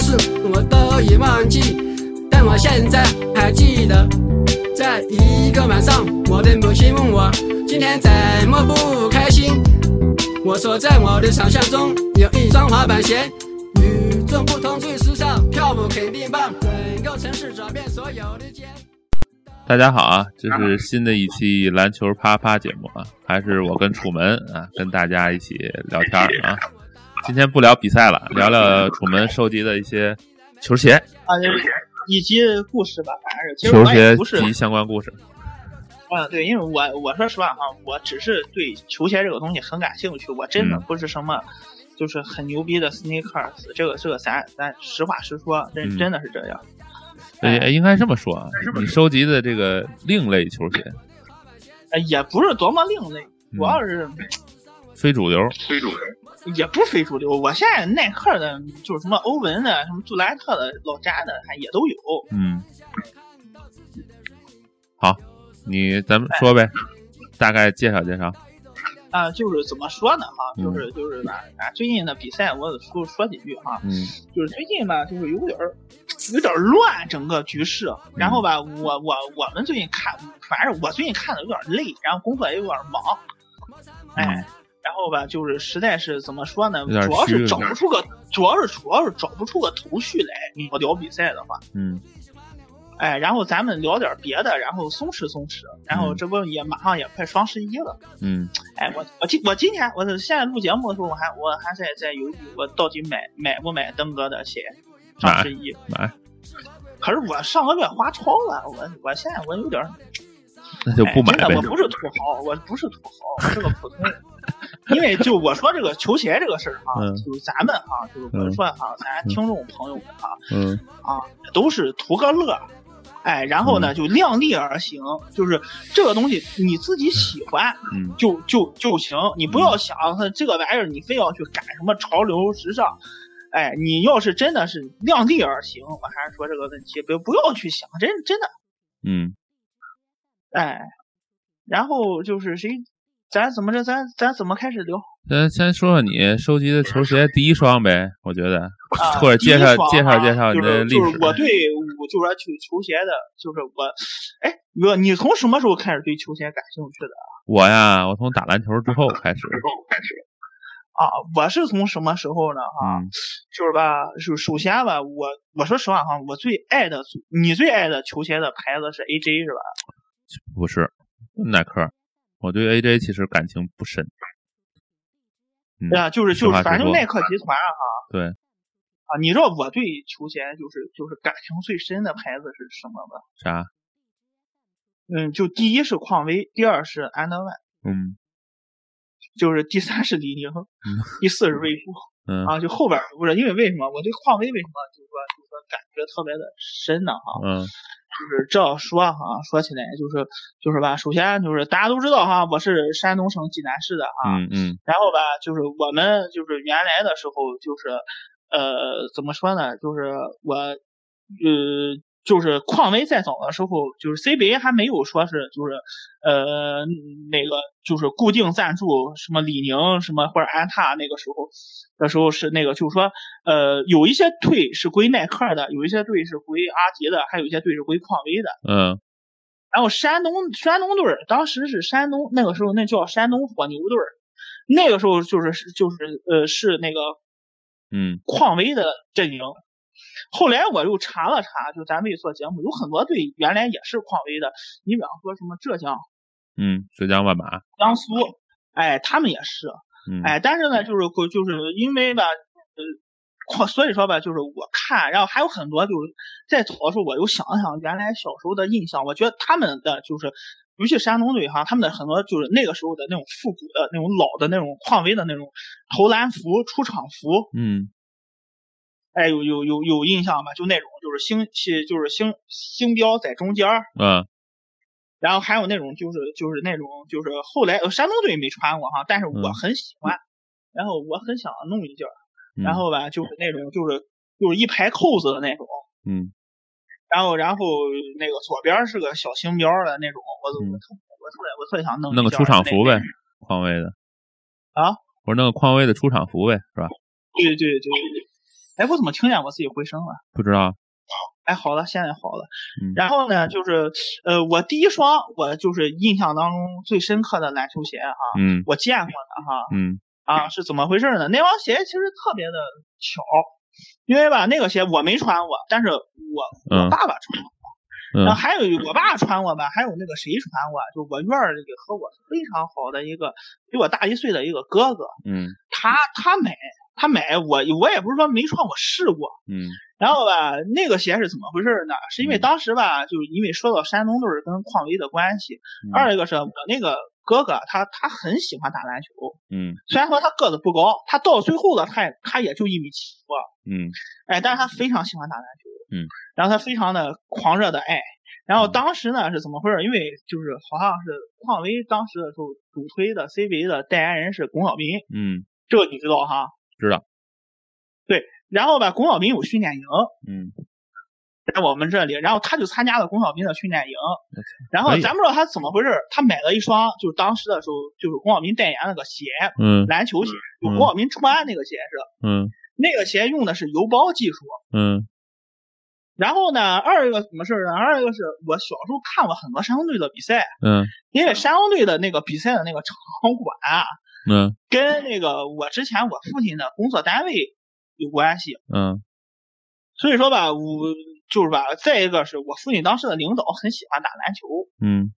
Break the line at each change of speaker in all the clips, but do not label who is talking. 事我都已忘记，但我现在还记得，在一个晚上，我的母亲问我今天怎么不开心，我说在我的想象中有一双滑板鞋，与众不同最时尚，跳舞肯定棒，整个城市找遍所有的街。
大家好啊，这是新的一期篮球啪啪节目啊，还是我跟楚门啊，跟大家一起聊天儿啊。今天不聊比赛了，聊聊楚门收集的一些球鞋、
啊，就是以及故事吧，反正是其实
球
我也
鞋
不是
及相关故事。
啊，对，因为我我说实话哈，我只是对球鞋这个东西很感兴趣，我真的
嗯
不是什么。就是很牛逼的 sneakers，这个这个咱咱实话实说，真、
嗯
真的是这样。
哎，哎应该这么说啊，你收集的这个另类球鞋，
呃也不是多么另类，
嗯
主要是
非主流，
非主流，
也不是非主流。我现在耐克的，就是什么欧文的、什么杜兰特的、老詹的，还也都有。
嗯。好，你咱们说
哎
呗，大概介绍介绍。
啊，就是怎么说呢哈，
嗯
就是就是吧，啊，最近的比赛我得说说几句哈，
嗯
就是最近吧，就是有点儿有点儿乱整个局势，然后吧，
嗯
我我我们最近看，反正我最近看的有点儿累，然后工作也有点儿忙，哎，然后吧，就是实在是怎么说呢，
嗯有点儿
主要
虚
是找不出个，主要是主要是找不出个头绪来，我聊比赛的话。
嗯
哎，然后咱们聊点别的，然后松弛松弛。然后
嗯
这不也马上也快双十一了，
嗯
哎，我我今我今天我现在录节目的时候，我还我还在在犹豫，我到底买买不买登哥的鞋？双十一
买，
可是我上个月花超了，我我现在我有点儿
那就不买
哎真
呗
的，我。不是土豪，我不是土豪，我是个普通人。因为就我说这个球鞋这个事儿哈、
嗯
就是咱们哈、就是我说哈、咱听众朋友们哈、
嗯
都是图个乐，哎，然后呢
嗯
就量力而行，就是这个东西你自己喜欢
嗯
就就就行，你不要想它这个玩意儿你非要去赶什么潮流时尚。哎，你要是真的是量力而行，我还是说这个问题，不不要去想，真真的，
嗯
哎，然后就是谁，咱怎么着，咱咱怎么开始聊？
咱先说说你收集的球鞋第一双呗，我觉得，
啊
或者介绍
第一双啊
介绍介绍你
就是
的历
就
史
是。我对我就说去球鞋的，就是我，哎，我你从什么时候开始对球鞋感兴趣的
我呀，我从打篮球之后开始，
之后开始
啊？我是从什么时候呢？啊，
嗯
就是吧，首首先啊吧，我我说实话哈，我最爱的你最爱的球鞋的牌子是 AJ 是吧？
不是耐克，我对 AJ 其实感情不深。嗯
对啊，就是
实
就
话
是，
实
反正
说
就耐克集团啊哈。
对
啊，你知道我对球鞋就是就是感情最深的牌子是什么吗？
啥？
嗯，就第一是匡威，第二是安德万。
嗯
就是第三是李宁，第四是魏布
嗯
啊，就后边儿不是因为为什么我对匡威为什么就是说就是说感觉特别的深呢哈，
嗯
就是这样说哈，说起来就是就是吧，首先就是大家都知道哈，我是山东省济南市的啊，
嗯嗯
然后吧就是我们就是原来的时候就是呃怎么说呢，就是我呃。就是匡威再早的时候，就是 CBA 还没有说是就是呃那个就是固定赞助什么李宁什么或者安踏那个时候的时候是那个就是说呃有一些队是归耐克的，有一些队是归阿迪的，还有一些队是归匡威的。
嗯
然后山东山东队儿当时是山东那个时候那叫山东火牛队儿，那个时候就是就是呃是那个
嗯
匡威的阵营。后来我又查了查，就咱们也做节目，有很多队原来也是匡威的。你比方说什么浙江、
嗯，浙江万马。
江苏，哎，他们也是，
嗯
哎，但是呢，就是就是因为吧，呃，匡所以说吧，就是我看，然后还有很多就是在走的时候，我又想了想原来小时候的印象，我觉得他们的就是。尤其山东队哈，他们的很多就是那个时候的那种复古的那种老的那种匡威的那种投篮服、出场服，
嗯
哎，有有有有印象吧？就那种就是星是就是星星标在中间儿，
嗯
然后还有那种就是就是那种就是后来、呃、山东队没穿过哈，但是我
嗯
很喜欢，然后我很想弄一件儿，
嗯
然后吧就是那种就是就是一排扣子的那种，
嗯
然后然后那个左边是个小星标的那种，我
嗯
我特我特别我特别想弄一
弄个
件
出
儿
场
那
服呗，匡威的
啊，
我说弄个匡威的出场服呗，是吧？
对对对对，哎，我怎么听见我自己回声了？
不知道，
哎，好了，现在好了。
嗯
然后呢，就是呃，我第一双我就是印象当中最深刻的篮球鞋啊，
嗯
我见过的哈
嗯
啊是怎么回事呢？那双鞋其实特别的巧，因为吧那个鞋我没穿过，但是我
嗯
爸爸穿
嗯
过。然后还有一我爸穿过吧，还有那个谁穿过，就我院儿里和我非常好的一个比我大一岁的一个哥哥，
嗯
他他买他买我我也不是说没穿，我试过。
嗯
然后吧，那个鞋是怎么回事呢？是因为
嗯
当时吧，就是因为说到山东队儿跟匡威的关系，
嗯
二一个是我那个哥哥他他很喜欢打篮球，
嗯
虽然说他个子不高，他到最后的他也他也就一米七多，
嗯
哎，但是他非常喜欢打篮
嗯，
球，然后他非常的狂热的爱。然后
嗯
当时呢是怎么回事？因为就是好像是匡威当时的时候主推的 CBA 的代言人是龚小斌，
嗯
这个你知道哈？
知道。
对，然后吧，龚小斌有训练营，
嗯，
在我们这里，然后他就参加了龚小斌的训练营，然后
可以
咱不知道他怎么回事，他买了一双就是当时的时候就是龚小斌代言那个鞋，
嗯
篮球鞋，就
嗯
龚小斌穿那个鞋是，
嗯
那个鞋用的是油包技术。
嗯
然后呢，二一个什么事儿呢？二一个是我小时候看过很多山东队的比赛，
嗯
因为山东队的那个比赛的那个场馆啊
嗯
跟那个我之前我父亲的工作单位有关系，
嗯
所以说吧，我就是吧，再一个是我父亲当时的领导很喜欢打篮球，
嗯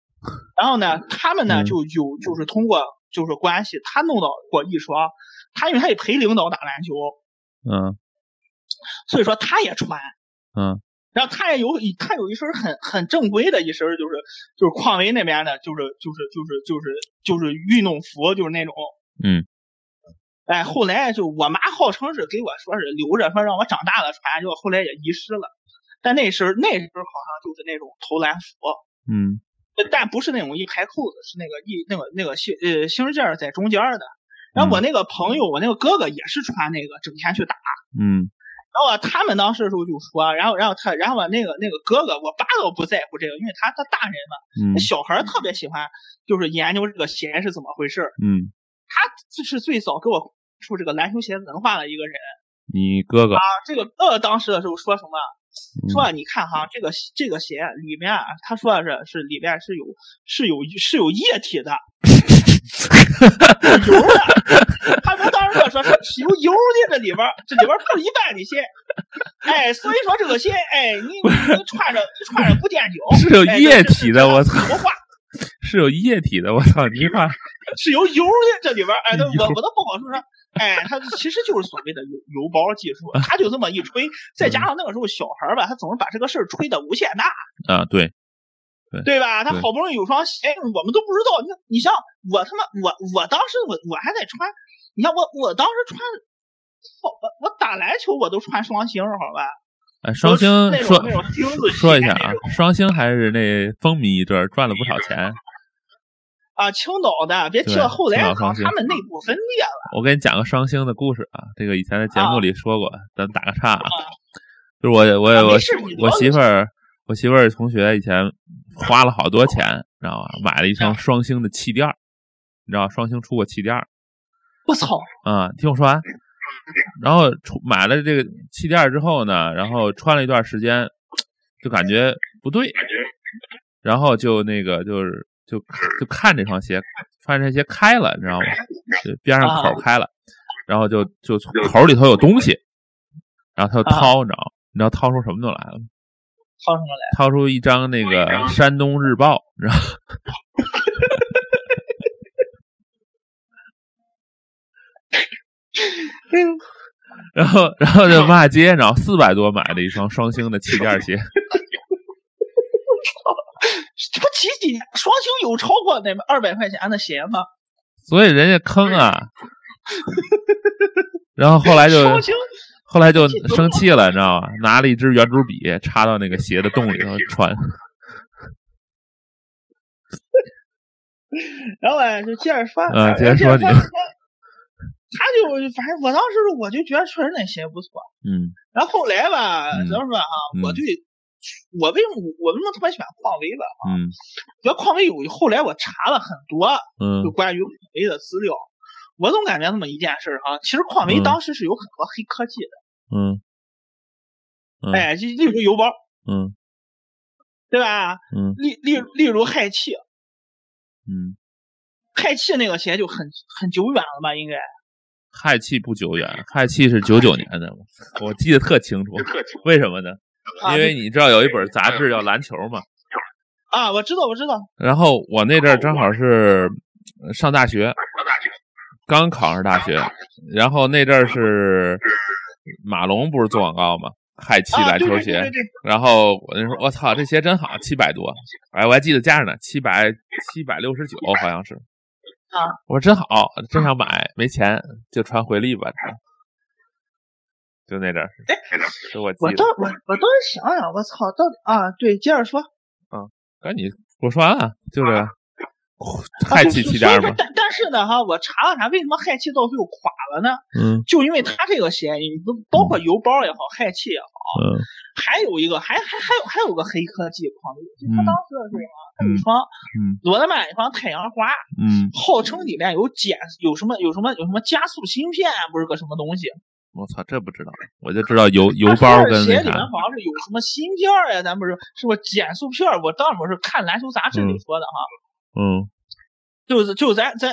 然后呢，他们呢
嗯
就有就是通过就是关系，他弄到过一双，他因为他也陪领导打篮球，
嗯
所以说他也穿，
嗯，
然后他也有他有一身很很正规的一身就是就是匡威那边的，就是就是就是就是就是运动服，就是那种
嗯。
哎，后来就我妈号称是给我说是留着，说让我长大了穿，结果后来也遗失了。但那身那身好像就是那种投篮服，
嗯
但不是那种一排扣子，是那个一那个那个星呃星星儿在中间儿的。然后我那个朋友，我那个哥哥也是穿那个，整天去打。
嗯
然后啊他们当时的时候就说，啊然后然后他，然后我那个那个哥哥，我爸倒不在乎这个，因为他他大人嘛，
嗯
那小孩儿特别喜欢就是研究这个鞋是怎么回事儿。
嗯，
这是最早给我出这个篮球鞋文化的一个人
你哥哥
啊。这个哥哥当时的时候说什么？
嗯
说啊你看哈，这个这个鞋里面啊，他说的是是里面是有是有是有液体的，有油的。他们当时就说说是有油在这里边儿，这里边儿不一般的鞋。哎，所以说这个鞋，哎， 你你你穿着你穿着不垫脚，
是有
哎
液体的，我操，
我话
是有液体的，我操，你 妈，
是有油在这里边儿，哎，那
有
我我都不好说说。哎，他其实就是所谓的油油包 技术，他就这么一吹，再加上那个时候小孩儿吧，他总是把这个事儿吹得无限大，
啊，对，
对吧？他
对
好不容易有双鞋，我们都不知道。那你像我他妈，我我当时我我还在穿，你看我我当时穿，好我我打篮球我都穿双星，好吧？
哎，双星
都是那
说
种那种钉子鞋
说一下
那
啊
种，
双星还是那风靡一阵儿，赚了不少钱。
啊，青岛的，别提
对
了，后来
青岛
好
双
像
星
他们内部分裂了，
我给你讲个双星的故事啊，这个以前在节
哦
目里说过，咱打个岔啊。就是我我
啊
我
没事你聊
我
你
媳妇儿我媳妇儿同学以前花了好多钱，知道吧？买
啊
了一双双星的气垫儿，你知道双星出过气垫儿
我操，
啊、听我说完。然后出买了这个气垫儿之后呢，然后穿了一段时间，就感觉不对，然后就那个就是就就看这双鞋，发现这鞋开了，你知道吗？就边上口儿开了，然后就就从口里头有东西，然后他就掏，你知道吗？你知道掏出什么就来了吗？
掏什么来？
掏出一张那个《山东日报》，然 后
嗯，
然后然后就骂街，然后四百多买的一双双星的气垫鞋，
这不几几年双星有超过那二百块钱的鞋吗？
所以人家坑 啊。然后后来就
双星
后来就生气了，你知道吗？拿了一支圆珠笔插到那个鞋的洞里头穿。
然后哎，就接着说，
嗯
哎
接着说你
他就反正我当时我就觉得确实那鞋不错，
嗯
然后后来吧，
嗯
怎么说啊，
嗯
我对我为什么我为什么特别喜欢匡威吧？
嗯
觉得匡威有后来我查了很多
嗯
就关于匡威的资料，我总感觉这么一件事儿哈，其实匡威
嗯
当时是有很多黑科技的，
嗯嗯
哎，就例如油包，
嗯
对吧？
嗯
例例例如氦气，
嗯，
氦气那个鞋就很很久远了吧？应该
氦气不久远，氦气是九九年的，我记得特清楚。
特清
为什么呢？
啊
因为你知道有一本杂志叫《篮球》嘛，
啊，我知道，我知道，
然后我那阵儿正好是呃上大学，
上大学，
刚考上大学，然后那阵儿是马龙不是做广告嘛，氦气
啊，
篮
对
球
对
鞋，
对对对，
然后我就说我操，这鞋真好，七百多，哎，我还记得价呢，七百七百六十九好像是，
啊，
我说真好，真想买，没钱就穿回力吧，就那阵儿，是我
哎我
记
倒
得，
我我倒是想想，我操，到底啊，对，接着说，
赶紧我说完啊，就是氦气气垫
啊所以
嘛
说，但但是呢哈，我查了查，为什么氦气到最后垮了呢？
嗯
就因为它这个鞋，你不包括油包也好，氦气也好，
嗯
还有一个还还还有还有个黑科技矿物，就它当时的是什么？它有一双
嗯
罗德曼有一双太阳花，
嗯，
号称里面有减有什么有什么有什么加速芯片，啊不是个什么东西。
我操，这不知道，我就知道油油
它
包
说
跟
鞋
那
里面
啥，
好像是有什么芯片呀、咱不是是不是减速片儿？我当时我是看篮球杂志里说的哈。
嗯
就是就咱咱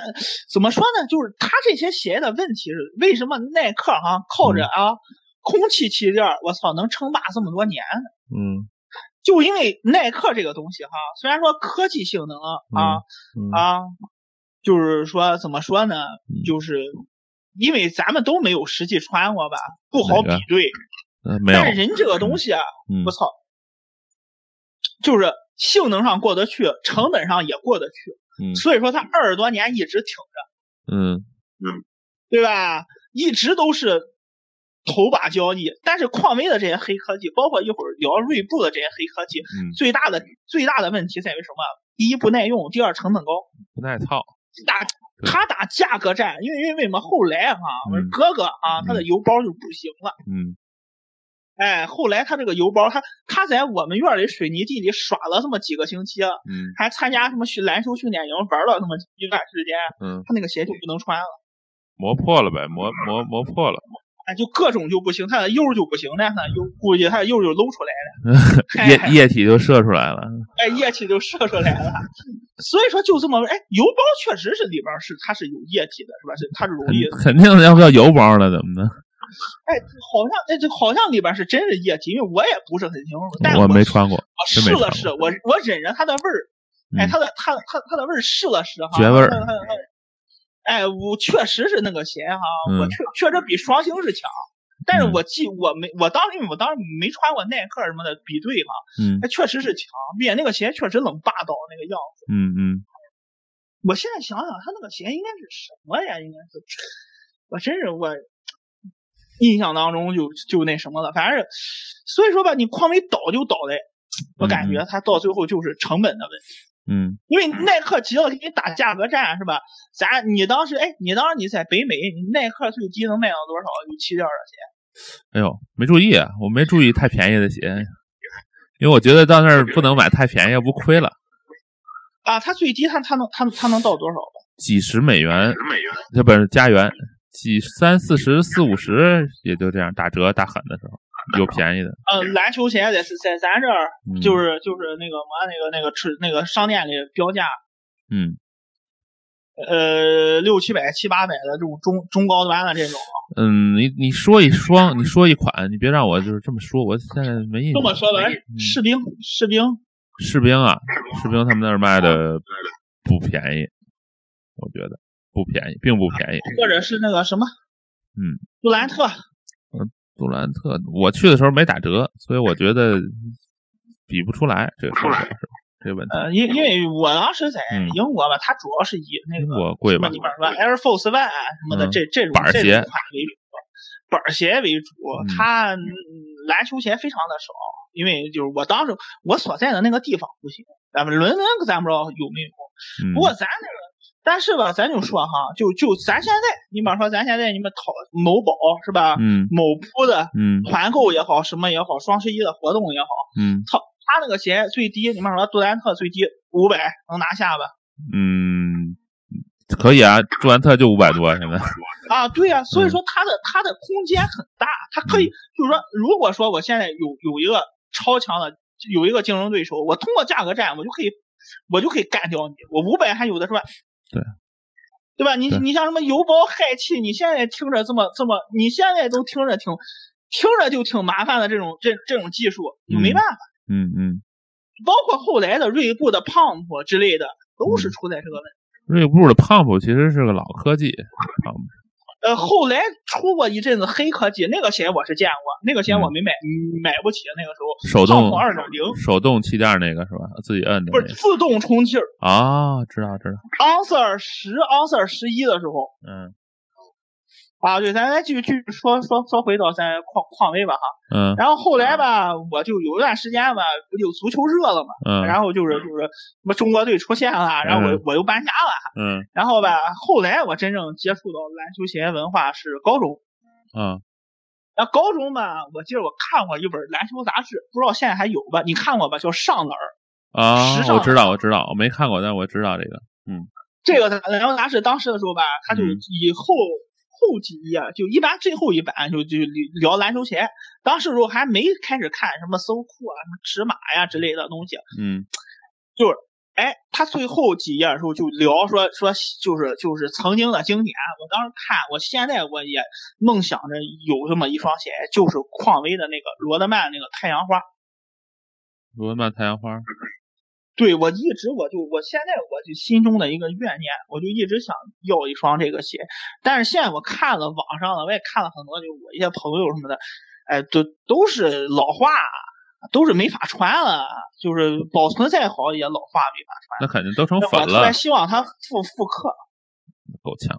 怎么说呢？就是他这些鞋的问题是为什么耐克哈、靠
嗯
着啊、空气气垫儿，我操能称霸这么多年？
嗯
就因为耐克这个东西哈、虽然说科技性能啊、
嗯
啊，就是说怎么说呢
嗯？
就是因为咱们都没有实际穿过吧，不好比
哪个
对。
呃没有
但，是人这个东西啊，
嗯
我操，就是性能上过得去，成本上也过得去，
嗯
所以说它二十多年一直挺。
嗯
对吧？一直都是头把交椅，但是匡威的这些黑科技，包括一会儿聊锐步的这些黑科技，
嗯，
最大的最大的问题在于什么？第一不耐用，第二成本高。
不耐操，
打他打价格战，因为因为什么？后来哈、我
嗯
哥哥啊，他的油包就不行了。
嗯
哎，后来他这个油包，他他在我们院里水泥地里耍了这么几个星期，啊
嗯
还参加什么训篮球训练营玩了那么一段时间，
嗯，
他那个鞋就不能穿了，
磨破了呗，磨磨磨破了，
哎，就各种就不行，他的釉就不行了，他的釉估计他的釉就露出来了。 哎
液液体就射出来了，
哎，液体就射出来了。所以说就这么，哎，油包确实是里边是它是有液体的，是吧？是它是容易，
肯肯定的要不要油包了，怎么的？
哎，好像哎这好像里边是真是液体，因为我也不是很啊清楚，但
我
我
没穿过，
我
真没
试了
尝
试，我我忍着它的味儿，哎，
嗯
它的它它它的味儿试了试哈，
绝味儿
它的。它的它的哎，我确实是那个鞋哈，我
嗯
确确实比双星是强，但是
嗯
我记我没我当时因为我当时没穿过耐克什么的比对哈，
嗯
哎，确实是强，并且那个鞋确实冷霸道那个样子。
嗯嗯，
我现在想想，他那个鞋应该是什么呀？应该是，我真是我印象当中就就那什么了。反正是，所以说吧，你匡威倒就倒嘞，我感觉他到最后就是成本的问题。
嗯
因为耐克急了给你打价格战是吧？咱你当时哎，你当时你在北美，你耐克最低能卖到多少？有气垫儿的鞋？
哎呦，没注意啊，我没注意太便宜的鞋，因为我觉得到那儿不能买太便宜，要不亏了。
啊，它最低它它能它它能到多少？
几十美元，
十美元，
这不是加元，几三四十、四五十，也就这样打折打狠的时候，有便宜的，
呃，篮球鞋在在咱这儿
嗯、
就是就是那个嘛那个那个吃那个商店里标价
嗯
呃，六七百、七八百的这种中中高端的这种，
嗯，你你说一双，你说一款，你别让我就是这么说，我现在没印
这么
象。
说吧，哎
嗯
士兵，士兵，
士兵啊，士兵他们那儿卖的不便宜，我觉得不便宜，并不便宜。
或者是那个什么，
嗯，
杜兰特，呃
杜兰特，我去的时候没打折，所以我觉得比不出来这个
出来
是吧这个问题。
呃，因因为我当时在
嗯
英国吧，它主要是以那
英
个
国贵
什么
吧？
里边什么 Air Force One 啊什么的
嗯
这这种
板儿
这
鞋
种款为主，板儿鞋为主
嗯，
它嗯篮球鞋非常的少，因为就是我当时我所在的那个地方不行，咱们伦敦咱不知道有没有。
嗯
不过咱这个，但是吧，咱就说哈，就就咱现在，你比方说咱现在你们淘某宝是吧，
嗯
某铺的
嗯
团购也好，什么也好，双十一的活动也好，
嗯
他那个鞋最低，你比方说杜兰特最低五百能拿下吧？
嗯，可以啊，杜兰特就五百多现在。
啊，对呀、
嗯
所以说他的、他的空间很大，他可以就是说，如果说我现在有有一个超强的有一个竞争对手，我通过价格战我就可以我就可以干掉你，我五百还有的是吧？
对。
对吧？你
对
你像什么油包氦气，你现在听着这么这么，你现在都听着挺听着就挺麻烦的这种这这种技术，你
嗯
没办法。
嗯嗯，
包括后来的锐步的 Pump 之类的，
嗯
都是出在这个问题。
锐步的 Pump 其实是个老科技，Pump，
呃，后来出过一阵子黑科技，那个鞋我是见过，那个鞋我没买，嗯买不起。那个时候
手动
Pump 二点零
手动气垫那个是吧？自己摁的
不
那
是
个
自动充气儿
啊，知道知道，
，Answer 十、Answer 十一的时候
嗯
啊，对，咱咱继续继续说说说回到咱匡匡威吧哈。
嗯
然后后来吧，我就有一段时间吧，不就足球热了嘛，
嗯
然后就是就是什么中国队出现了，然后我
嗯
我又搬家了，
嗯
然后吧，后来我真正接触到篮球鞋文化是高中。
嗯，
然后高中吧，我记得我看过一本篮球杂志，不知道现在还有吧？你看过吧？叫《上篮儿》
啊
时，尚
我知道我知道，我没看过，但我知道这个，
这个篮球杂志当时的时候吧，它就
嗯
以后、后几页，就一般最后一版就就聊篮球鞋。当时的时候还没开始看什么搜库啊、什么尺码呀、之类的东西。
嗯
哎，他最后几页的时候就聊说说就是就是曾经的经典。我当时看，我现在我也梦想着有这么一双鞋，就是匡威的那个罗德曼那个太阳花。
罗德曼太阳花，
对我一直我就我现在我就心中的一个怨念，我就一直想要一双这个鞋，但是现在我看了网上的，我也看了很多，就我一些朋友什么的，哎，都都是老化，都是没法穿了，就是保存再好也老化
那肯定都成
没
粉
法穿。我特
了
别，希望它复复刻。
够呛，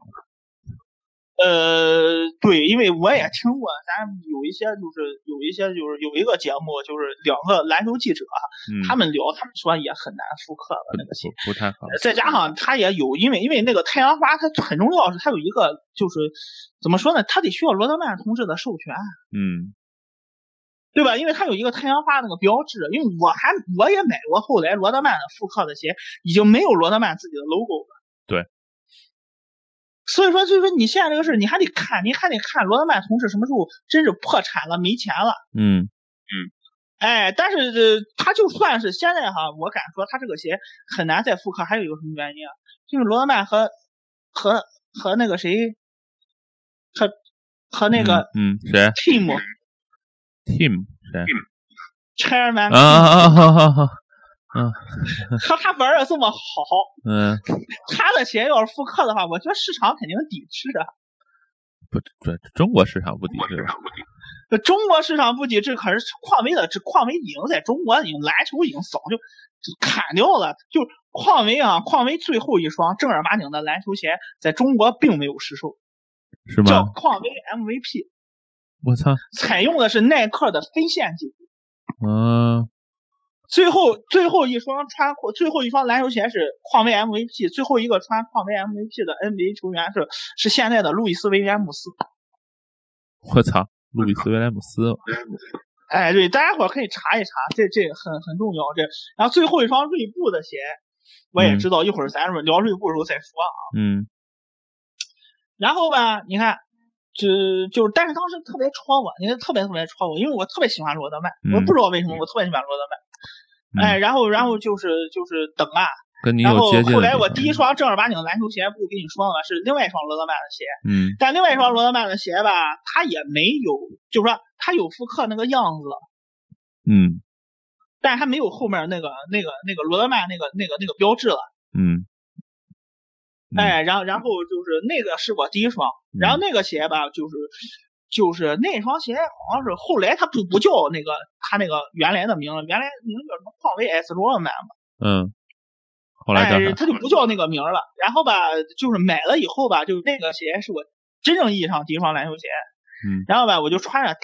呃，对，因为我也听过，咱有一些就是有一些就是有一个节目，就是两个篮球记者，啊
嗯，
他们聊，他们说也很难复刻了那个鞋。
不不太好，
再加上它也有，因为因为那个太阳花它很重要，是它有一个就是怎么说呢，它得需要罗德曼同志的授权，
嗯
对吧？因为它有一个太阳花那个标志，因为我还我也买过后来罗德曼的复刻的鞋，已经没有罗德曼自己的 logo 了。
对。
所以说，所以说你现在这个事儿，你还得看，你还得看罗德曼同志什么时候真是破产了，没钱了。
嗯
哎，但是这他就算是现在哈，我敢说他这个鞋很难再复刻，还有一个什么原因啊？就是罗德曼和和和那个谁，和和那个
嗯嗯谁
Tim、
Team 谁
Chairman，、
啊啊啊啊啊，
和他玩的这么好，
嗯，
他的鞋要是复刻的话，我觉得市场肯定抵制的。
不，这中国市场不抵制吧？
这中国市场不抵制，可是匡威的这匡威已经在中国已经篮球已经早就就砍掉了。就匡威啊，匡威最后一双正儿八经的篮球鞋在中国并没有实售。
是
叫
吗？
匡威 MVP，
我操，
采用的是耐克的飞线技术。
嗯
最后最后一双穿过最后一双篮球鞋是匡威 MVP，最后一个穿匡威 MVP 的 NBA 球员是是现在的路易斯威廉姆斯。
我操，路易斯威廉姆斯，
哎，对，大家伙儿可以查一查，这这很很重要。这然后最后一双锐步的鞋，我也
嗯
知道，一会儿咱们聊锐步的时候再说啊。
嗯
然后吧，你看，就就是，但是当时特别戳我，因为特别特别戳我，因为我特别喜欢罗德曼，
嗯
我不知道为什么我特别喜欢罗德曼。
嗯
哎，然后然后就是就是等啊，
跟你
然后
有接近的地方。
后来我第一双正儿八经的篮球鞋不是跟你说了吗？是另外一双罗德曼的鞋，
嗯
但另外一双罗德曼的鞋吧，它也没有，就是说它有复刻那个样子了，
嗯
但是它没有后面那个那个那个罗德曼那个那个那个标志了。
嗯，嗯
哎，然后然后就是那个是我第一双，
嗯
然后那个鞋吧，就是就是那双鞋好像是后来它不不叫那个它那个原来的名了，原来名叫什么匡威 S 罗德曼嘛，
嗯，后来叫
哎，
啥？
它就不叫那个名了。然后吧，就是买了以后吧，就是那个鞋是我真正意义上第一双篮球鞋，
嗯
然后吧我就穿着打。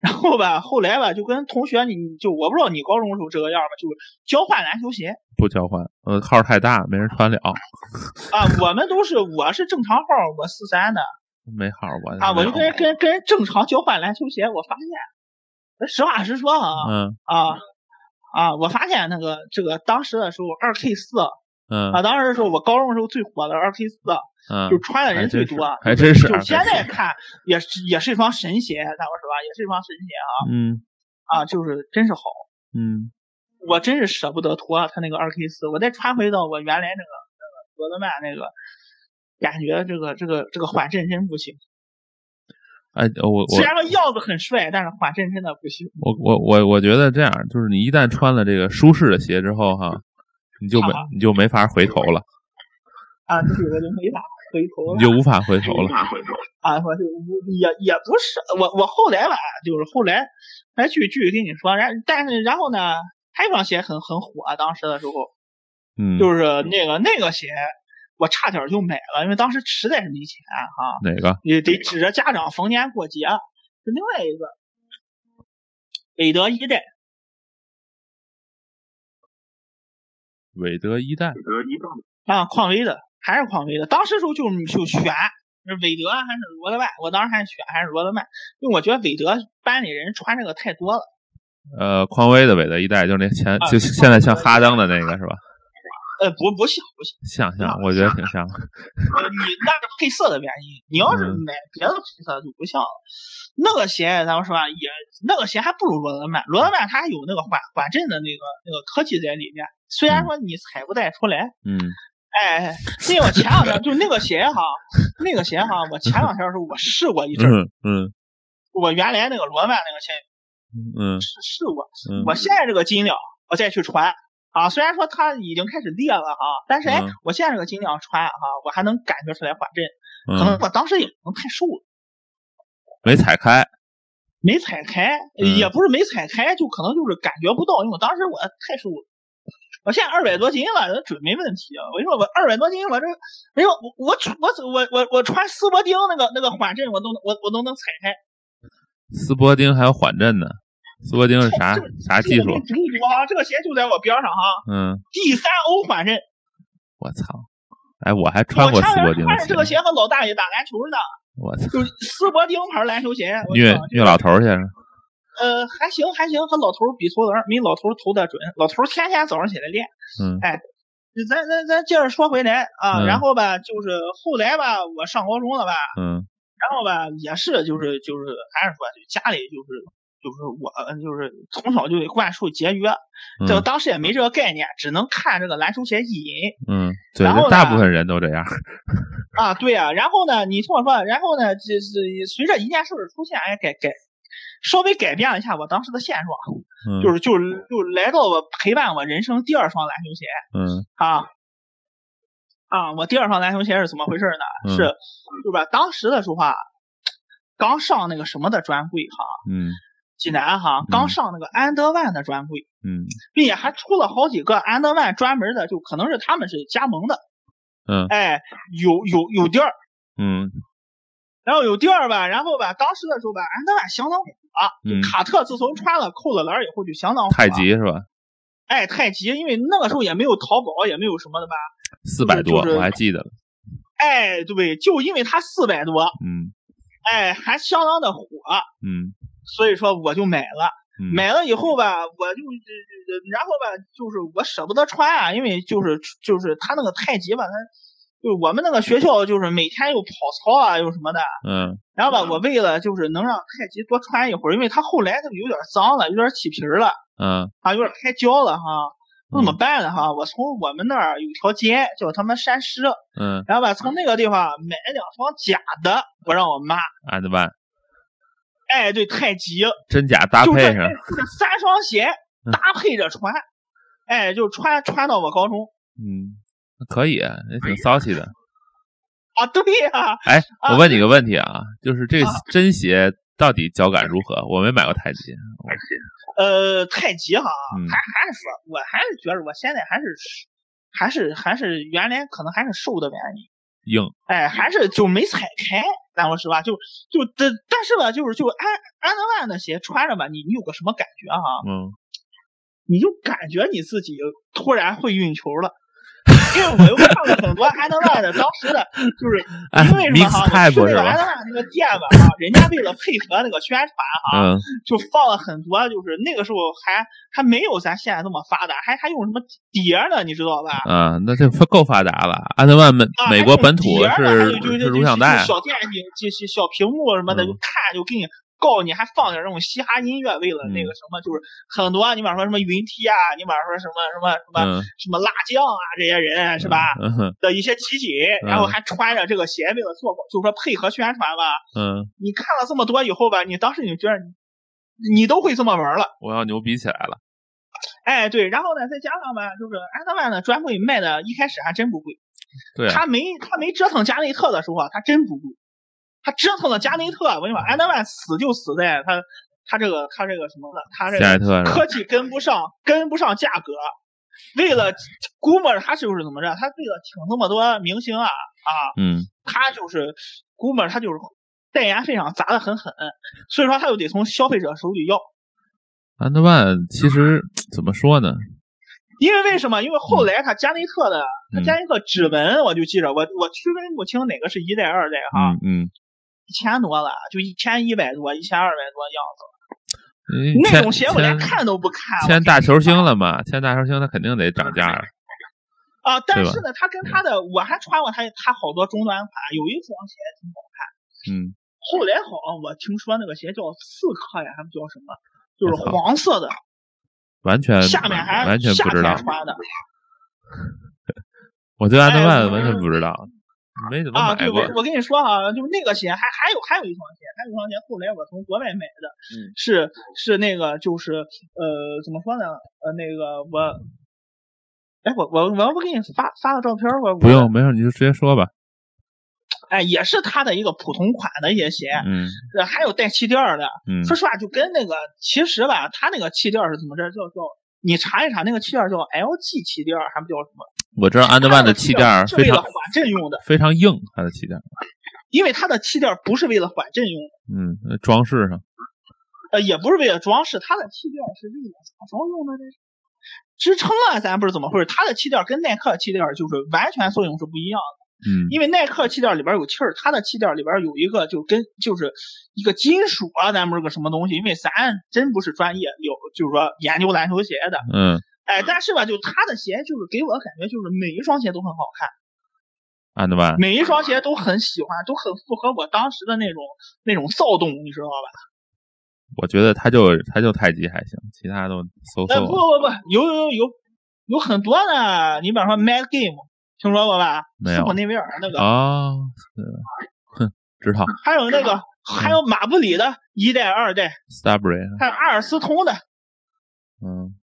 然后吧，后来吧，就跟同学，你就我不知道你高中的时候这个样吧，就是交换篮球鞋，
不交换，呃，号太大，没人穿 了，
啊，我们都是我是正常号，我四三的
没号我
啊，我就
没
跟人
号
跟人跟人正常交换篮球鞋，我发现，实话实说啊
嗯
啊啊，我发现那个这个当时的时候，二 K 四
嗯
啊，当时是我高中的时候最火的 RK 四，
嗯
就，穿的
还
人最
真是
多啊，，
还真是
就
啊，
是现在
还真是
看也是也是一双神鞋，咱们说吧，也是一双神鞋
嗯
啊，啊，就是真是好，
嗯
我真是舍不得脱啊它那个 RK 四，我再穿回到我原来那个那个罗德曼那个，感觉这个这个这个缓震真不行。
哎，我我
虽然说样子很帅，但是缓震真的不行。
我我我我觉得这样，就是你一旦穿了这个舒适的鞋之后哈，你就没
啊
你就没法回头了，
啊，这个就没法回头
你就
了
无法回头了。
啊！我就无也也不是我我后来吧，就是后来来去去跟你说，然但是然后呢，还有一双鞋很很火、啊当时的时候
嗯，
就是那个那个鞋，我差点就买了，因为当时实在是没钱啊哈、
哪个？
也得指着家长逢年过节。啊是另外一个韦德一代
韦德一代
啊，匡威的还是匡威的，当时时候就就选。是韦德还是罗德曼？我当时还选还是罗德曼，因为我觉得韦德班里人穿这个太多了。
呃，匡威的韦德一代，就是那前
啊
就现在像哈登的那个是吧？
呃，不不像不像，
像
啊
像，我觉得挺像的。
呃你那是配色的原因。你要是
嗯
买别的配色就不像了。那个鞋咱们说啊，也那个鞋还不如罗德曼，罗德曼它还有那个缓缓震的那个那个科技在里面，虽然说你踩不带出来。
嗯
哎，那我前两天就那个鞋哈，那个鞋哈，我前两天的时候我试过一阵儿，
嗯嗯
我原来那个罗曼那个鞋
嗯
试试过，
嗯
我现在这个斤两我再去穿啊，虽然说它已经开始裂了哈，但是哎
嗯，
我现在这个斤两穿哈，我还能感觉出来缓震，可能
嗯，
我当时也可能太瘦了，
没踩开。
没踩开，呃
嗯
也不是没踩开，就可能就是感觉不到，因为我当时我太瘦了。我现在二百多斤了，准没问题啊！我跟你说，我二百多斤，我这，哎呦，我我我我我我穿斯伯丁那个那个缓震，我都能我我都能踩开。
斯伯丁还有缓震呢，斯伯丁是啥
这个
啥技术
这个？不用说啊，这个鞋就在我边上哈、
嗯，
第三欧缓震，
我操！哎，我还穿
我
过
差
斯伯
点
丁
穿着这
的
个
鞋，
鞋和老大爷打篮球呢，
我操，
就是斯伯丁牌篮球鞋。我
虐
操
虐老头儿去了。
呃，还行还行，和老头儿比投篮儿没老头儿投的准，老头儿天天早上起来练。哎
嗯
咱咱咱接着说回来啊，
嗯
然后吧，就是后来吧，我上高中了吧，
嗯
然后吧，也是就是就是还是说就家里就是就是我呃就是从小就得灌输节约，
嗯
就当时也没这个概念，只能看这个篮球鞋意淫
嗯，对
然后，呢
大部分人都这 样。
啊，对啊，然后呢，你听我说，然后呢，就是随着一件事儿的出现，哎，改改稍微改变了一下我当时的现状，
嗯，
就是就是就来到我陪伴我人生第二双篮球鞋。
嗯
啊啊！我第二双篮球鞋是怎么回事呢？
嗯
是，啊对吧？当时的时候啊，刚上那个什么的专柜哈，
嗯
济南哈，刚上那个安德万的专柜，
嗯
并且还出了好几个安德万专门的，就可能是他们是加盟的，
嗯
哎，有有有店儿，
嗯
然后有店儿吧，然后吧，当时的时候吧，安德万相当火。啊
嗯，
卡特自从穿了扣子篮儿以后就相当火啊
太，极是吧？
哎，太极，因为那个时候也没有淘宝，也没有什么的吧，
四百多，
就是
我还记得了。
哎，对，就因为它四百多，
嗯
哎，还相当的火，啊
嗯
所以说我就买了。
嗯，
买了以后吧，我就呃然后吧，就是我舍不得穿啊，因为就是就是他那个太极吧，他就是我们那个学校就是每天又跑操啊，又什么的。
嗯
然后吧，我为了就是能让太极多穿一会儿，因为他后来就有点脏了，有点起皮儿了
嗯
啊，有点开胶了哈。那怎么
嗯
办呢？哈，我从我们那儿有条街叫他们山师，
嗯，
然后吧，从那个地方买了两双假的，我让我妈，
安德曼
哎，对，太极，
真假搭
就这
配上，
这三双鞋
嗯
搭配着穿，哎，就穿穿到我高中
嗯，可以，也挺骚气 的。
啊，对呀、
哎，
啊
我问你个问题啊，就是这个
啊
真鞋到底脚感如何？我没买过太极。
呃，太极哈，
嗯
还还是说，我还是觉得我现在还是还是还是原来可能还是瘦的原因，
硬，
哎，还是就没踩开，咱们实话，就就这，但是吧，就是就安安德万的鞋穿着吧，你你有个什么感觉啊哈、
嗯，
你就感觉你自己突然会运球了。因为我又看了很多安德曼的当时的，就是啊
哎
因为什么哈，
，mixtape
去那
是
个
吧
安德曼那个店吧哈，人家为了配合那个宣传哈，
嗯，
就放了很多，就是那个时候还还没有咱现在那么发达，还还用什么碟儿呢，你知道吧？
啊，那这够发达了。安德曼美
啊
美国本土
还有碟儿呢还有
是
就是就
录像带
就小电影、就就小屏幕什么的，
嗯
就看就给你告你，还放点那种嘻哈音乐，为了那
嗯
个什么，就是很多你比方说什么云梯啊，你比方说什么什么什
嗯，
么、什么辣酱啊，这些人是吧？
嗯哼
的一些集锦，然后还穿着这个鞋，为了做广，就是说配合宣传吧。
嗯，
你看了这么多以后吧，你当时你觉得你你都会这么玩了，
我要牛逼起来了。
哎，对，然后呢，再加上吧，就是安德曼的专柜卖的，一开始还真不贵，
对啊，
他没他没折腾加内特的时候啊，他真不贵，他折腾了加内特，我跟你说，安德曼死就死在他他这个他这个什么了，他这
夏
个
艾特是吧
科技跟不上，跟不上价格。为了估摸着他就是怎么着，他为了请那么多明星啊啊，
嗯
他就是估摸着他就是代言费上砸的很狠，所以说他就得从消费者手里要。
安德曼其实怎么说呢？
因为为什么？因为后来他加内特的，他
嗯
加内特指纹，我就记着，我我区分不清哪个是一代、二代哈，
嗯嗯，
一千多了，就一千一百多、一千二百多
因为
样子。那
嗯签
种鞋我
签
连看都不看。我
签大球星了嘛？签大球星，他肯定得涨价了。
啊，但
对吧嗯
是呢，他跟他的我还穿过他他好多中端款，有一双鞋挺好。
嗯，
后来好像我听说那个鞋叫刺客呀，还不叫什么，就是
我操
黄色的，
完全
下面还
呃完全
夏
不知道
天。穿的
我对安德
哎
曼完全不知道，没怎么
啊。
买
对，
过
我。我跟你说啊，就那个鞋，还还有还有一双鞋，还有一双鞋，后来我从国外买的，
嗯
是是那个就是呃怎么说呢？呃那个我，哎我我我要不给你发发个照片儿，我
不用，没事，你就直接说吧。
哎也是他的一个普通款的一些鞋，
嗯
呃还有带气垫儿的，
嗯
说实话，就跟那个其实吧，它那个气垫儿是怎么着？叫叫你查一查，那个气垫儿叫 LG 气垫儿，还不叫什么？
我知道安德曼的气垫儿
是为
非
了
常
缓震用的，
非常硬，他的气垫儿，
因为它的气垫儿不是为了缓震用的，
嗯，那装饰上，
呃，也不是为了装饰，它的气垫儿是为了啥时候用的呢？支撑啊，咱不是怎么回事？它的气垫儿跟耐克气垫儿就是完全作用是不一样
嗯
的，因为耐克气垫儿里边儿有气儿，它的气垫儿里边儿有一个就跟就是一个金属啊，咱不是个什么东西，因为咱真不是专业有就是说研究篮球鞋的，
嗯，
哎，但是吧，就他的鞋，就是给我的感觉就是每一双鞋都很好看，
安德曼，
每一双鞋都很喜欢，都很符合我当时的那种那种躁动，你知道吧？
我觉得他就他就太极还行，其他都嗖
哎，不
嗖，
不不，有有有有有很多呢，你比方说 Mad Game，听说过吧？
没有
斯普内维尔那个，
哦，是，哼，知道
还有
嗯
那个，还有马布里的一代、二代，
，Starbury，
还有阿尔斯通的，
嗯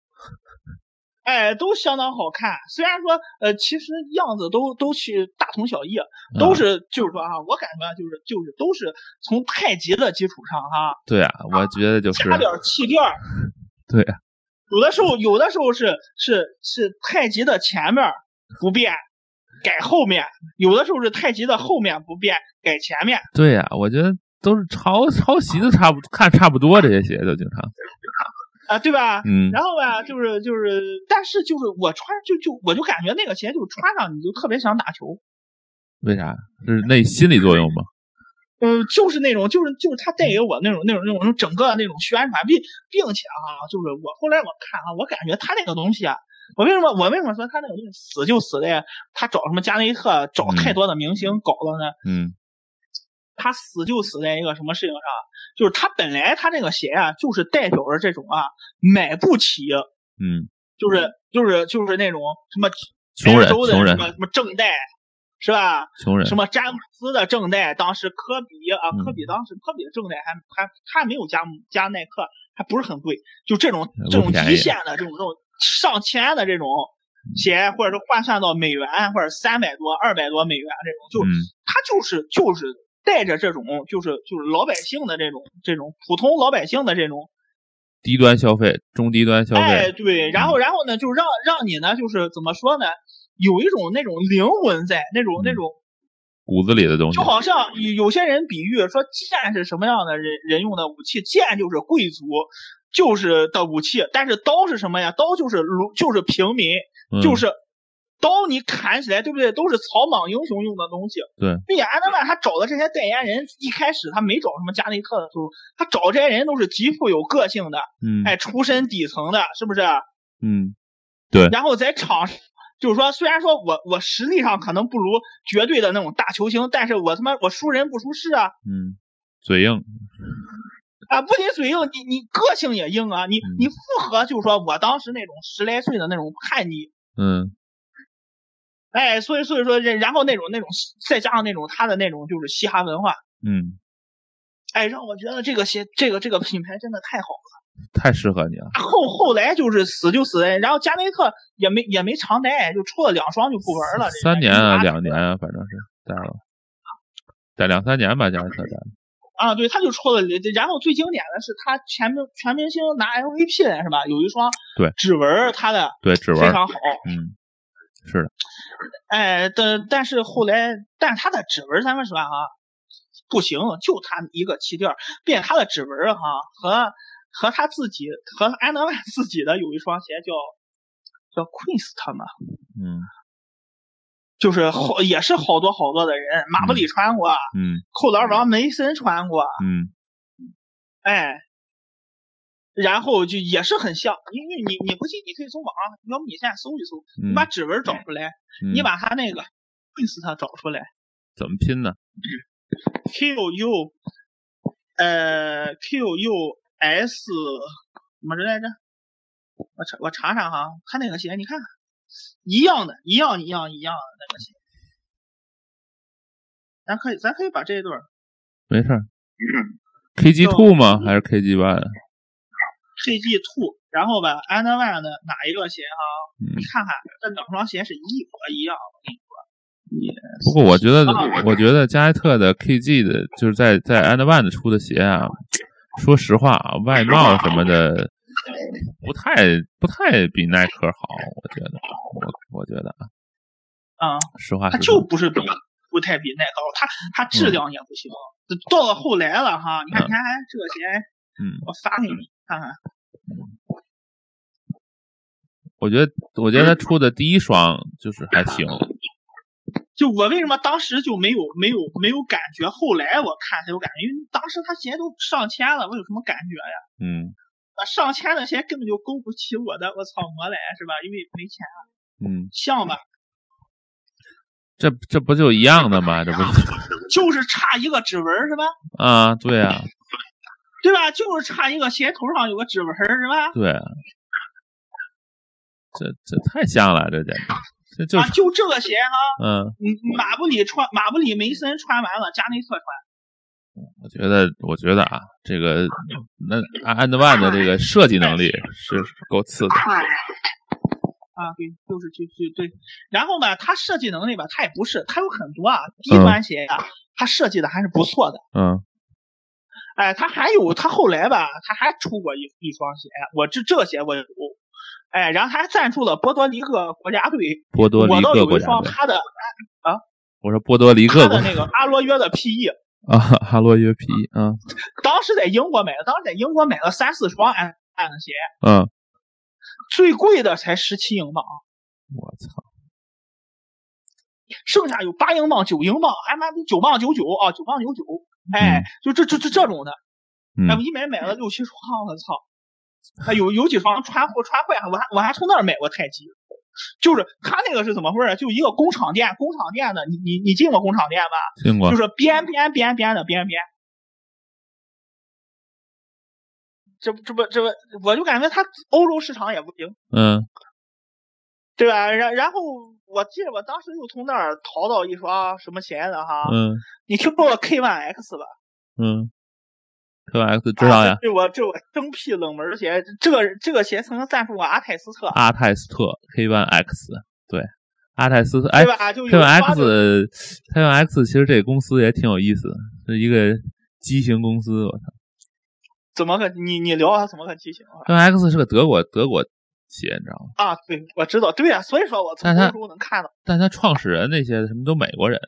哎，都相当好看。虽然说，呃，其实样子都都去大同小异，啊都
嗯
是就是说啊，我感觉就是就是都是从太极的基础上哈、
对啊，我觉得就是
加点儿气垫儿。
对啊
有的时候，有的时候是是是太极的前面儿不变，改后面；有的时候是太极的后面不变，改前面。
对呀，我觉得都是抄抄袭的，差不看差不多这些鞋都经常，
啊，对吧？
嗯
然后吧，就是就是，但是就是我穿就就我就感觉那个鞋就穿上你就特别想打球，
为啥？是那心理作用吗？
嗯，就是那种就是就是它带给我那种那种那种那种整个那种宣传，并并且啊，就是我后来我看啊，我感觉他那个东西啊，我为什么我为什么说他那个东西死就死在他找什么加内特找太多的明星搞了呢？
嗯
他死就死在一个什么事情上？就是他本来他这个鞋啊，就是代表着这种啊买不起，
嗯，
就是就是就是那种什么
穷人
欧洲的
穷
什
人
么什么正代，是吧？
穷人
什，么詹姆斯的正代，当时科比啊，
嗯
科比当时科比的正代还还他没有加盟加耐克，还不是很贵，就这种
嗯
这种
不便宜嗯
极限的这种这种上千的这种鞋，或者是换算到美元或者三百多、二百多美元这种，就
嗯
他就是就是带着这种就是就是老百姓的这种这种普通老百姓的这种
低端消费，中低端消
哎
费，
对，然后然后呢就让让你呢就是怎么说呢，有一种那种灵魂在那种那
嗯
种。
骨子里的东西
就，好像有有些人比喻说，剑是什么样的人人用的武器？剑就是贵族，就是的武器。但是刀是什么呀？刀就是奴，就是平民，
嗯
就是刀你砍起来，对不对？都是草莽英雄用的东西。
对，
并且安德曼他找的这些代言人，一开始他没找什么加内特的时候，他找这些人都是极富有个性的，
嗯
哎，出身底层的，是不是？
嗯，对，
然后在场上，就是说，虽然说我我实力上可能不如绝对的那种大球星，但是我他妈我输人不输势啊
嗯，嘴硬，
啊！不仅嘴硬，你你个性也硬啊！你
嗯
你符合就是说我当时那种十来岁的那种叛逆，
嗯
哎，所以所以说，然然后那种那种再加上那种他的那种就是嘻哈文化，
嗯，
哎，让我觉得这个鞋这个这个品牌真的太好了。
太适合你了，
后后来就是死就死在，然后加内特也没也没常待，就出了两双就不玩了。
三年
啊
啊，两年啊，反正是待了，待两三年吧，加上特待了，
啊，对，他就出了。然后最经典的是他全明全明星拿 MVP 来是吧？有一双
对
指纹，他的
对，指
非
纹，
常好。
嗯，是的，
哎，但但是后来，但是他的指纹咱们说啊，不行，就他一个气垫，并且他的指纹哈、和和他自己和安德曼自己的有一双鞋叫叫 Quinst 嘛，
嗯
就是好也是好多好多的人，马布里穿过，
嗯
扣篮王梅森穿过，
嗯
哎，然后就也是很像，因为你你不信，你可以从网上，要不你现在搜一搜，你
嗯
把指纹找出来，
嗯，
你把他那个 Quinst 找出来
怎么拼呢？
，Q U，呃 Q U S 怎么着来着？我查我查查哈，他那个鞋你看看，一样的，一样一样一样的那个鞋，咱可以咱可以把这一对儿
没事儿，KG
嗯
two 吗？还是 KG one？
KG Two，然后把 And One 的哪一个鞋哈、
嗯
你，看看这两双鞋是一模一样，我跟你说。
不过我觉得
啊，
我觉得加内特的 KG 的，就是在在 And One 的出的鞋啊，说实话啊，外貌什么的，不太不太比耐克好，我觉得，我我觉得啊，
啊，
实话
他
实
就
说，
不嗯是比不太比耐高，他他质量也不行。到了后来了哈，你
嗯
看你看哎这个鞋，
嗯，
我发给你看看。
我觉得我觉得他出的第一双就是还行，
就我为什么当时就没有没有没有感觉，后来我看才有感觉，因为当时他鞋都上千了，我有什么感觉呀？
嗯
啊上千的鞋根本就勾不起我的，我操魔来是吧？因为没钱，
嗯，
像吧，
这这不就一样的吗？这不是
就是差一个指纹是吧？
啊？对啊，
对吧？就是差一个鞋头上有个指纹是吧？
对啊，这这太像了，这简直，这就
啊，
是
就这个鞋哈、
嗯。
嗯，马布里穿马布里梅森穿完了，加内特穿。
我觉得，我觉得啊，这个那安安德万的这个设计能力是够次的。
啊，对，就是就就对。然后吧，它设计能力吧，它也不是，它有很多啊，低端鞋呀、它设计的还是不错的。
嗯
哎，它还有，它后来吧，它还出过一一双鞋，我这这鞋我有。哎，然后它还赞助了波多黎各国家队，
波多
我
黎
倒
各
有
国
一
家
双
队，
它的
我说波多黎各
它
国
的那个阿罗约的 PE，
啊，哈洛约皮，嗯
当时在英国买的，当时在英国买了三四双安安的鞋，
嗯，
最贵的才十七英镑，
我操，
剩下有八英镑、九英镑，还妈逼九磅九九啊，九磅九九，哎，就这这这这种的。哎，我
嗯
一买买了六七双，我操！那有有几双穿破穿坏，我还我还从那儿买过太极。就是他那个是怎么回事？就一个工厂店，工厂店的，你你你进过工厂店吧？
进过
就，是边边边边的边边。这不这不这不，我就感觉他欧洲市场也不行，
嗯
对吧？然然后我记得我当时又从那儿淘到一双什么鞋子哈，
嗯
你听过 K One X 吧？
嗯，Q X 知道呀
啊，这我这我生僻冷门鞋，这个这个鞋曾经赞助过阿泰斯特，
阿泰斯特 K One X，对，阿泰斯特，哎
对吧？就
，K
有
One
发的
X K One X 其实这公司也挺有意思的，是一个畸形公司，我操。
怎么个你你聊他怎么个提醒啊？
N X 是个德国德国企业，你知道吗？
啊，对，我知道，对啊，所以说我从
但他
欧洲能看到，
但他创始人那些什么都美国人，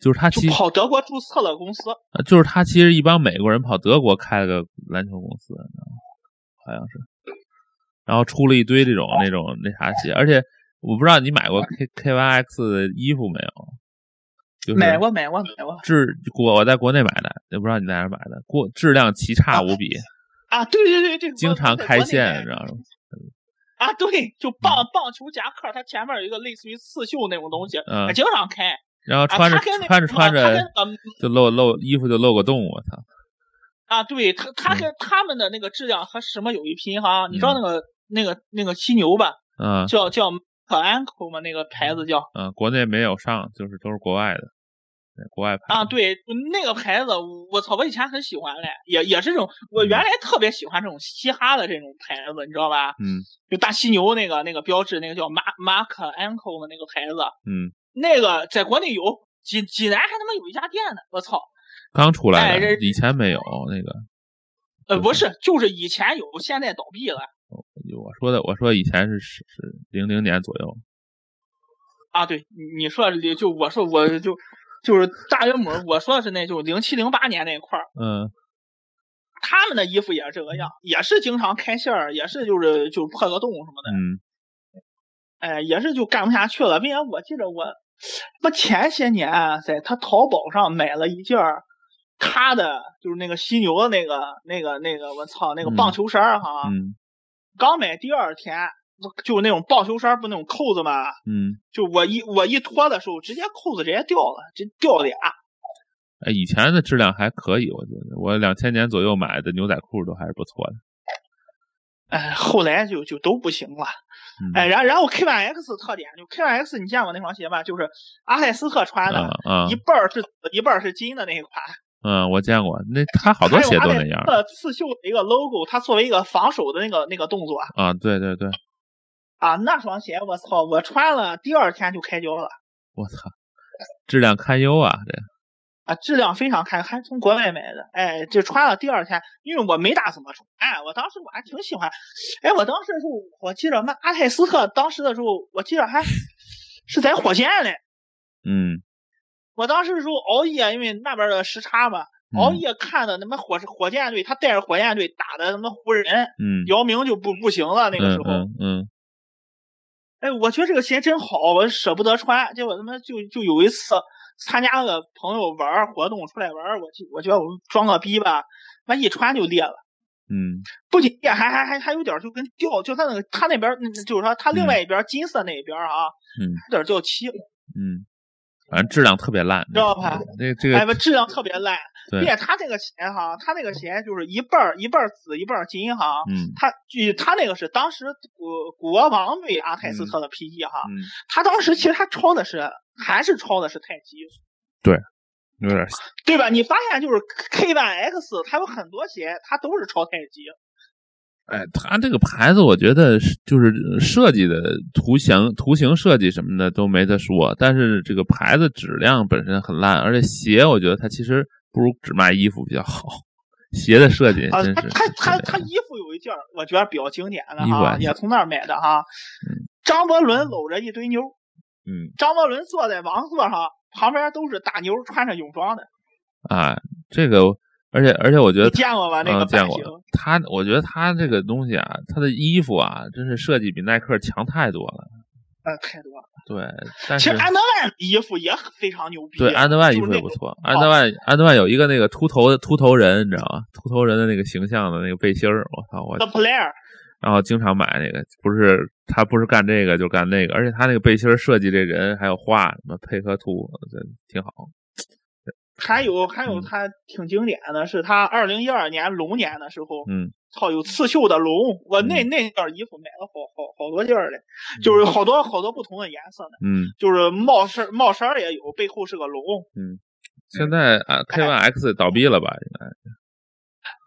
就是他
就
其
跑德国注册了公司，
呃就是他其实一帮美国人跑德国开了个篮球公司，你知道吗好像是。然后出了一堆这种那种那啥鞋，而且我不知道你买过 K K Y X 的衣服没有？就是
买过买过买过
质国我在国内买的，也不知道你在哪儿买的，过质量奇差无比，
啊！对对对对，
经常开线，嗯
线
你知道吗？
啊，对，就棒棒球夹克，它前面有一个类似于刺绣那种东西，
嗯
它经常开。
然后
啊，
穿着
它跟那
穿着
什么
穿
它跟
着
嗯
就露露衣服就露个洞，我操！
啊，对，它它跟他们的那个质量和什么有一拼哈？你知道那个那个那个犀牛吧？
嗯
叫叫可安口嘛，那个牌子叫
嗯，国内没有上，就是都是国外的，对国外
啊，
牌的。
对，那个牌子，我操，我以前很喜欢嘞，也也是这种，我原来特别喜欢这种嘻哈的这种牌子，你知道吧？
嗯
就大犀牛那个那个标志，那个叫马马可安口的那个牌子，
嗯，
那个在国内有，济济南还他妈有一家店呢，我操！
刚出来
哎
的，
这
以前没有那个。
呃，不是，就是以前有，现在倒闭了
我说的，我说以前是是是零零年左右，
啊。对，你你说的就我说我就就是大约母，我说的是那就零七零八年那块儿，
嗯
他们的衣服也是这个样，也是经常开线儿，也是就是就破个洞什么的，
嗯
哎，也是就干不下去了。并且我记得我我前些年啊在他淘宝上买了一件儿他的就是那个犀牛的那个那个那个我操那个
嗯
棒球衫儿哈，
嗯
刚买第二天就那种棒球衫儿不那种扣子嘛，
嗯，
就我一我一脱的时候，直接扣子直接掉了，直接掉俩。
哎，以前的质量还可以，我觉得我两千年左右买的牛仔裤都还是不错的。
哎，后来就就都不行了。
嗯、
哎，然然后 K 1 X 特点就 K 1 X，你见过那双鞋吧？就是阿塞斯特穿
啊
的，
啊
一半儿是一半儿是金的那一款。
嗯，我见过，那他好多鞋都那样
还有阿塞斯特刺绣的一个 logo，它作为一个防守的那个那个动作
啊，对对对，
啊，那双鞋我操，我穿了第二天就开胶了
我操，质量堪忧啊，这
啊，质量非常堪，还从国外买的。哎，这穿了第二天，因为我没咋怎么穿，哎，我当时我还挺喜欢。哎，我当时的时候，我记得那阿泰斯特当时的时候，我记得还是在火箭嘞。
嗯
我当时的时候熬夜，因为那边的时差嘛，熬
嗯
夜看的他妈火火箭队，他带着火箭队打的他妈湖人，
嗯
姚明就不不行了那个时候。
嗯嗯
哎，我觉得这个鞋真好，我舍不得穿。结果他妈就就有一次参加个朋友玩儿活动出来玩儿，我就我觉得我装个逼吧，完一穿就裂了。
嗯
不仅裂，还还还还有点儿就跟掉，就他那个他那边儿，嗯就是说他另外一边儿金色那一边儿啊，
嗯
有点儿掉漆了，
嗯，反正质量特别烂，
知道吧？
那这
哎，
个
不质量特别烂。
对
并且他这个鞋哈，他那个鞋就是一半儿一半儿紫一半儿金哈。
嗯
他据他那个是当时国国王对阿泰斯特的 PE 哈，
嗯，
他当时其实他抄的是还是抄的是泰姬，
有点
对吧？你发现就是 K 版 X，它有很多鞋，它都是超太极。
哎，它这个牌子，我觉得是就是设计的图形、图形设计什么的都没得说，但是这个牌子质量本身很烂，而且鞋，我觉得它其实不如只卖衣服比较好。鞋的设计
啊
真是，
它它它它
真的
衣服有一件儿我觉得比较经典的
衣服
哈，
还
也从那儿买的哈。张伯伦搂着一堆妞儿，
嗯
张伯伦坐在王座上，旁边都是大妞儿穿着泳装的，
啊，这个，而且而且我觉得
你见过吗？那个
嗯见
版
过
型。
它，我觉得它这个东西啊，它的衣服啊，真是设计比耐克强太多了。
呃，太多了。
对，但
其实
是
安德万衣服也非常牛逼。
对安德万衣
就
服
是
也
那
不
种
错，安德万安德万有一个那个秃头的秃头人，你知道吗？秃头人的那个形象的那个背心儿，我操我
The，Player
然后经常买那个，不是他不是干这个就干那个，而且他那个背心儿设计这人还有画什么配合图，我觉得挺好。
还有还有，
嗯
它挺经典的是它二零一二年龙年的时候，
嗯
操，有刺绣的龙，我那
嗯
那件衣服买了好好好多件儿嘞， 就是好多好多不同的颜色呢，
嗯，
就是帽衫帽衫儿也有，背后是个龙，
现在
哎
啊 K Y X 倒闭了吧？应该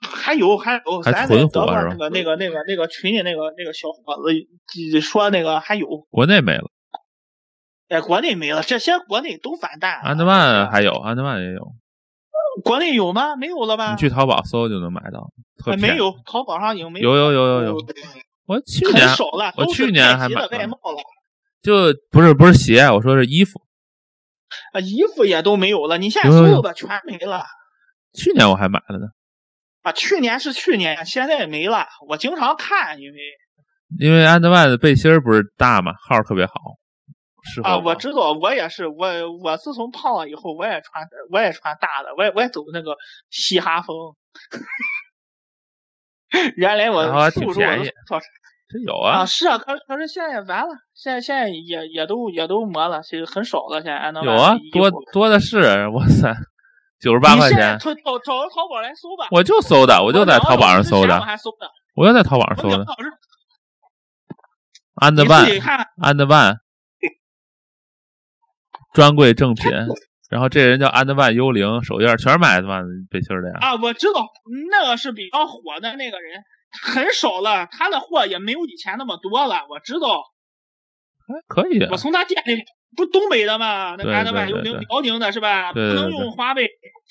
还有还有
还
咱在
存
德
活
国
是吧
那个那个那个那个群里那个那个小伙子说那个还有，
国内没了，
哎，国内没了，这些国内都反弹了。
安 德万还有，安德万也有，
国内有吗？没有了吧
你？去淘宝搜就能买到，特
啊哎没
便宜。
有，淘宝上已经没
有有有有有，我去年
很少了。
我
都是
去年
太
还
极
买
的
了
外贸了，
就不是不是鞋，我说是衣服。
啊，衣服也都没有了。你现在
有有有
搜吧，全没了。
去年我还买了呢。
啊，去年是去年，现在也没了。我经常看，因为
因为安德万的背心儿不是大嘛，号儿特别好，适合
啊，
我
我知道，我也是，我我自从胖了以后，我也穿我也穿大的，我也我也走那个嘻哈风。 原来
然后还
我是
挺
不是我
便
都
宜
少
这有
啊
啊，
是啊，可是可是现在也完了，现在现在也也都也都磨了，其实很少了。现在安德
有
万
啊
的衣，
多
服
多的是，哇塞，九十八块
你现
钱，
在淘淘找淘宝来搜吧，
我就搜的，我就在
两个
淘宝上
小时之
搜
前
的
我，还搜的，
我就在淘宝上搜
我两
的
个，小时
安德
你
万
自，己看，
安德万，专柜正品。然后这人叫安德万幽灵手印，全是买的嘛背心儿的呀。
啊，我知道那个是比较火的那个人，很少了，他的货也没有以前那么多了。我知道，
哎可以啊
我，从他店里不东北的嘛，那
对
个安德曼
对
有
对
辽
对
辽宁的是吧？
对对
不能
对
用花呗，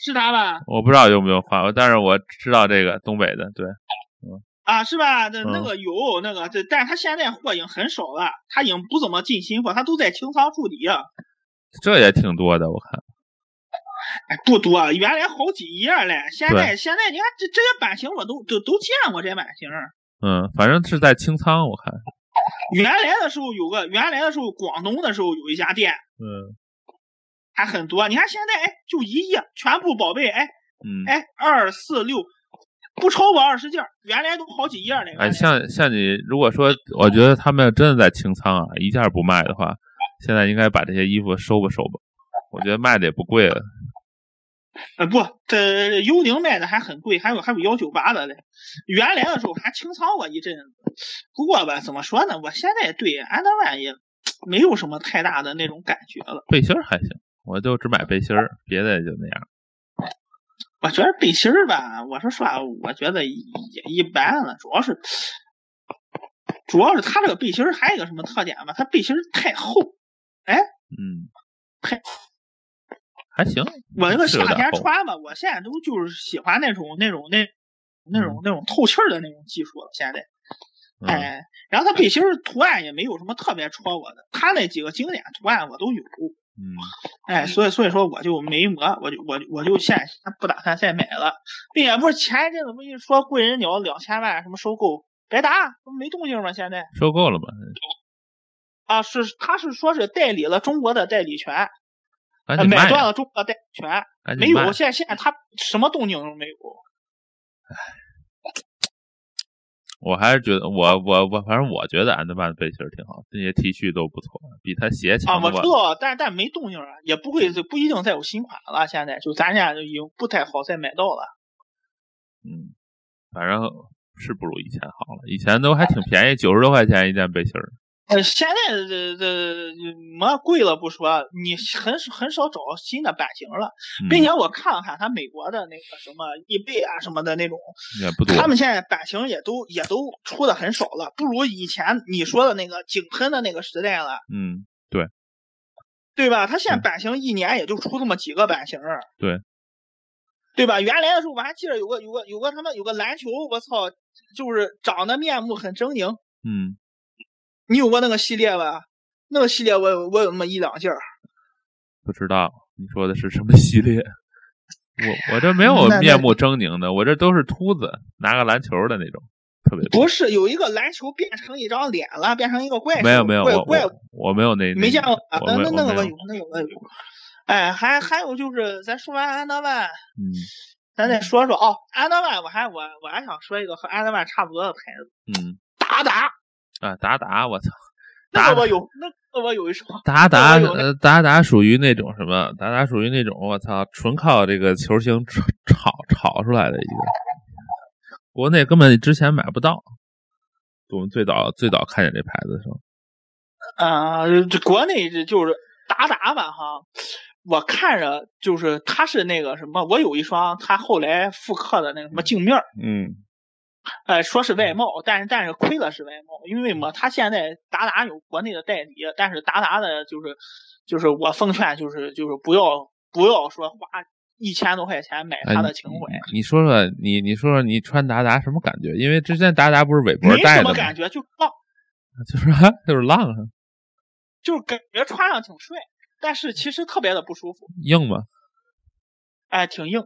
是他吧？
我不知道有没有花，但是我知道这个东北的，对，
啊，是吧？那那
嗯
个有、那个，这但是他现在货已经很少了，他已经不怎么进新货，他都在清仓处理啊，
这也挺多的，我看。
哎，不多，原来好几页嘞，现在
对
现在你看这这些版型我都都都见过这版型儿。
嗯，反正是在清仓，我看。
原来的时候有个，原来的时候广东的时候有一家店
嗯
还很多，你看现在哎就一页全部宝贝，哎
嗯，
哎二四六，不超过二十件儿，原来都好几页嘞。
哎，
原来
像像你，如果说我觉得他们真的在清仓啊，一件儿不卖的话，现在应该把这些衣服收吧收吧。我觉得卖的也不贵了，
呃，不，这幽灵卖的还很贵，还有还有幺九八的嘞。原来的时候还清仓过一阵子，不过吧，怎么说呢？我现在对安德万也没有什么太大的那种感觉了。
背心儿还行，我就只买背心儿，别的也就那样。
我觉得背心儿吧，我说实话，我觉得也一般了，主要是主要是它这个背心儿还有一个什么特点吧？它背心儿太厚，
嗯
嘿，
还行。
我这个
是有
夏
点
天
厚
穿吧，我现在都就是喜欢那种那种那那种那种透气儿的那种技术了，现在。
嗯、
哎，然后它背心儿图案也没有什么特别戳我的，它那几个经典图案我都有，
嗯，
哎，所以所以说我就没磨，我就我就我就现在不打算再买了，并且不是前一阵子不一说贵人鸟两千万什么收购，白搭，不没动静吗？现在
收购了吧？
啊，是他是说是代理了中国的代理权，
赶
呃
紧卖
买断
呀，
了中国代理权，
赶
没
紧卖
有，。现在现在他什么动静都没有。
我还是觉得我我我，反正我觉得安德曼的背心儿挺好，那些 T 恤都不错，比他鞋
啊，
强多
我
了。
知道，但但没动静啊，也不会不一定再有新款了。现在就咱俩就已经不太好再买到了。
嗯，反正是不如以前好了，以前都还挺便宜，九十多块钱一件背心儿。
呃，现在这这么贵了不说，你很很少找新的版型了，
嗯、
并且我看了看他美国的那个什么易贝啊什么的那种，
也不多。
他们现在版型也都也都出的很少了，不如以前你说的那个井喷的那个时代了，
嗯，
对吧？他现在
嗯
版型一年也就出这么几个版型，
对，
对吧？原来的时候我还记得有个有个有个他们有个篮球，我操，就是长得面目很狰狞，
嗯，
你有过那个系列吧？那个系列我有我有那么一两件儿。
不知道你说的是什么系列。 我我这没有
那那
面目狰狞的，我这都是秃子，拿个篮球的那种，特别多
不。是有一个篮球变成一张脸了，变成一个怪兽，
没有没有，
怪
我
怪物
我我没有那
你没见过啊？
我
那
没
那
有我
那个我
没有
有，那个我有。哎，还还有就是，咱说完安德万，
嗯
咱再说说哦，安德万，我还我我还想说一个和安德万差不多的牌子，
嗯
达达，
啊，达达，我操，
那
达
个我有，那个我有一双。
达达
那我有那
呃达达属于那种什么？达达属于那种我操，纯靠这个球星炒炒炒出来的一个，国内根本之前买不到。我们最早最早看见这牌子的时候，
啊、这国内这就是达达吧哈，我看着就是它是那个什么，我有一双，它后来复刻的那个什么镜面儿，
嗯
呃，说是外贸，但是但是亏了是外贸，因
嗯
为嘛，他现在达达有国内的代理，但是达达的就是就是我奉劝就是就是不要不要说花一千多块钱买
哎
他的情怀，
你说说你你说说你穿达达什么感觉？因为之前达达不是韦伯
没
带
什
的
么
吗？
感觉，就浪，
就是就是浪啊上
就是感觉穿上挺帅，但是其实特别的不舒服，
硬嘛，
哎，挺硬。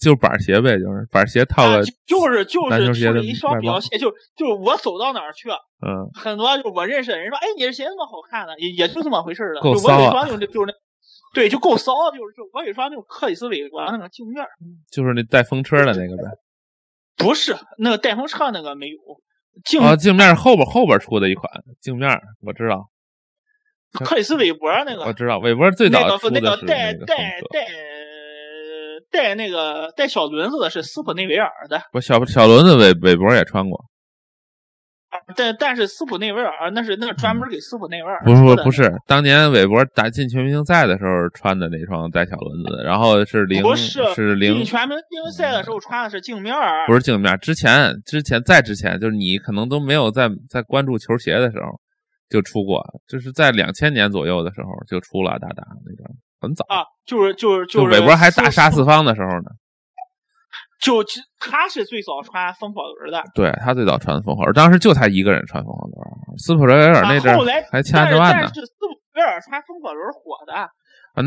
就板鞋呗，就是板鞋套
啊
个，
就是就
篮球
是
鞋的
去了一双
外
比较
包
鞋，就就是我走到哪儿去，啊
嗯，
很多就我认识的人说，哎，你这鞋怎么好看呢？也也就这么回事儿的。
够
就
骚
我有
啊
一双就是就是那，对，就够骚，啊就是就我有一双那种克里斯韦德那种镜面儿，
就是那带风车的那个呗。
不是那个带风车那个没有，镜、
哦，镜面后边后边出的一款镜面，我知道，
克里斯韦伯那
我
个
知道，韦伯哦最
那
早出
个那
的
个
是
带
个风
带
格。
带带那个带小轮子的是斯普内维尔的，
我小小轮子韦韦伯也穿过，
但但是斯普内维尔那是那是专门给斯普内维尔
不是
出
不
啊的
是不是，当年韦伯打进全明星赛的时候穿的那双带小轮子的，然后是零
哦不是
零
进全明星赛的时候穿的是镜面儿，
不是镜面，之前之前再之前，就是你可能都没有在在关注球鞋的时候就出过，就是在两千年左右的时候就出了达达那个，很早，
啊，就是就是
就是韦伯还大
说
杀四方的时候呢，
就其他是最早穿风火轮的，
对他最早穿风火轮，当时就他一个人穿风火轮，斯普雷维尔那阵
啊、后
儿
来
还千着万
但是
呢
但，是斯普威尔穿风火轮火的，
啊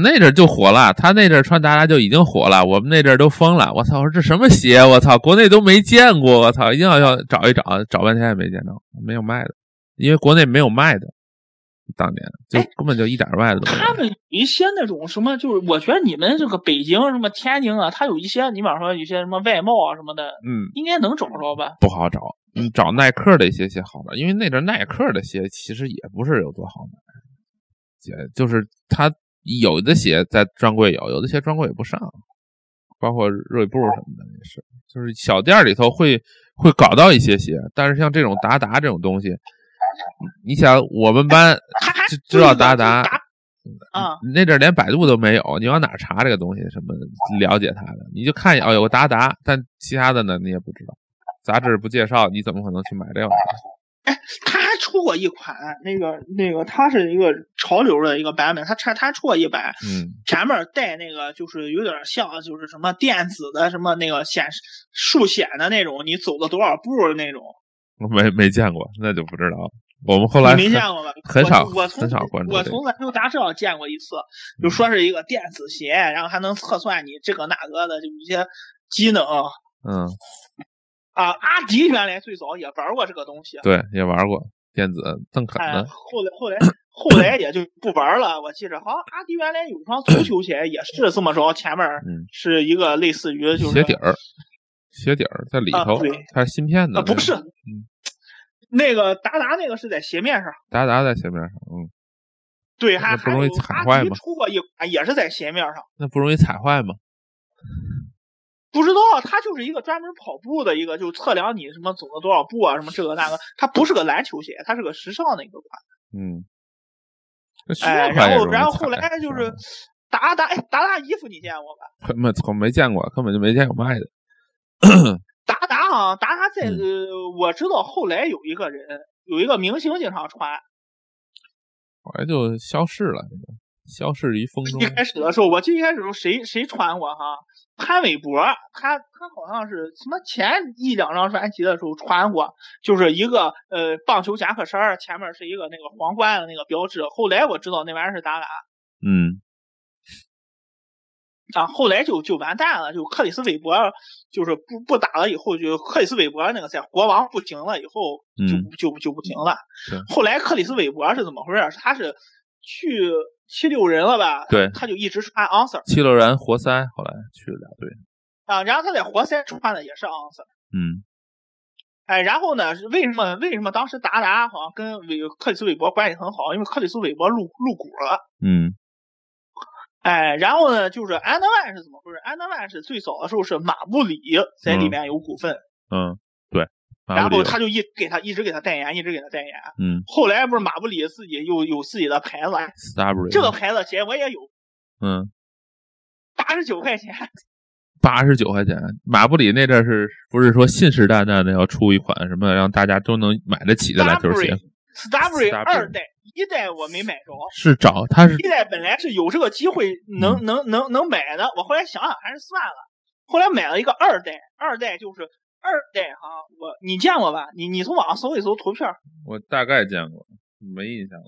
那阵儿就火了，他那阵儿穿达达就已经火了，我们那阵儿都疯了，我操，我说这什么鞋，啊我操，国内都没见过，我操，一定要要找一找，找半天也没见着，没有卖的，因为国内没有卖的。当年就
哎
根本就一点儿卖的都没有。
他们有一些那种什么，就是我觉得你们这个北京什么天津啊，它有一些你比方说有些什么外贸啊什么的，
嗯，
应该能找着吧？
不好找。嗯，找耐克的一些鞋好找，因为那阵耐克的鞋其实也不是有多好买，也就是它有的鞋在专柜有，有的鞋专柜也不上，包括锐步什么的也是，就是小店里头会会搞到一些鞋，但是像这种达达这种东西，你想我们班
他还
知知道
就是
达
那种
达
达啊，
那阵儿连百度都没有，你往哪儿查这个东西？什么了解它的？你就看一眼哦，有个达达，但其他的呢你也不知道，杂志不介绍，你怎么可能去买这玩意儿？
他还出过一款那个那个，它是一个潮流的一个版本，他他他出过一版，
嗯，
前面带那个就是有点像就是什么电子的什么那个显示数显的那种，你走了多少步的那种，
我没没见过，那就不知道了。我们后
你
来
没
很
见过吧？
很少
我我从
很少关注
我
这个嗯
从篮球杂志上见过一次，就说是一个电子鞋，然后还能测算你这个那个的，就一些机能
嗯，
啊。阿迪原来最早也玩过这个东西，
对，也玩过电子邓肯
哎，
的，
后来后来后来也就不玩了。我记着，好像阿迪原来有双足球鞋也是这么着，前面
嗯
是一个类似于就是
鞋底儿，鞋底儿在里
啊
头，
对
它是芯片的
啊，
那个，嗯
不是，那个达达那个是在鞋面上。
达达在鞋面上，嗯，
对，
那
还
不
还
容易
有
踩
阿
坏
迪
吗
出过一款，也是在鞋面上。
那不容易踩坏吗？
不知道，它就是一个专门跑步的一个，就测量你什么走了多少步啊，什么这个那个。它不是个篮球鞋，它是个时尚的一个款。
嗯，那靴
哎，
款也
然后
容易
然后
踩
后来就
吧
是达达，哎，达达衣服你见过吧？
根本从没见过，根本就没见有卖的。
达达好像达达
嗯
在、呃，我知道后来有一个人，有一个明星经常穿。
后来就消逝了，这个消逝于风中
一。开始的时候，我记得一开始的时候谁谁穿过哈？潘玮柏，他他好像是什么前一两张专辑的时候穿过，就是一个呃棒球夹克衫儿，前面是一个那个皇冠的那个标志。后来我知道那玩意儿是达达
嗯，
啊，后来就就完蛋了，就克里斯韦伯就是不不打了以后，就克里斯韦伯那个在国王不行了以后，就
嗯
就就不行了
对。
后来克里斯韦伯是怎么回事儿？他是去七六人了吧？
对
他就一直穿 answer
七六人活塞后来去了俩队。
啊，然后他在活塞穿的也是 answer。
嗯，
哎，然后呢？是为什么为什么当时达达好像跟韦克里斯韦伯关系很好？因为克里斯韦伯入入股了。
嗯，
哎，然后呢，就是安德万是怎么回事？安德万是最早的时候是马布里在里面有股份，
嗯，对。马
然
布里
后
有
他就一直给他一直给他代言，一直给他代言。
嗯
后来不是马布里自己又有自己的牌子，哎
s t a r b r y
这个牌子鞋我也有，
嗯
八十九块钱。
八十九块钱，马布里那阵儿是不是说信誓旦旦的要出一款什么让大家都能买得起的篮球鞋？
Starbury
Starbury
二代，一代我没买着，
是找他是
一代本来是有这个机会能能能能买的，我后来想想还是算了，后来买了一个二代，二代就是二代哈，我你见过吧？你你从网上搜一搜图片，
我大概见过，没印象了。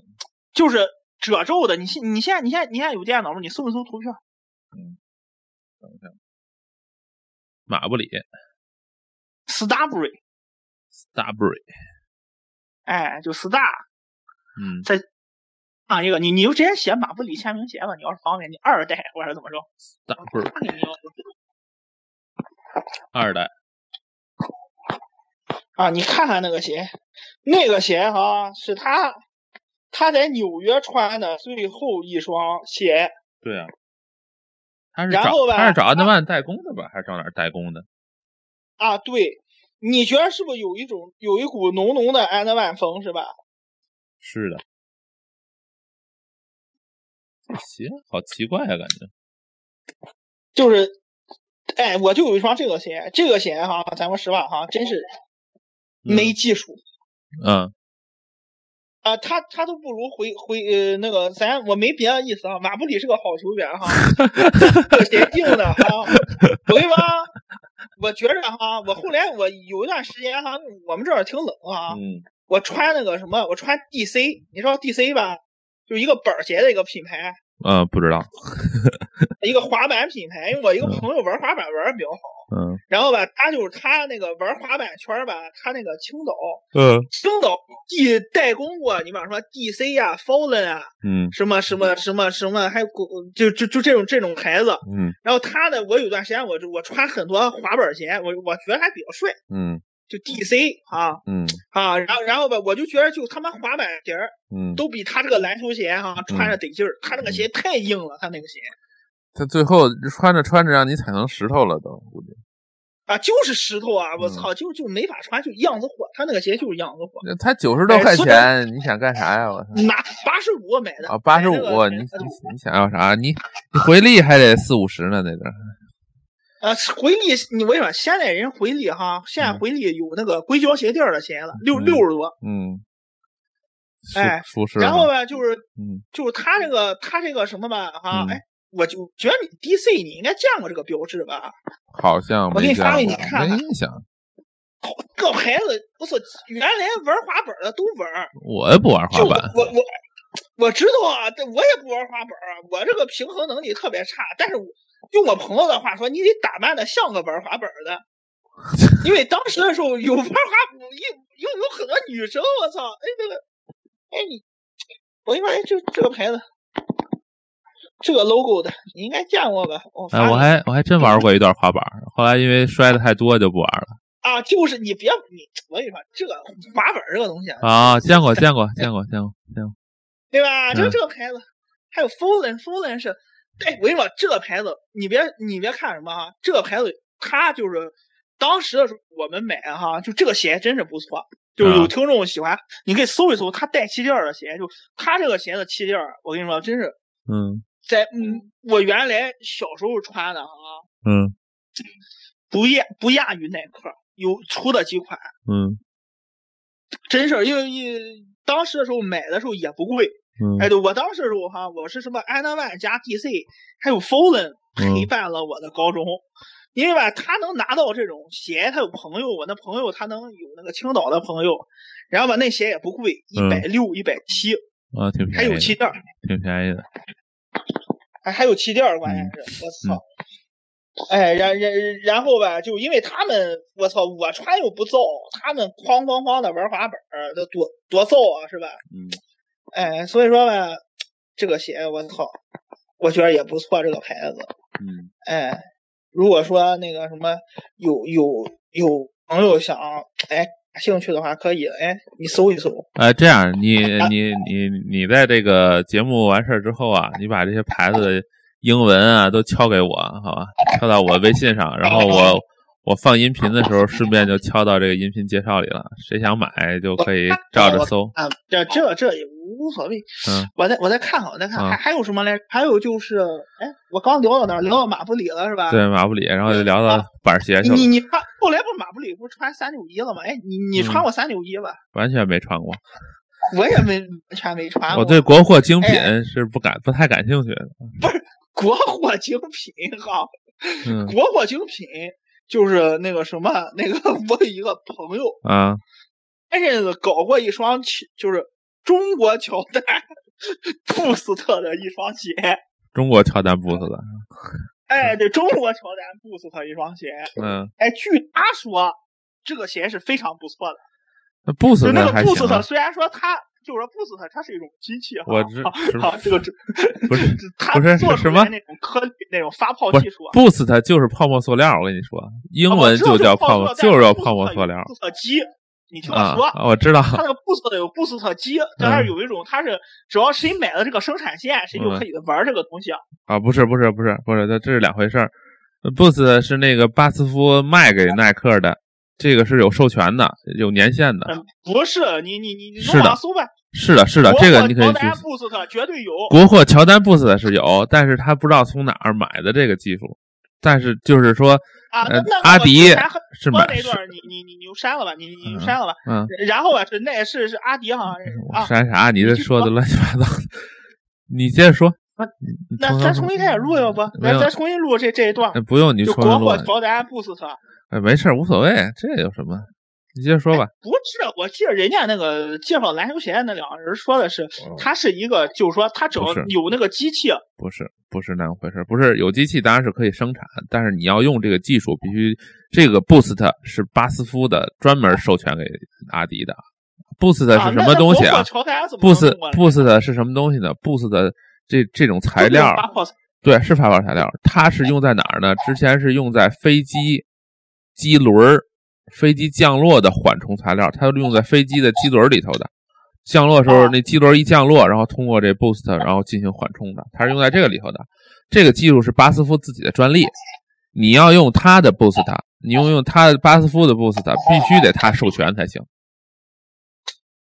就是褶皱的。你现你现在你现在你现在有电脑吗？你搜一搜图片，
等一下，马布里
Starbury，
Starbury，
哎，就 Star
嗯
啊一个，你你就直接写马布里签名鞋吧，你要是方便，你二代或者怎么着，我
，Starbury
看你要
二代，
啊，你看看那个鞋，那个鞋哈、是他他在纽约穿的最后一双鞋，
对啊，他是
然
找
后吧
他是找安德曼代工的吧，还是找哪儿代工的？
啊，对，你觉得是不是有一种有一股浓浓的安德万风是吧？
是的，这鞋好奇怪啊，感觉
就是，哎，我就有一双这个鞋，这个鞋哈，咱们实话哈，真是
嗯
没技术
嗯
啊、他他都不如回回呃那个咱我没别的意思啊，马布里是个好球员 哈，这个鞋定的哈，我跟你说啊，我觉着哈，我后来我有一段时间哈，我们这儿挺冷啊，
嗯
我穿那个什么，我穿 DC，你知道 DC 吧？就一个板儿鞋的一个品牌，
嗯，不知道，
一个滑板品牌，因为我一个朋友玩滑板玩的比较好，
嗯
然后吧，他就是他那个玩滑板圈儿吧，他那个青岛，
嗯
青岛地代工过，你比方说 DC 呀、Fallen 啊，
嗯
什么什么什么什么，还有狗就就就这种这种牌子。
嗯
然后他呢，我有段时间我就我穿很多滑板鞋，我我觉得还比较帅，
嗯
就 DC 啊
嗯
啊，然后然后吧，我就觉得就他妈滑板鞋儿
嗯，
都比他这个篮球鞋哈、穿着得劲儿，他那个鞋太硬了，他那个鞋
他最后穿着穿着让你踩成石头了都，估计
啊就是石头啊，
嗯
我操，就就没法穿，就样子货，他那个鞋就是样子货。
那才九十多
哎
块
说
钱，你想干啥呀？我操！
拿八十五买的
嗯啊，八十
那
五，
个
你你你想要啥？你你回力还得四五十呢，在这儿。
呃，回力，你为什么现在人回力哈？现在
嗯
回力有那个硅胶鞋垫儿的鞋了，六
嗯
六十多。
嗯，舒
哎
舒适吗。
然后吧，就是
嗯
就是他这个他这个什么吧哈
嗯，
哎，我就觉得你 DC 你应该见过这个标志吧？
好像
我给
没
你
这
发
样
给你
过
看
没
看
印象。
这个牌子，我操，原来玩滑板的都玩儿，
我也不玩
就
滑
我
板，
我我我知道啊，但我也不玩滑板儿啊，我这个平衡能力特别差。但是我用我朋友的话说，你得打扮的像个玩滑 板儿的，因为当时的时候有玩滑板，有有有很多女生，我操，哎这个，哎你，我跟你说，哎这这个牌子，这个 logo 的，你应该见过吧？我
哎，
发
我
你
还我还真玩过一段滑板，后来因为摔的太多就不玩了。
啊，就是你别你，我跟你说，这个滑板儿这个东西啊，
啊，见过见过见过见过见过，
对吧？就
嗯
这个牌子，还有 Fallen，Fallen 是，哎，我跟你说，这个牌子你别你别看什么哈，这个牌子它就是当时的时候我们买哈，就这个鞋真是不错，就是
啊
有听众喜欢，你可以搜一搜它带气垫儿的鞋，就它这个鞋的气垫儿，我跟你说，真是
嗯
在嗯我原来小时候穿的啊，
嗯
不亚不亚于耐克，有出的几款，
嗯
真是因为因当时的时候买的时候也不贵，哎，
嗯
对，我当时的时候哈，我是什么安德万加 DC，还有 Fallen
嗯
陪伴了我的高中，因为吧，他能拿到这种鞋，他有朋友，我那朋友他能有那个青岛的朋友，然后吧，那鞋也不贵，一
嗯
百六、一百七，
啊，挺
还
便
有
宜
气
的，
垫儿，
挺便宜的。
哎，还有气垫儿，关键
嗯
是，我操。哎，然然然后吧，就因为他们，我操，我穿又不造，他们哐哐哐的玩滑板儿，那多多造啊，是吧？
嗯
哎，所以说吧，这个鞋我操，我觉得也不错，这个牌子。
嗯
哎，如果说那个什么有有有朋友想哎感兴趣的话，可以哎你搜一搜。
哎，这样你
啊
你你你在这个节目完事儿之后啊，你把这些牌子的英文啊都敲给我，好吧？敲到我微信上，然后我我放音频的时候，顺便就敲到这个音频介绍里了。谁想买就可以照着搜。
啊，这这这也无所谓。
嗯，
我再我再看看，我再看看还
嗯
还有什么来着？还有就是，哎，我刚聊到哪儿？聊到马布里了是吧？
对，马布里，然后就聊到板鞋去
你
了，
你穿后来不是马布里不是穿三九一了吗？哎，你你
嗯
穿过三九一吧？
完全没穿过。
我也没完全没穿过。
我对国货精
哎
品是不感不太感兴趣的。
国货精品哈，
嗯
国货精品就是那个什么那个，我有一个朋友，
啊，
前阵子搞过一双乔，就是中国乔丹布斯特的一双鞋。
中国乔丹布斯的，
哎，对中国乔丹布斯特一双鞋，
嗯，
哎，据他说，这个鞋是非常不错的。
那布斯
就那
特
个
还
布
行
斯
啊
特，，虽然说他就是说布斯特，它是一种机器 哈，
我知是
好这个这
不是
他
不是
做
什
出
么
来那种科技那种发泡
不
技
是
术啊，
boost 它就是泡沫塑料，我跟你说，英
啊我
文
知道
就
这
叫
个
泡
沫
沫，
塑
就
料
是叫
但
泡沫
布斯
塑
特有
料
布斯特机，你听我
啊
说，，
我知道，
它那个布斯特有布斯特机，但
嗯
是有一种它是只要谁买了这个生产线，谁就可以玩这个东西啊。
啊，不是不是不是不是，这这是两回事儿。Boost 是那个巴斯夫卖给耐克的，这个是有授权的，有年限的。
嗯，不是，你你你你
是的
上网搜呗，
是的，是的，
国
这个
货
你可以
乔
去。
丹布斯特绝对有。
国货乔丹 Boost 是有，但是他不知道从哪儿买的这个技术，但是就是说
啊，那
呃
那
阿迪
是
是买
那一
是
段儿你你你你就删了吧，你你你就
嗯
删了吧。
嗯，
然后啊，是那是是阿迪好像是
我
啊，
删啥？你这
继续
说的
说
乱七八糟的，你接着说
啊。
你
那咱重新开始录要不？
嗯没
咱
有
咱重新录这这一段儿
呃，不用你
就
重
国
新录
货，乔丹布斯特。
哎，没事儿，无所谓，这有什么？你接着说吧。
不是，我记得人家那个介绍篮球鞋的那两个人说的是，它是一个，就是说它只要
哦不是
有那个机器，
不是，不是那么回事儿，不是有机器当然是可以生产，但是你要用这个技术，必须这个 Boost 是巴斯夫的专门授权给阿迪的。Boost
啊，
是什么东西啊
乔丹怎么能
？Boost
弄过来
Boost 是什么东西呢？Boost 的这这种材
就是
料
发泡菜
对，是发泡材料。它是用在哪儿呢？之前是用在飞机机轮儿、飞机降落的缓冲材料，它是用在飞机的机轮儿里头的。降落的时候，
哦
那机轮一降落，然后通过这 boost，然后进行缓冲的，它是用在这个里头的。这个技术是巴斯夫自己的专利，你要用他的 boost，你用用他的巴斯夫的 boost，必须得他授权才行。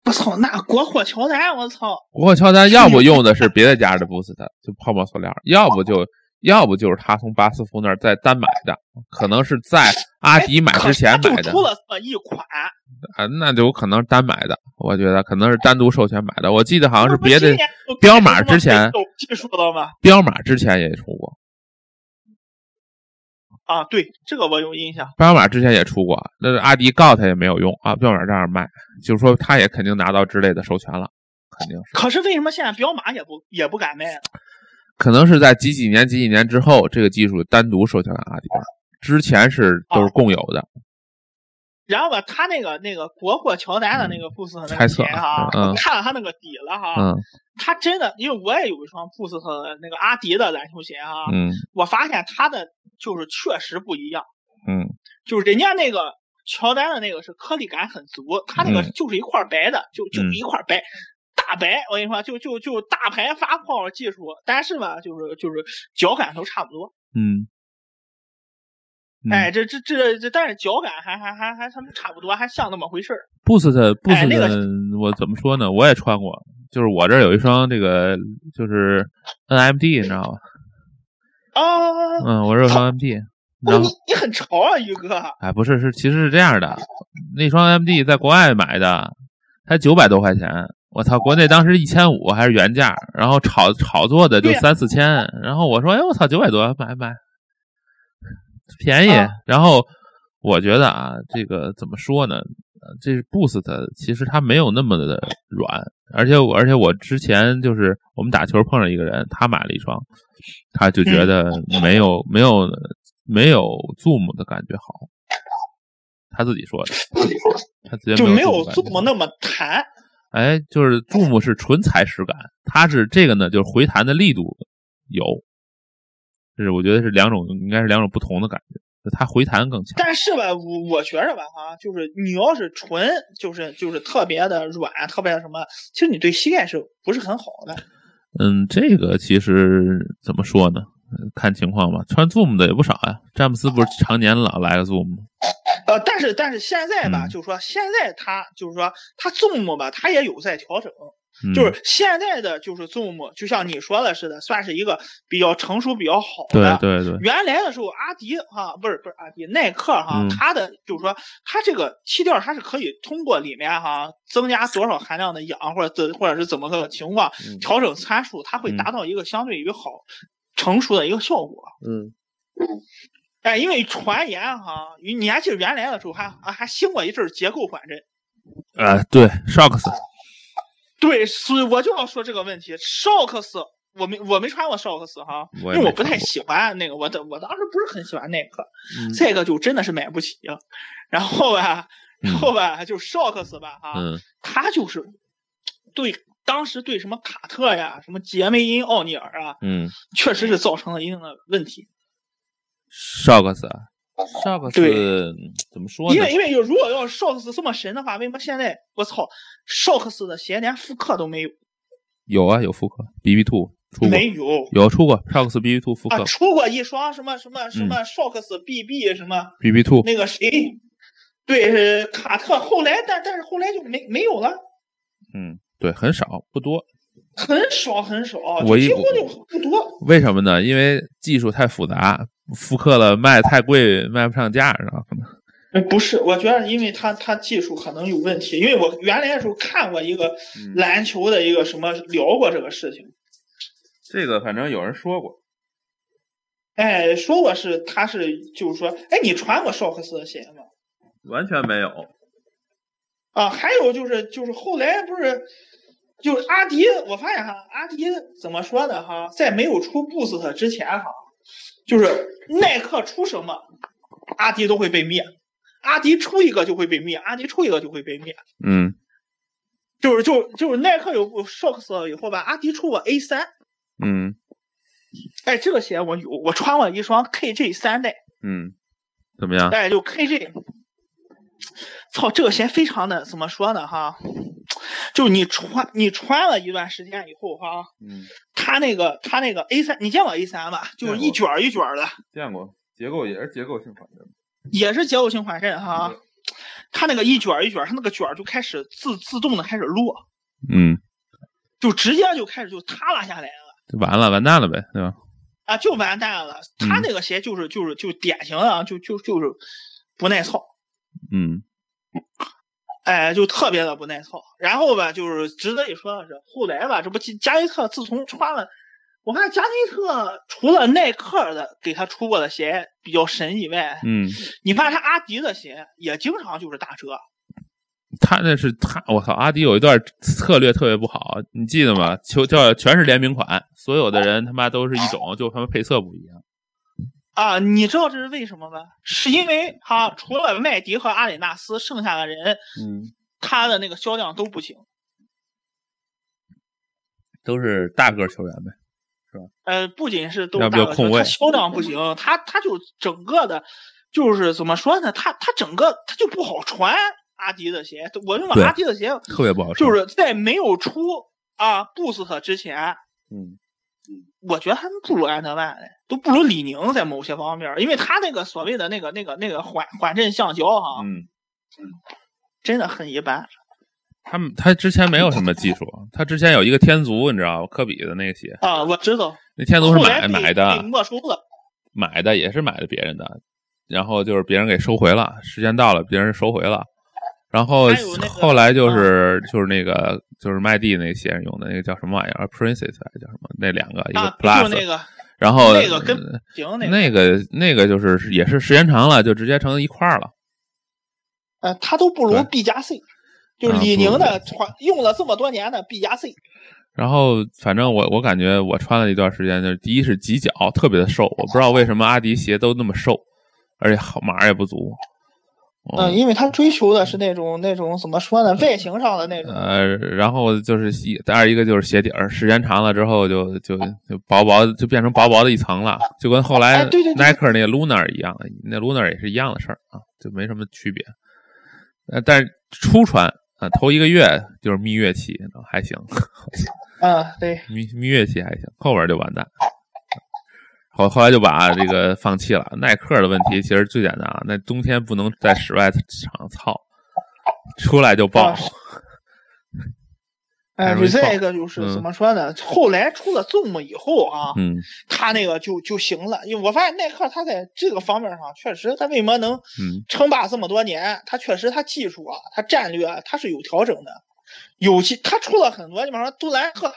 我操，那国货乔丹，我操，
国货乔丹要不用的是别的家的 Boost，就泡沫塑料；要不就要不就是他从巴斯夫那儿再单买的，可能是在阿迪买之前
哎就
买的
出了这么一款，
啊，那就有可能是单买的。我觉得可能是单独授权买的。我记得好像是
那不
别
今
的
年就
彪马
开始
之前
有技术了吗？
彪马之前也出过，
啊，对，这个我有印象。
彪马之前也出过，那是阿迪告他也没有用啊。彪马这样卖，就是说他也肯定拿到之类的授权了，肯定是。
可是为什么现在彪马也不也不敢卖啊？
可能是在几几年、几几年之后，这个技术单独授权给阿迪了，之前是都
哦
是共有的。
然后吧，他那个那个国货乔丹的那个布斯特那
猜
个
测
鞋哈，
嗯
我看了他那个底了哈，
嗯
他真的，因为我也有一双布斯特的那个阿迪的篮球鞋啊，
嗯
我发现他的就是确实不一样，
嗯，
就是人家那个乔丹的那个是颗粒感很足，他那个
嗯
就是一块白的，就就
嗯
一块白。大白，我跟你说，就就就大牌发泡技术，但是吧，就是就是脚感都差不多，
嗯，嗯
哎，这这这这，但是脚感还还还还他们差不多，还像那么回事儿。
，Boost 的
哎
Boost
那个
的，我怎么说呢？我也穿过，就是我这儿有一双这个就是 NMD，你知道吧？
哦，
嗯，我这儿有双 NMD，
哦
然
你
后
你很潮啊，宇哥。
哎，不是，是其实是这样的，那双 NMD 在国外买的，才九百多块钱。我操，国内当时一千五还是原价，然后炒炒作的就
对呀
三四千，然后我说，哎，我操，九百多买买，便宜。
啊
然后我觉得啊，这个怎么说呢？呃这 Boost 其实它没有那么的软，而且我而且我之前就是我们打球碰上一个人，他买了一双，他就
嗯
觉得没有、没有没有 Zoom 的感觉好，他自己说的，他直接
就没有
Zoom 的感觉
Zoom 那么弹。
哎，就是 Zoom 是纯踩实感，它是这个呢，就是回弹的力度有，这是我觉得是两种，应该是两种不同的感觉，就它回弹更强。
但是吧，我我觉着吧，哈、就是你要是纯就是就是特别的软，特别的什么，其实你对膝盖是不是很好的？
嗯，这个其实怎么说呢？呃看情况吧，穿 Zoom 的也不少呀、詹姆斯不是常年老来个 Zoom 吗？
呃，但是但是现在吧，
嗯
就是说现在它就是说它 Zoom 吧，它也有在调整，
嗯、
就是现在的就是 Zoom，就像你说的似的，算是一个比较成熟、比较好
对
的。
对对，
原来的时候，阿迪哈、不是不是阿迪，耐克哈、
嗯
它的就是说它这个气垫儿它是可以通过里面哈、增加多少含量的氧或者怎或者是怎么个情况
嗯
调整参数，它会达到一个相对于好成熟的一个效果。
嗯
哎，因为传言哈、你还记得原来的时候还啊还兴过一阵儿结构缓震。
啊、对，Shocks
对，所以我就要说这个问题。Shocks，我没我没穿过 shorts 哈，因
我也没
为我不太
穿过
喜欢那个，我的我当时不是很喜欢耐克，
嗯
这个就真的是买不起。然后吧，然后吧，就 shorts 吧哈，
嗯
他就是对当时对什么卡特呀、什么杰梅因、奥尼尔啊，
嗯
确实是造成了一定的问题。
，Shocks 啊，Shocks
对
嗯怎么说呢
因？为因为就如果要是 Shocks 这么神的话，为什么现在我操 Shocks 的鞋连复刻都没有？
有啊，有复刻，BB Two 出过，
没有
有出过 Shocks BB Two 复刻嗯
啊，出过一双什么什么什么 Shocks BB 什么
，BB Two
那个谁，对是卡特，后来但但是后来就没没有了，
嗯，对，很少，不多。
很少很少，
我一
几乎就不多。
为什么呢？因为技术太复杂，复刻了卖太贵，卖不上价，然后可能
呃不是，我觉得因为他他技术可能有问题，因为我原来的时候看过一个
嗯
篮球的一个什么聊过这个事情，
这个反正有人说过，
哎，说我是他是就是说，哎，你穿过 Shocks 的鞋吗？
完全没有。
啊，还有就是就是后来不是，就是阿迪，我发现哈，阿迪怎么说呢哈，在没有出 Boost 之前哈，就是耐克出什么，阿迪都会被灭，阿迪出一个就会被灭，阿迪出一个就会被灭，
嗯
就是就就是耐克有 Shocks 以后吧，阿迪出过 A 三，
嗯
哎，这个鞋我有，我穿过一双 KJ 三代，
嗯，怎么样？
哎，就 KJ，操，这个鞋非常的怎么说呢哈，就你穿你穿了一段时间以后哈。
嗯，
它那个它那个 A 三，你见过 A 三吧？就是一卷儿一卷儿的，
见过，结构也是结构性反正。
也是结构性缓震哈
嗯。
它那个一卷儿一卷儿，它那个卷儿就开始自自动的开始落，
嗯，
就直接就开始就塌拉下来了
就完了，完蛋了呗，对吧？
啊，就完蛋了。它那个鞋就是就是就典型的啊，就就就是不耐操，
嗯
哎，就特别的不耐操。然后吧，就是值得一说的是，后来吧，这不加内特自从穿了。我看加内特除了耐克的给他出过的鞋比较神以外，
嗯，
你发现他阿迪的鞋也经常就是打折，
他那是他，我靠，阿迪有一段策略特别不好，你记得吗？球叫全是联名款，所有的人他妈都是一种，就他妈配色不一样。
啊，你知道这是为什么吗？是因为他除了麦迪和阿里纳斯，剩下的人
嗯，
他的那个销量都不行。
都是大个球员呗。
呃，不仅是都
要
打
不就
了
空
折
位
他销量不行，他他就整个的，就是怎么说呢？他他整个他就不好穿阿迪的鞋。我认为
对
阿迪的鞋
特别不好说。
就，是在没有出啊 Boost 之前，
嗯
我觉得还不如安德万嘞，都不如李宁在某些方面，因为他那个所谓的那个那个那个缓缓震橡胶哈、
嗯，
真的很一般。
他们他之前没有什么技术，他之前有一个天足，你知道吗？科比的那个鞋，
啊，我知道，
那天足
后
是买
来被
买
被
的，
没收了。
买的也是买的别人的，然后就是别人给收回了，时间到了，别人收回了。然后
还有那个啊
后来就是就是那个就是麦蒂那鞋用的那个叫什么玩意儿，Princess 还是叫什么？那两个一个
啊，就
Plus，、
那个
然后呃
那个跟行那个，
那个那个就是也是时间长了就直接成一块儿了。
呃，他都不如
对
B 加 C，就是
啊
李
不
宁
如
的传用了这么多年的 B 加 C，
然后反正我我感觉我穿了一段时间，就是第一是挤脚特别的瘦，我不知道为什么阿迪鞋都那么瘦，而且好码儿也不足。哦
嗯，因为他追求的是那种那种怎么说呢，外形上的那种。
呃，然后就是一，再二一个就是鞋底儿，时间长了之后就就就薄薄的，就变成薄薄的一层了，就跟后来
哎对对对
耐克那个 Lunar 一样，那 Lunar 也是一样的事儿啊，就没什么区别。呃，但是初穿啊，头一个月就是蜜月期，还行，
嗯，对，
蜜蜜月期还行，后边就完蛋。后后来就把这个放弃了。耐克的问题其实最简单啊，那冬天不能在室外场操，出来就爆
啊。
还
哎，
容易爆
再一个就是怎
嗯
么说呢？后来出了 Zoom 以后啊，
嗯
他那个就就行了，因为我发现耐克他在这个方面上确实，他为什么能
嗯
称霸这么多年？他确实他技术啊，他战略啊，他是有调整的，有其他出了很多，你比方说杜兰特，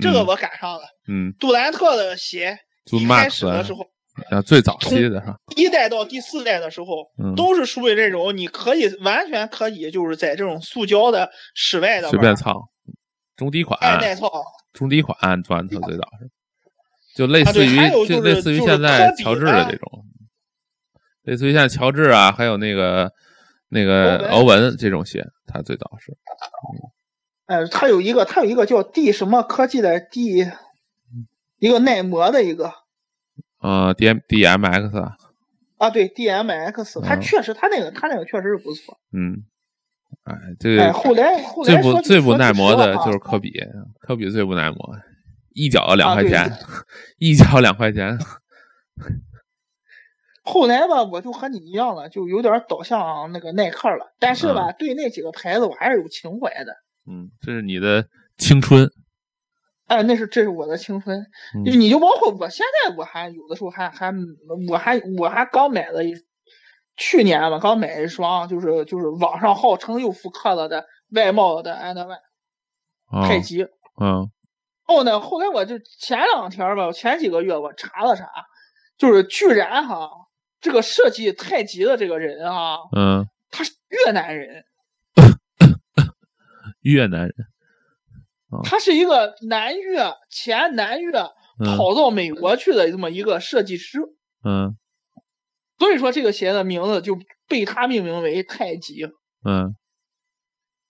这个我赶上了。
嗯，
杜兰特的鞋
就
一开始
Max
的
啊
时候，
啊，最早期的是吧？
第一代到第四代的时候，
嗯，
都是属于这种你可以完全可以就是在这种塑胶的室外的哎
随
玩
便哎
儿
操，中低款，
爱耐操。
中低款，短特最早是。就类
啊
似
对
于、
还有就是
类似于
就是
现在
科比
乔治的
啊
这种，类似于像乔治啊，还有那个那个
欧
欧文这种鞋，他最早是
呃，它有一个，它有一个叫 D 什么科技的 D，一个耐磨的一个
呃 D M D M X 啊，
啊，对 DMX，它
嗯
确实，它那个它那个确实是不错。
嗯，哎，这
哎，
个
后来后
最
来说
不
句
最不
说句
耐磨
实话
的
啊
就是科比，嗯科比最不耐磨，一脚两
啊
块
对
钱，一脚两块钱，
后来吧，我就和你一样了，就有点倒向那个耐克了。但是吧，对那几个牌子我还是有情怀的。
嗯，这是你的青春，
哎，那是这是我的青春。
嗯
就你就包括我现在，我还有的时候还还我还我还刚买了一，去年吧，刚买一双，就是就是网上号称又复刻了的外贸的 And One
啊、
太极。
嗯
后呢，后来我就前两天吧，前几个月我查了查，就是居然哈，这个设计太极的这个人啊，
嗯，
他是越南人。
越南人，
他是一个南越前南越
嗯
跑到美国去的这么一个设计师，
嗯
所以说这个鞋的名字就被他命名为太极。
嗯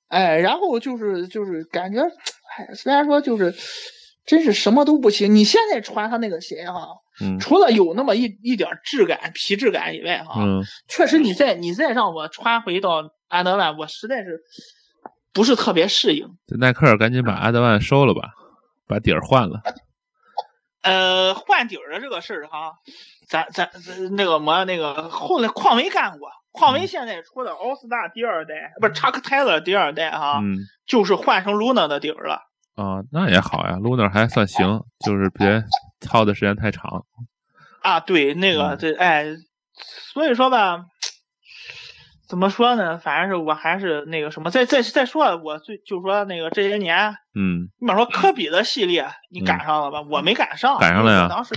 哎，然后就是就是感觉，哎，虽然说就是，真是什么都不行。你现在穿他那个鞋哈、
嗯
除了有那么一一点质感、皮质感以外哈、
嗯
确实你再你再让我穿回到安德万，我实在是不是特别适应。
这耐克赶紧把阿德万收了吧，把底儿换了。
呃，换底儿的这个事儿哈，咱咱咱那个么那个后来匡威干过，匡
嗯
威现在出的奥斯大第二代，不是查克泰勒第二代哈，
嗯
就是换成 Luna 的底儿了。
啊，那也好呀，Lunar 还算行，就是别操的时间太长。
啊，对，那个
嗯
这哎，所以说吧，怎么说呢？反正是我还是那个什么，再再再说，啊我最就说那个这些年，
嗯，
你比说科比的系列，你赶上了吧？我没赶上，
赶上了呀
我当时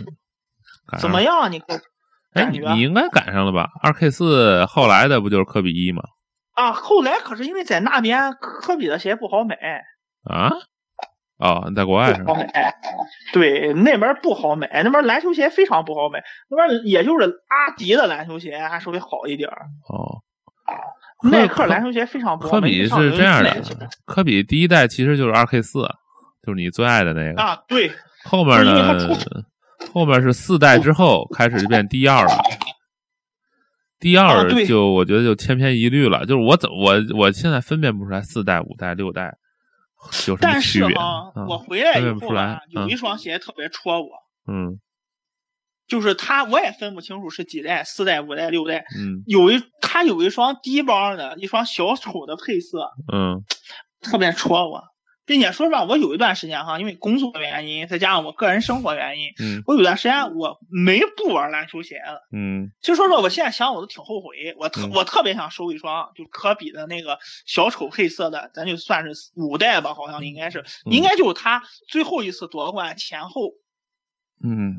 赶
怎
上
么
了？
样？你给我
哎，
感
你
觉啊
你应该赶上了吧？二 K 四后来的不就是科比一吗？
啊，后来可是因为在那边科比的鞋不好买，
啊？哦，你在国外是
不
吧
好？买。对，那边不好买，那边篮球鞋非常不好买，那边也就是阿迪的篮球鞋还稍微好一点儿，
哦，
耐
科
克篮球鞋非常不好
科
买。
比
你上
是
人
这样
耐
的
克，
科比第一代其实就是二 K 四，啊就是你最爱的那个。
啊，对，
后面
因为
呢
它，
后面是四代之
哦
后开始就变 D 二 了。D
啊
二
对
就我觉得就千篇一律了，就是我怎我我现在分辨不出来四代、五代、六代有什么
但
区
是
别。
哈，
嗯
我回来以
分辨不
后
出
吧
来，
有
嗯
一双鞋特别戳我，
嗯
就是它我也分不清楚是几代，四代、五代、六代，
嗯
有一它有一双低帮的，一双小丑的配色，
嗯
特别戳我，并且说实话，我有一段时间哈，因为工作原因，再加上我个人生活原因，
嗯
我有段时间我没不玩篮球鞋了。
嗯
其实说实话，我现在想我都挺后悔，我特、
嗯
我特别想收一双就科比的那个小丑配色的，咱就算是五代吧，好像应该是，应该就是他最后一次夺冠前后
嗯，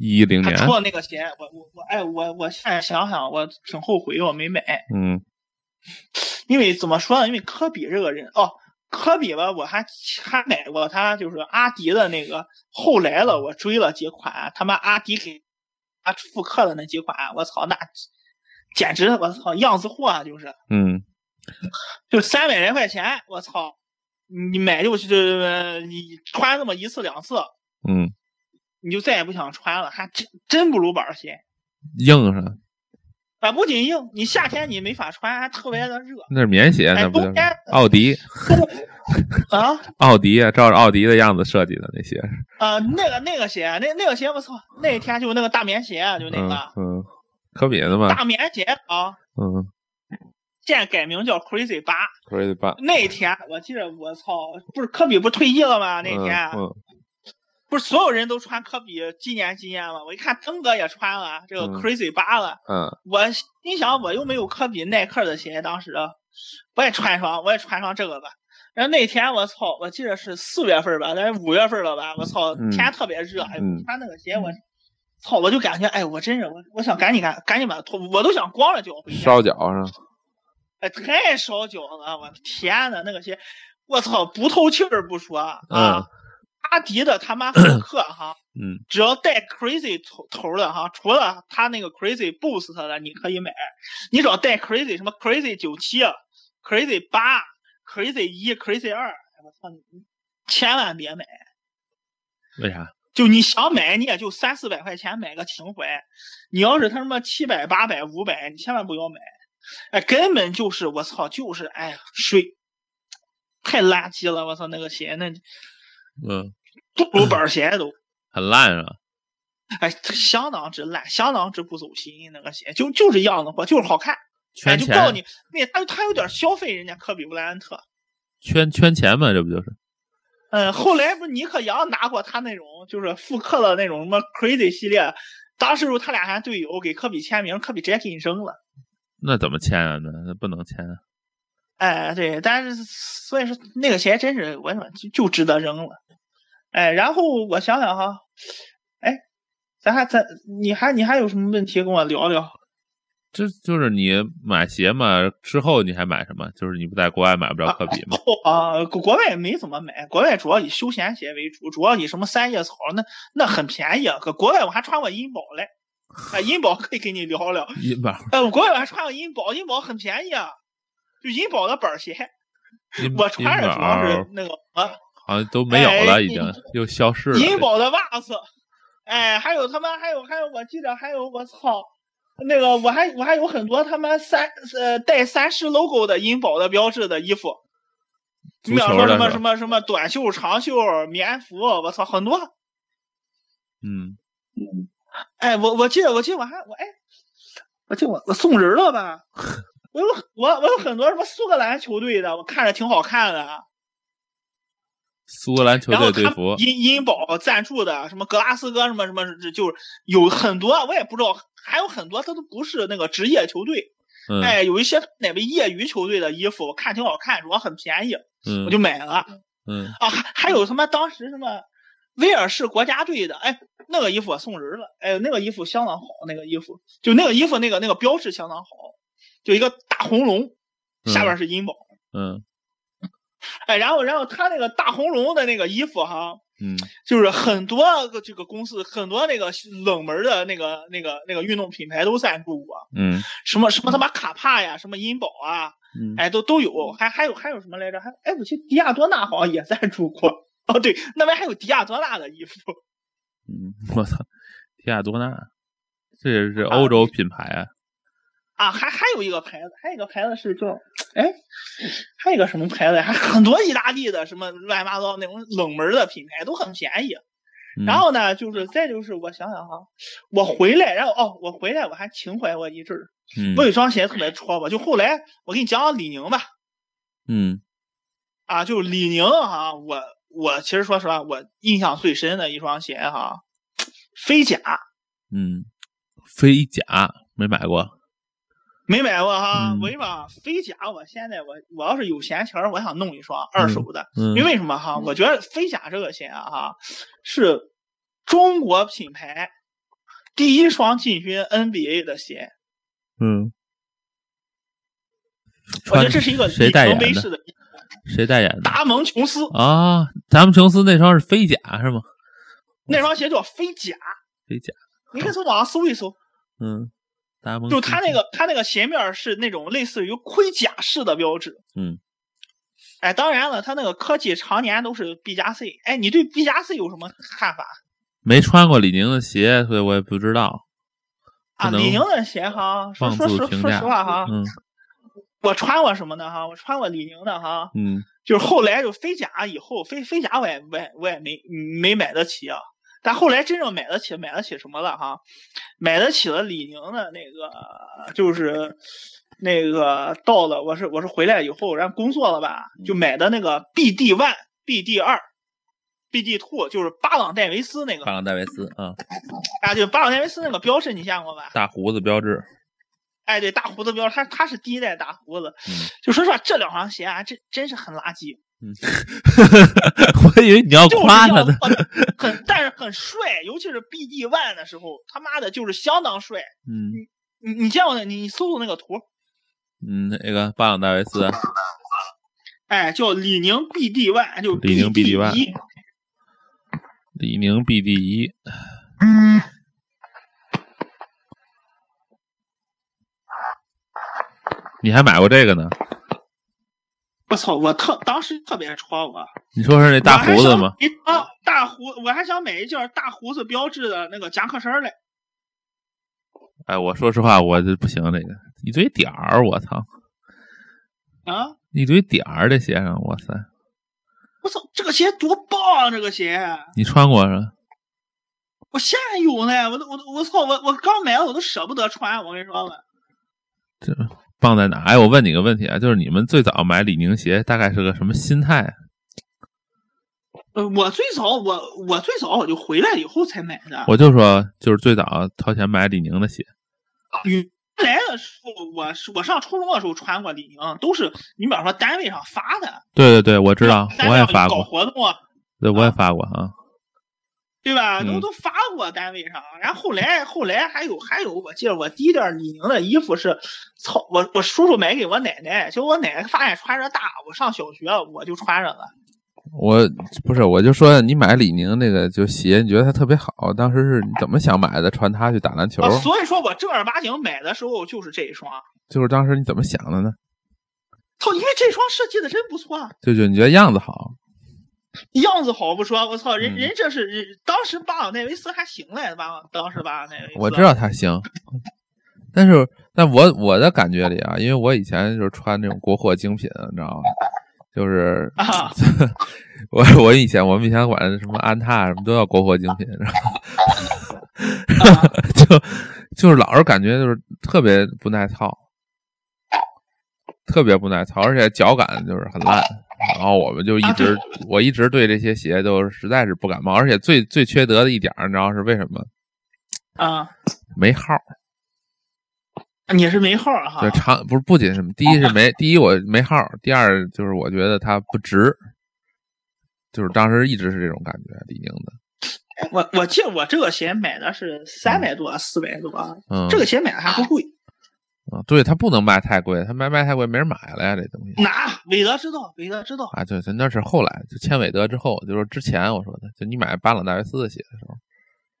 一零
他
年，
出的那个鞋，我我我哎我我现在想想我挺后悔我没买，
嗯
因为怎么说呢？因为科比这个人哦，科比吧，我还还买过他就是阿迪的那个，后来了我追了几款，他妈阿迪给他复刻的那几款，我操那简直我操样子货啊，就是
嗯
就三百来块钱，我操，你买就是呃你穿那么一次两次，
嗯，
你就再也不想穿了，还真真不如板儿鞋。
硬上
啊，不仅硬，你夏天你没法穿，还特别的热
那是棉鞋，
哎
那不就是
冬天
奥迪
啊。
奥迪 啊，照着奥迪的样子设计的那鞋，
呃，那个那个鞋，那那个鞋我操，那天就那个大棉鞋，啊就那
嗯
个、
嗯，科比的嘛，
大棉鞋啊，
嗯
现在改名叫 Crazy 八。
，Crazy 八，
那天我记得我操，不是科比不退役了吗？那天、啊
嗯嗯
不是所有人都穿科比纪念纪念吗？我一看登哥也穿了这个
嗯
Crazy 八了，
嗯
我心想我又没有科比耐克的鞋，当时我也穿一双，我也穿上这个吧。然后那天我操，我记得是四月份吧，但是五月份了吧，我操，
嗯
天特别热，哎
嗯
穿那个鞋我，操，我就感觉哎，我真是我我想赶紧赶赶紧把它脱，我都想光着脚回家，
烧脚上，
哎，太烧脚了，我的天呐，那个鞋，我操，不透气儿不说啊，
嗯
它、阿迪的他妈福克哈，
嗯，
只要带 crazy 头头的哈，除了他那个 crazy boost 的你可以买，你只要带 crazy 什么 crazy 九七、crazy 八、crazy 一、crazy 二，我操你，千万别买！
为啥？
就你想买，你也就三四百块钱买个情怀。你要是他妈七百、八百、五百，你千万不要买。哎，根本就是我操，就是哎呀，水太垃圾了！我操，那个鞋那
嗯，
不如板鞋都，
很烂啊。
哎，相当之烂，相当之不走心。那个鞋就就是样子货，就是好看。哎，
圈
就告诉
钱，
你，那他他有点消费人家科比布莱恩特。
圈圈钱嘛，这不就是？
嗯，后来不是尼克杨拿过他那种就是复刻的那种什么 Crazy 系列，当时他俩还队友给科比签名，科比直接给你扔了。
那怎么签啊？那那不能签啊。
哎，对，但是所以说那个鞋真是我想就就值得扔了。哎，然后我想想哈，哎，咱还咱你还你还有什么问题跟我聊聊？
这就是你买鞋嘛，之后你还买什么？就是你不在国外买不着科比嘛。
啊，国国外没怎么买，国外主要以休闲鞋为主，主要以什么三叶草那那很便宜啊。搁国外我还穿过茵宝嘞，啊，茵宝可以给你聊聊。
银宝，
哎，我国外我还穿过茵宝，茵宝很便宜啊，就茵宝的板儿鞋，
银
我穿着主要
银
是
宝
那个啊，
好像都没有
哎
了，已经又消失了。
茵宝的袜子，哎，还有他妈还有还有，我记得还有我操，那个我还我还有很多他妈三呃带三狮 logo 的茵宝的标志的衣服，
足
你想
球
说
的
什
是吧
么什么什么短袖长袖棉服，我操很多，
嗯，
哎，我我记得，我记得我还我哎，我记得我我送人了吧？ 我有我我有很多什么苏格兰球队的，我看着挺好看的。啊
苏格兰球
然后
队
他
队
们
服，
茵茵宝赞助的，什么格拉斯哥什么什么，就是有很多我也不知道，还有很多他都不是那个职业球队。
嗯
哎，有一些哪位业余球队的衣服，我看挺好看，主要很便宜，
嗯
我就买了。
嗯，
啊，还还有他妈当时什么威尔士国家队的，哎，那个衣服我送人了，哎，那个衣服相当好，那个衣服就那个衣服那个那个标志相当好，就一个大红龙，下边是银宝，
嗯
哎，然后然后他那个大红龙的那个衣服哈，
嗯
就是很多个这个公司很多那个冷门的那个那个那个运动品牌都赞助过，
嗯
什么什么他妈卡帕呀，什么银宝啊，
嗯，
哎，都都有，还还有还有什么来着？还哎，我记得迪亚多纳好像也赞助过。哦，对，那边还有迪亚多纳的衣服。
嗯，我操，提亚多纳，这也是欧洲品牌啊。
啊，还还有一个牌子，还有一个牌子是叫，哎，还有一个什么牌子呀？还很多意大利的什么乱七八糟那种冷门的品牌都很便宜。
嗯
然后呢，就是再就是我想想哈，我回来，然后哦，我回来我还情怀过一阵儿，
嗯
我有一双鞋特别戳我，就后来我给你讲讲李宁吧，
嗯
啊，就是李宁哈、我我其实说实话，我印象最深的一双鞋哈、飞甲
嗯，飞甲没买过，
没买过哈、
嗯
我跟你说啊，飞甲我现在我我要是有闲钱儿，我想弄一双二手的，
嗯，
因为什么哈、我觉得飞甲这个鞋啊哈，是中国品牌第一双进军 NBA 的鞋，
嗯，
我觉
穿
得这是一个
谁
里
代言
程碑
的？
式的
谁代言的？
达蒙琼斯
啊，咱们琼斯那双是飞甲是吗？
那双鞋叫飞甲，
飞甲，
你可以从网上搜一搜，
嗯，达蒙
就
斯
它那个它那个鞋面儿是那种类似于盔甲式的标志。
嗯。
哎，当然了，它那个科技常年都是 B 加 C。哎，你对 B 加 C 有什么看法
没穿过李宁的鞋，所以我也不知道。
啊？
不能
李宁的鞋哈，说
妄
说
自
说
评
说
价
实话哈，
嗯
我穿过什么呢哈？我穿过李宁的哈，
嗯
就是后来就飞甲以后，飞飞甲我也我也我也没没买得起啊。但后来真正买得起，买得起什么了哈？买得起了李宁的那个，就是那个到了，我是我是回来以后，然后工作了吧，
嗯
就买的那个 BD One、BD 二、BD Two，就是巴朗戴维斯那个
巴朗戴维斯啊，
啊，就巴朗戴维斯那个标志你见过吧？
大胡子标志，
哎，对，大胡子标志，他他是第一代大胡子。
嗯
就说实话，这两双鞋啊，这真是很垃圾。
我以为你要
就是
夸他
要
呢。
很但是很帅，尤其是 BD One 的时候，他妈的就是相当帅。
嗯
你你见过那？你你搜搜那个图，
嗯，那个巴朗戴维斯，
哎，叫李宁 BD One，就是
李宁 BD
1
李宁 B E，第一，你还买过这个呢？
我操！我特当时特别戳我，
你说是那大胡子吗？
一张啊大胡，我还想买一件大胡子标志的那个夹克衫儿嘞。
哎，我说实话，我这不行，这个一堆点儿，我操，
啊！
一堆点儿，这鞋上，哇塞，
我操，这个鞋多棒啊！这个鞋，
你穿过是吧？
我现在有呢。我都我都我操！我我刚买我都舍不得穿。我跟你说吧，
棒在哪？哎，我问你个问题啊，就是你们最早买李宁鞋大概是个什么心态啊？
呃，我最早我我最早我就回来以后才买的。
我就说，就是最早掏钱买李宁的鞋，
原来的时候，我是我上初中的时候穿过李宁，都是你比方说单位上发的，
对对对，我知道，
单
啊我
位
也
上
发
搞
过，
活动啊，
对，我也发过啊。
对吧？都
嗯
都发过单位上，然后后来后来还有还有，我记得我第一件李宁的衣服是，操，我我叔叔买给我奶奶，结果我奶奶发现穿着大，我上小学我就穿着了。
我不是，我就说你买李宁那个就鞋，你觉得它特别好，当时是你怎么想买的？穿它去打篮球
啊，，所以说我正儿八经买的时候就是这一双，
就是当时你怎么想的呢？
操，因为这双设计的真不错，啊
就就你觉得样子好，
样子好不说，我操，人
嗯
人这是人当时巴尔奈维斯还行嘞，巴当时巴尔奈维斯，
我知道它行，但是但我我的感觉里啊，因为我以前就是穿那种国货精品，你知道吧？就是
啊，
我 我以前我们以前管什么安踏什么都叫国货精品，然后 就就是老是感觉就是特别不耐操，特别不耐操，而且脚感就是很烂。然后我们就一直、
啊
我一直对这些鞋都实在是不感冒，而且最最缺德的一点儿，你知道是为什么？
啊，
没号儿，
你是没号儿哈
就，长不是不仅是什么，第一是没第一我没号儿，第二就是我觉得它不值，就是当时一直是这种感觉，李宁的，
我我记得我这个鞋买的是三百多四百多，
嗯，
这个鞋买的还不贵，
啊，对他不能卖太贵，他卖卖太贵没人买了呀，这东西
拿韦德之道，韦德之道，
啊，对，对那是后来就签韦德之后，就是之前我说的，就你买巴朗戴维斯的鞋的时候，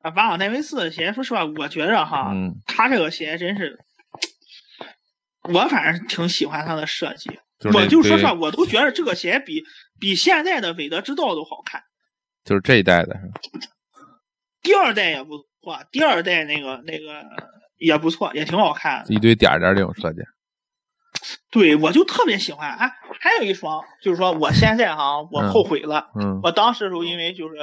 啊，巴尔奈维斯的鞋，说实话，我觉着哈，
嗯，
他这个鞋真是，我反正挺喜欢它的设计，
就是
我
那
就说
对
实话，我都觉得这个鞋比比现在的韦德之道都好看。
就是这一代的是吧
第二代也不错，第二代那个那个也不错，也挺好看的。
一堆点儿点儿这种设计，
对，我就特别喜欢。哎，还有一双，就是说我现在哈，我
嗯
后悔了。
嗯
我当时时候因为就是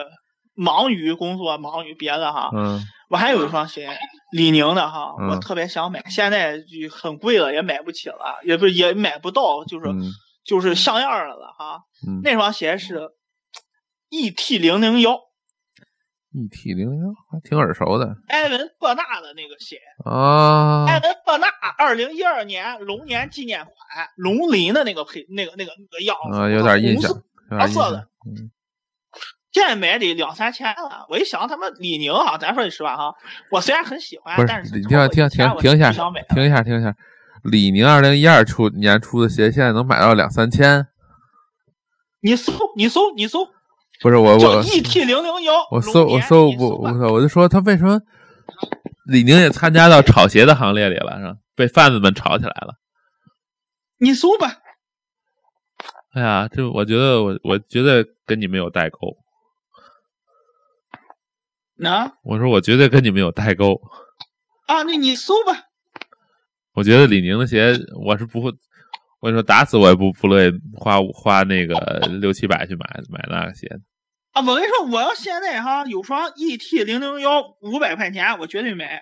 忙于工作，忙于别的哈，
嗯
我还有一双鞋，李宁的哈，
嗯
我特别想买，现在就很贵了，也买不起了，也不是也买不到，就是、
嗯
就是像样儿的了哈。
嗯
那双鞋是 ET 零零幺
，E T 零零还挺耳熟的
埃文赫纳的那个鞋，
啊，
埃文赫纳二零一二年龙年纪念款，龙鳞的那个配那个那个那个样子，
啊，有点印象有点
红色，
印
色
象
的，现在买得两三千了，我一想他妈李宁啊，咱说句实话哈，我虽然很喜欢
不，
但是
你
超
听停停
过1000
停一下
我就不想买了，
停一下，停一下，李宁二零一二出年出的鞋，现在能买到两三千，
你搜你搜你搜，
不是我
叫
呃我
ET 零零幺，
我搜我搜
你
不
搜吧
我搜，我就说他为什么
李宁也参加到炒鞋的行列里了，是吧？被贩子们炒起来了。
你搜吧，
哎呀，这我觉得我我觉得跟你们有代沟。
啊
我说我绝对跟你们有代沟。
啊，那你搜吧，
我觉得李宁的鞋我是不会，我跟你说，打死我也不不乐意花花那个六七百去买买那个鞋。
啊，我跟你说，我要现在哈有双 ET 零零幺五百块钱，我绝对买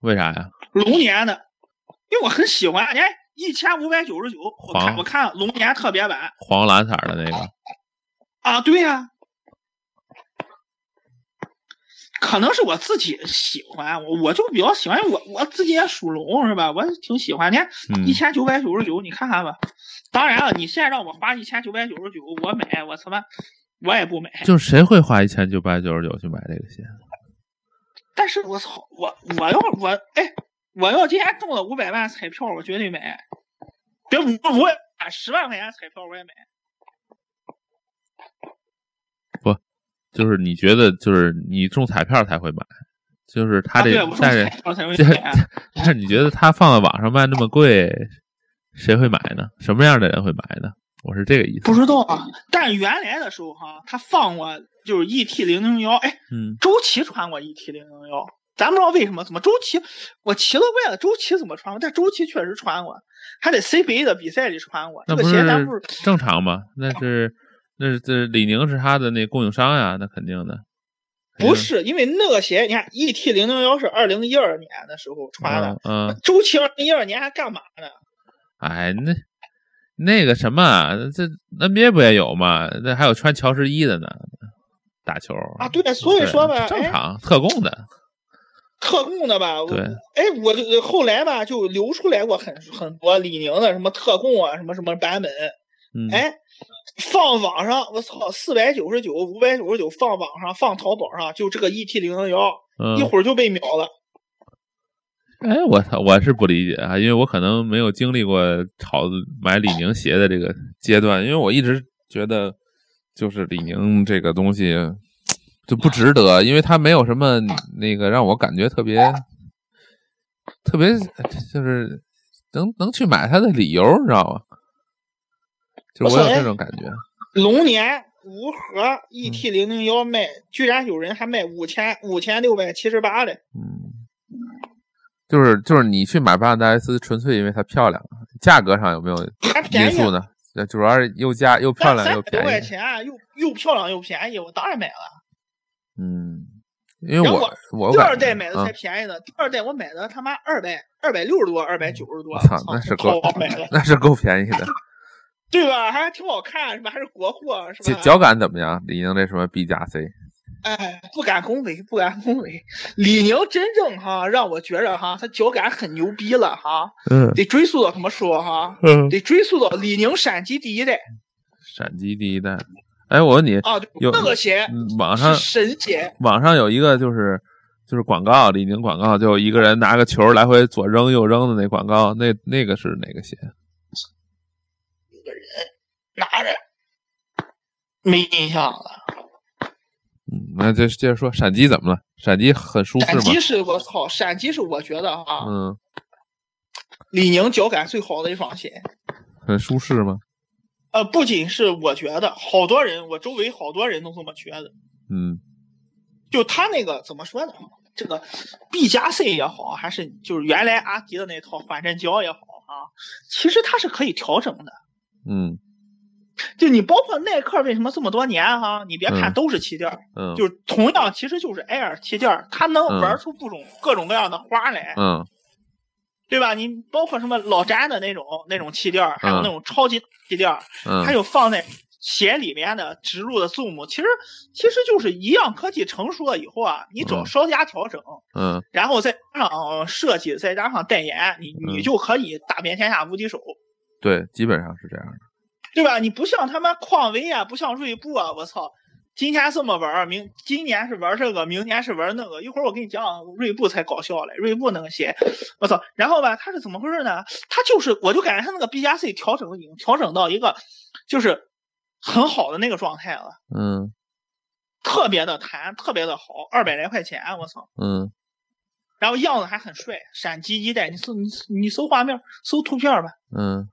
为啥呀？
龙年的，因为我很喜欢，哎，一千五百九十九，我看
黄
我看龙年特别版
黄蓝色儿的那个，
啊，对呀、可能是我自己喜欢，我我就比较喜欢我我自己也属龙是吧？我挺喜欢，你看
嗯
一，千九百九十九，你看看吧。当然了，你现在让我花一千九百九十九，我买，我他妈我也不买。
就是谁会花一千九百九十九去买这个鞋？
但是我操，我我要我哎，我要今天中了五百万彩票，我绝对买。别五五百十万块钱彩票我也买。
就是你觉得就是你中彩票才会买，就是他
啊
这
对，我，说
但是
彩票才会啊
这
买，
但是你觉得他放在网上卖那么贵，谁会买呢？什么样的人会买呢？我是这个意思
不。知道啊。但原来的时候哈、他放过就是 ET 零零幺，哎，
嗯，
周琦穿过 ET 零零幺，咱不知道为什么，怎么周琦，我奇了怪了，周琦怎么穿过？但周琦确实穿过，还在 CBA 的比赛里穿过。
那
这个
不是
鞋
哎
咱不是
正常吗？那是那是这李宁是他的那供应商呀，那肯定嗯的。
不是因为那个鞋，你看 ET 零零幺是二零一二年的时候穿的，
嗯，嗯，
周琦二零一二年还干嘛呢？
哎，那那个什么，这 NBA 不也有吗？那还有穿乔十一的呢，打球
啊，对，所以说吧，
正
哎，
常特供的，
特供的吧，我
对，
哎，我就后来吧，就流出来过很很多李宁的什么特供啊，什么什么版本，
嗯，
哎，放网上，我操，四百九十九、五百九十九放网上，放淘宝上，就这个 ET 零零幺，一
嗯，
会儿就被秒了。
哎，我操，我是不理解啊，因为我可能没有经历过炒买李宁鞋的这个阶段，因为我一直
觉得就是李宁这个东西就不值得，因为它没有什么那个让我感觉特别特别，就是能能去买它的理由，你知道吗？就我有这种感觉，
龙年无
嗯
核 ET 零零幺卖，居然有人还卖五千五千六百七十八嘞！
嗯，就是就是你去买巴达莱斯，纯粹因为它漂亮，价格上有没有
还
因
便宜啊
素，呢？呃主要是又加又漂
三
亮
三
又
百多块
便宜，
钱，啊又又漂亮又便宜，我当然买了。
嗯，因为
然后
我我
第二
感觉
代买的
嗯
才便宜呢，第二代我买的他妈二百二百六十多，二百九十多，
我操
操
那是
淘
够
宝买的，
那是够便宜的。
对吧？还挺好看是吧？还是国货啊是
脚
吧？
脚感怎么样？李宁这什么 B 加 C？
哎，不敢恭维，不敢恭维。李宁真正哈让我觉着哈，他脚感很牛逼了哈，
嗯
得追溯到什么时候哈？
嗯，
得追溯到李宁闪击第一代
闪击第一代。哎，我问你，
啊，对
有
那个鞋
嗯网上
是神鞋，
网上有一个就是就是广告，李宁广告，就一个人拿个球来回左扔右扔的那广告，那那个是哪个鞋？
拿着没印象了。
嗯，那就接着说闪击怎么了？闪击很舒适
闪
吗
击？是我操，闪击是我觉得哈，
嗯，
李宁脚感最好的一双鞋。
很舒适吗？
呃，不仅是我觉得，好多人，我周围好多人都这么觉得。
嗯
就他那个怎么说呢？这个 B 加 C 也好，还是就是原来阿迪的那套缓震胶也好啊，其实它是可以调整的。
嗯
就你包括耐克为什么这么多年哈、你别
嗯
看都是气垫儿，
嗯，
就是同样其实就是 Air 气垫儿，它能
嗯
玩出各种各种各样的花来，
嗯
对吧？你包括什么老詹的那种那种气垫儿，还有
嗯
那种超级气垫儿，
嗯，
还有放在鞋里面的植入的 Zoom，其实其实就是一样科技成熟了以后啊，你只要
嗯
稍加调整，
嗯
然后再加上呃设计，再加上代言，你你
嗯
就可以打遍天下无敌手，
对，基本上是这样的。
对吧？你不像他妈匡威啊，不像锐步啊，我操！今天这么玩儿，明今年是玩这个，明年是玩那个。一会儿我跟你讲，锐步才搞笑嘞，锐步那个鞋，我操！然后吧，它是怎么回事呢？它就是，我就感觉它那个 B 加 C 调整已经调整到一个，就是很好的那个状态了。
嗯
特别的弹，特别的好，二百来块钱，我操！
嗯
然后样子还很帅，闪击一代，你搜你你搜画面，搜图片吧。
嗯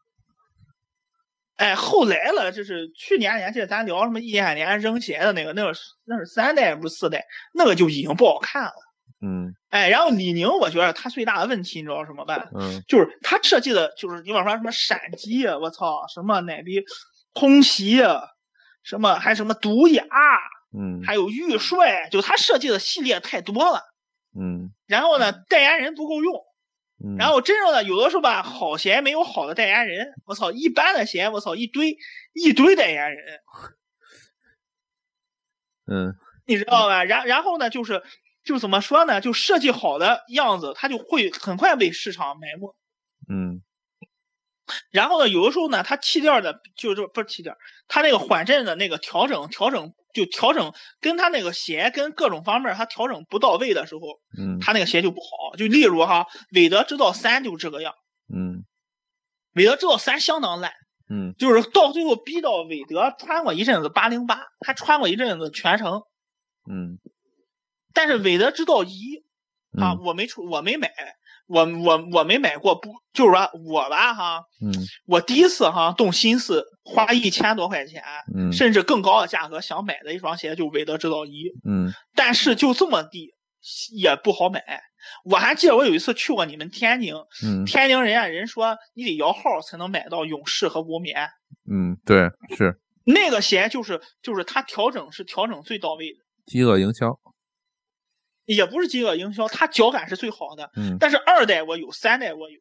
哎，后来了，就是去年年纪咱聊什么易眼联扔鞋的那个，那个是那是三代不是四代，那个就已经不好看了。
嗯
哎，然后李宁，我觉得他最大的问题，你知道是什么办？
嗯
就是他设计的，就是你往说什么闪击啊，我操，什么奶逼空袭啊，什么还什么毒牙，
嗯
还有玉帅，就他设计的系列太多了。
嗯
然后呢，代言人不够用。
嗯，
然后真正的有的时候吧，好鞋没有好的代言人，我操，一般的鞋，我操，一堆一堆代言人，
嗯
你知道吧？然然后呢，就是就怎么说呢？就设计好的样子，它就会很快被市场埋没。
嗯
然后呢，有的时候呢，它气垫的，就是不是气垫，它那个缓震的那个调整调整。就调整跟它那个鞋跟各种方面它调整不到位的时候，
嗯
它那个鞋就不好。就例如哈，韦德之道三就这个样，
嗯
韦德之道三相当烂。
嗯。
就是到最后逼到韦德穿过一阵子八零八，还穿过一阵子全程，
嗯
但是韦德之道一啊，
嗯
我没出，我没买，我我我没买过，不就是说我吧哈，
嗯
我第一次哈动心思花一千多块钱，
嗯
甚至更高的价格想买的一双鞋就韦德之道一，
嗯
但是就这么地也不好买。我还记得我有一次去过你们天津，
嗯
天津人家人说你得摇号才能买到勇士和无冕，
嗯，对，是
那个鞋就是就是它调整是调整最到位的，
饥饿营销。
也不是饥饿营销，它脚感是最好的。
嗯
但是二代我有，三代我有，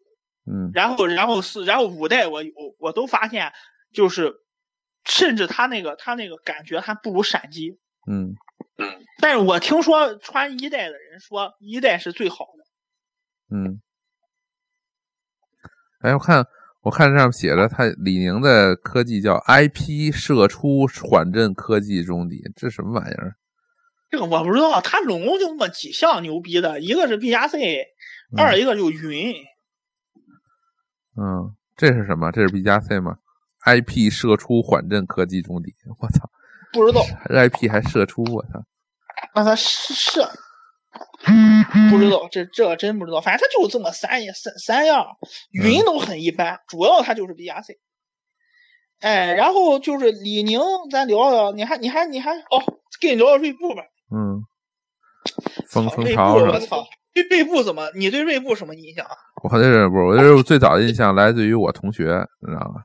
嗯
然后然后四然后五代我有，我都发现就是，甚至它那个它那个感觉还不如闪击。
嗯
但是我听说穿一代的人说一代是最好的，
嗯。哎，我看我看上面写着，它李宁的科技叫 IP 射出缓震科技中底，这什么玩意儿？
这个我不知道。它总共就那么几项牛逼的，一个是 BRC，
嗯
二一个就云。
嗯，这是什么？这是 B 加 C 吗？IP 射出缓震科技中底，我操
不知道，
！IP 还射出，我操！
那它是是，
嗯
不知道，这这真不知道。反正它就这么三三三样，
嗯
云都很一般，主要它就是 BRC。哎，然后就是李宁，咱聊聊，你还你还你还哦，跟你聊聊锐步吧。
嗯，风
操
风
锐步，
潮是吧
我？操，对锐步怎么？你对锐步什么印象啊
我对这不是，我对我最早的印象来自于我同学，你知道吗？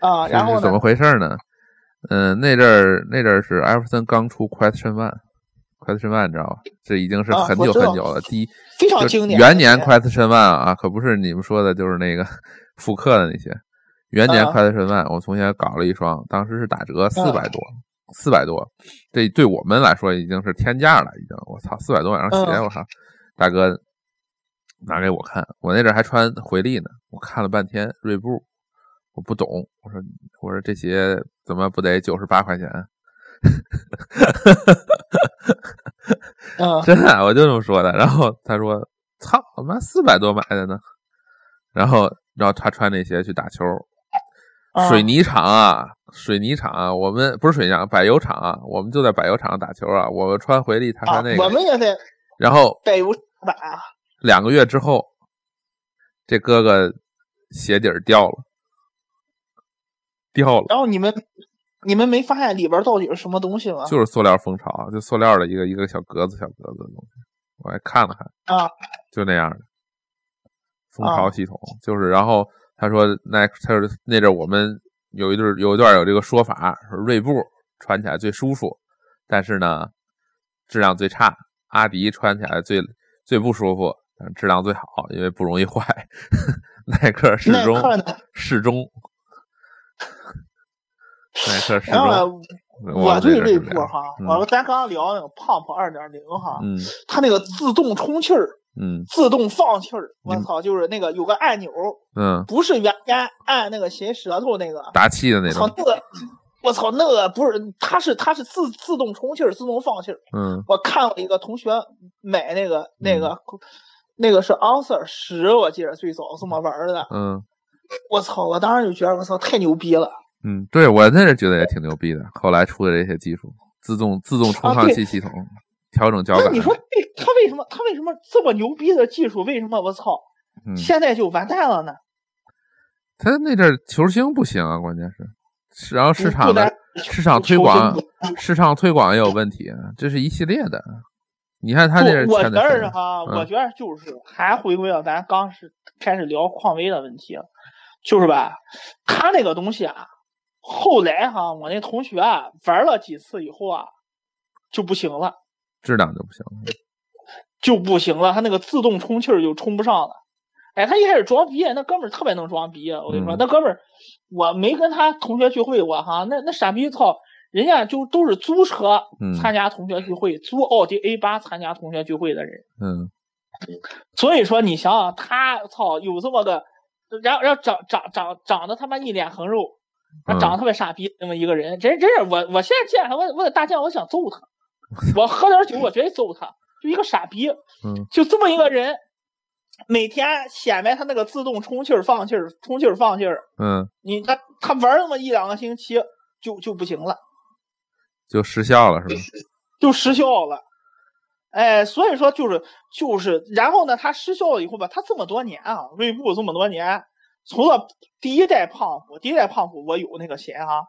啊？然
这
后
是怎
呢
么？回事呢？嗯，那阵儿那阵儿是艾弗森刚出 Question One，Question One 你知道吧？这已经是
啊
很
我
久
知道
很久了，第一
非常
就
经典。
元年 Question One 啊，可不是你们说的，就是那个 复刻的那些。元年
啊
Question One，我同学搞了一双，当时是打折四百
啊
多，四百多，这对我们来说已经是天价了，已经。我操，四百多买双鞋，
嗯
我操，大哥拿给我看，我那阵儿还穿回力呢，我看了半天锐步，我不懂，我说我说这鞋怎么不得九十八块钱？
嗯，
真的，我就这么说的。然后他说：“操，我妈四百多买的呢。”然后，然后他穿那鞋去打球，
啊
水泥厂啊，水泥厂啊，我们不是水泥厂，柏油厂啊，我们就在柏油厂打球啊。我穿回力，他
啊
穿那，
我
个。
们也在
然后
带有版啊
两个月之后，这哥哥鞋底儿掉了，掉了，
然后你们你们没发现里边到底是什么东西吗？
就是塑料蜂巢，就塑料的一个一个小格子小格子的东西。我还看了看。
啊，
就那样的蜂
啊
巢系统，就是然后他说那他说那阵儿我们有一对儿有一段儿有这个说法，说锐步穿起来最舒服，但是呢质量最差，阿迪穿起来最最不舒服，但是质量最好，因为不容易坏。 耐克适
耐
中，
克呢？
适中，耐克适
然后
中。
呢
我
我
们这
对
阵儿是
锐
这
步
样
哈，
嗯
我们咱刚刚聊那个 Pump 二点零哈，
嗯
它那个自动充气儿、
嗯
自动放气儿，我
嗯
操，就是那个有个按钮，
嗯，
不是原先按那个谁舌头那个，
达气的那
我
种
操，那个，我操，那个不是，它是它是自自动充气儿、自动放气儿。
嗯
我看过一个同学买那个那个。那个是 Answer 十，我记得最早这么玩儿的。
嗯。
我操！我当时就觉得我操太牛逼了。
嗯，对我那是觉得也挺牛逼的。后来出的这些技术，自动自动充
啊
放
对
器系统，调整脚
那
感，
你说为他为什么他为什么这么牛逼的技术，为什么我操
嗯，
现在就完蛋了呢？
他那阵儿球星不行啊，关键是是，然后市场
不
的
单
市场推
球
广
星，嗯
市场推广也有问题啊，这是一系列的。你看他
不
那阵儿
我
签
觉
的
得
谁
是
啊？
哈，
嗯
我觉得就是还回归了咱刚是开始聊匡威的问题，就是吧，他那个东西啊，后来哈，我那同学啊玩了几次以后啊，就不行了，
质量就不行了。
就不行了，他那个自动充气儿就充不上了。哎，他一开始装逼，那哥们儿特别能装逼，我跟你说，
嗯
那哥们儿，我没跟他同学聚会过哈，那那傻逼操，人家就都是租车
嗯
参加同学聚会，租奥迪 A 八参加同学聚会的人。
嗯
所以说，你想想他操有这么个，然后然后长长长长得他妈一脸横肉，
嗯
长得特别傻逼那么一个人，真真是我我现在见他，我我在大街上我想 揍他，我喝点酒我绝对揍他，就一个傻逼，
嗯
就这么一个人，每天显摆他那个自动充气儿放气儿充气儿放气儿，
嗯，
你他他玩那么一两个星期就就不行了。
就失效了是吧？
就失效了。哎，所以说就是就是，然后呢，他失效了以后吧，他这么多年啊，锐步这么多年，除了第一代胖虎，第一代胖虎我有那个谁哈、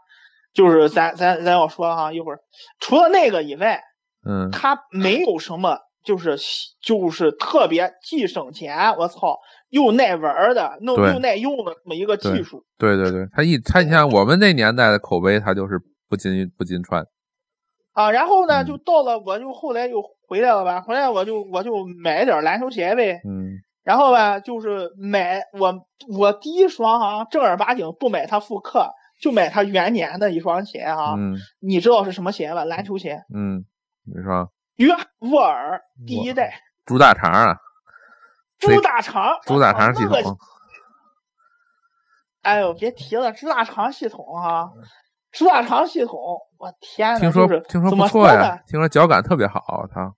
就是咱咱咱要说哈、啊一会儿除了那个以外，
嗯，
他没有什么就是就是特别既省钱，我操，又耐玩儿的，弄
对
又耐用的这么一个技术。
对对对，他一他你像我们那年代的口碑，他就是不禁不禁穿，
啊，然后呢，
嗯
就到了，我就后来又回来了吧，回来我就我就买点儿篮球鞋呗，
嗯
然后吧，就是买我我第一双哈、正儿八经不买它复刻，就买它元年的一双鞋哈、
嗯
你知道是什么鞋吧？篮球鞋，
嗯，你说
约翰沃尔第一代，
猪大肠啊，谁
猪大肠，
猪大肠系
啊那个
统，啊
哎呦，别提了，猪大肠系统哈、猪大肠系统，我天呐，
嗯听说
就是
听说不
怎么
错
说呢
呀，？听说脚感特别好，他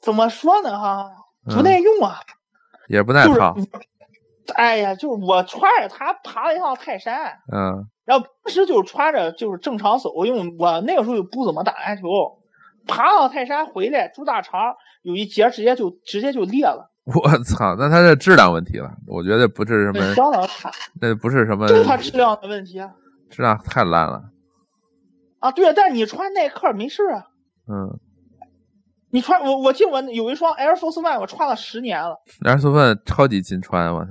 怎么说呢哈？不
嗯
耐用啊，
也不耐
就是
操，
哎呀，就是我穿着它爬了一趟泰山，
嗯
然后当时就是穿着就是正常走，因为我那个时候又不怎么打篮球，爬到泰山回来，猪大肠有一节直接就直接就裂了，
我操，那他这质量问题了，我觉得不是什么，
相当惨，
那不是什么
嗯
这是它质量的问题啊。
质量太烂了，
啊，对，但你穿耐克没事啊，
嗯，
你穿我我记得我有一双 Air Force One，我穿了十年了，
然后苏问超级禁穿，我操，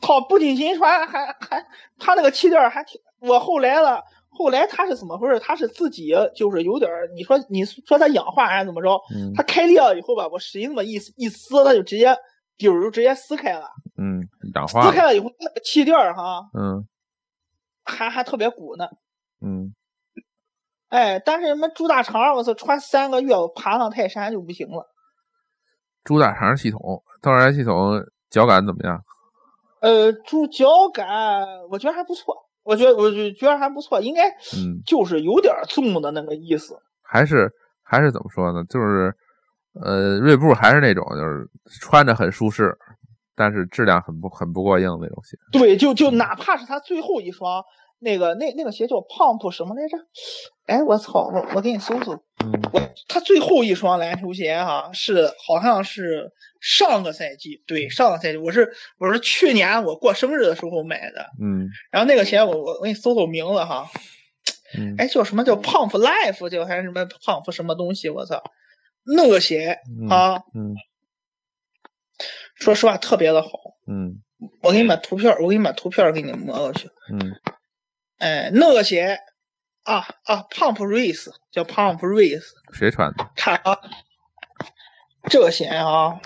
靠，不仅仅穿，还还它那个气垫儿还挺，我后来了。后来它是怎么回事？它是自己就是有点儿，你说你说它氧化还是怎么着？
嗯
它开裂了以后吧，我使劲那么一撕一撕，它就直接底儿就直接撕开了，
嗯，氧化
撕
了，
开了以后，那个气垫儿哈
嗯
还还特别鼓呢。
嗯，
哎，但是人们猪大肠，我操，穿三个月我爬上泰山就不行了。
猪大肠系统，豆芽系统脚感怎么样？
呃，猪脚感我觉得还不错，我觉得我就觉得还不错，应该
嗯。
就是有点重的那个意思。
还是还是怎么说呢？就是呃，锐步还是那种就是穿着很舒适，但是质量很不很不过硬的那种鞋。
对，就就哪怕是他最后一双那个那那个鞋叫 Pump 什么来着？哎，我操，我我给你搜搜。
嗯
我他最后一双篮球鞋哈、是好像是上个赛季，对上个赛季，我是我是去年我过生日的时候买的，
嗯
然后那个鞋我我我给你搜搜名字哈，
嗯
哎叫什么叫 Pump Life 叫还是什么 Pump 什么东西，我操，那个鞋啊，
嗯
说实话特别的好，
嗯
我给你把图片，我给你把图片给你磨过去，
嗯
哎那个鞋啊啊 Pump Race 叫 Pump Race。
谁穿的？
看啊，这个鞋啊，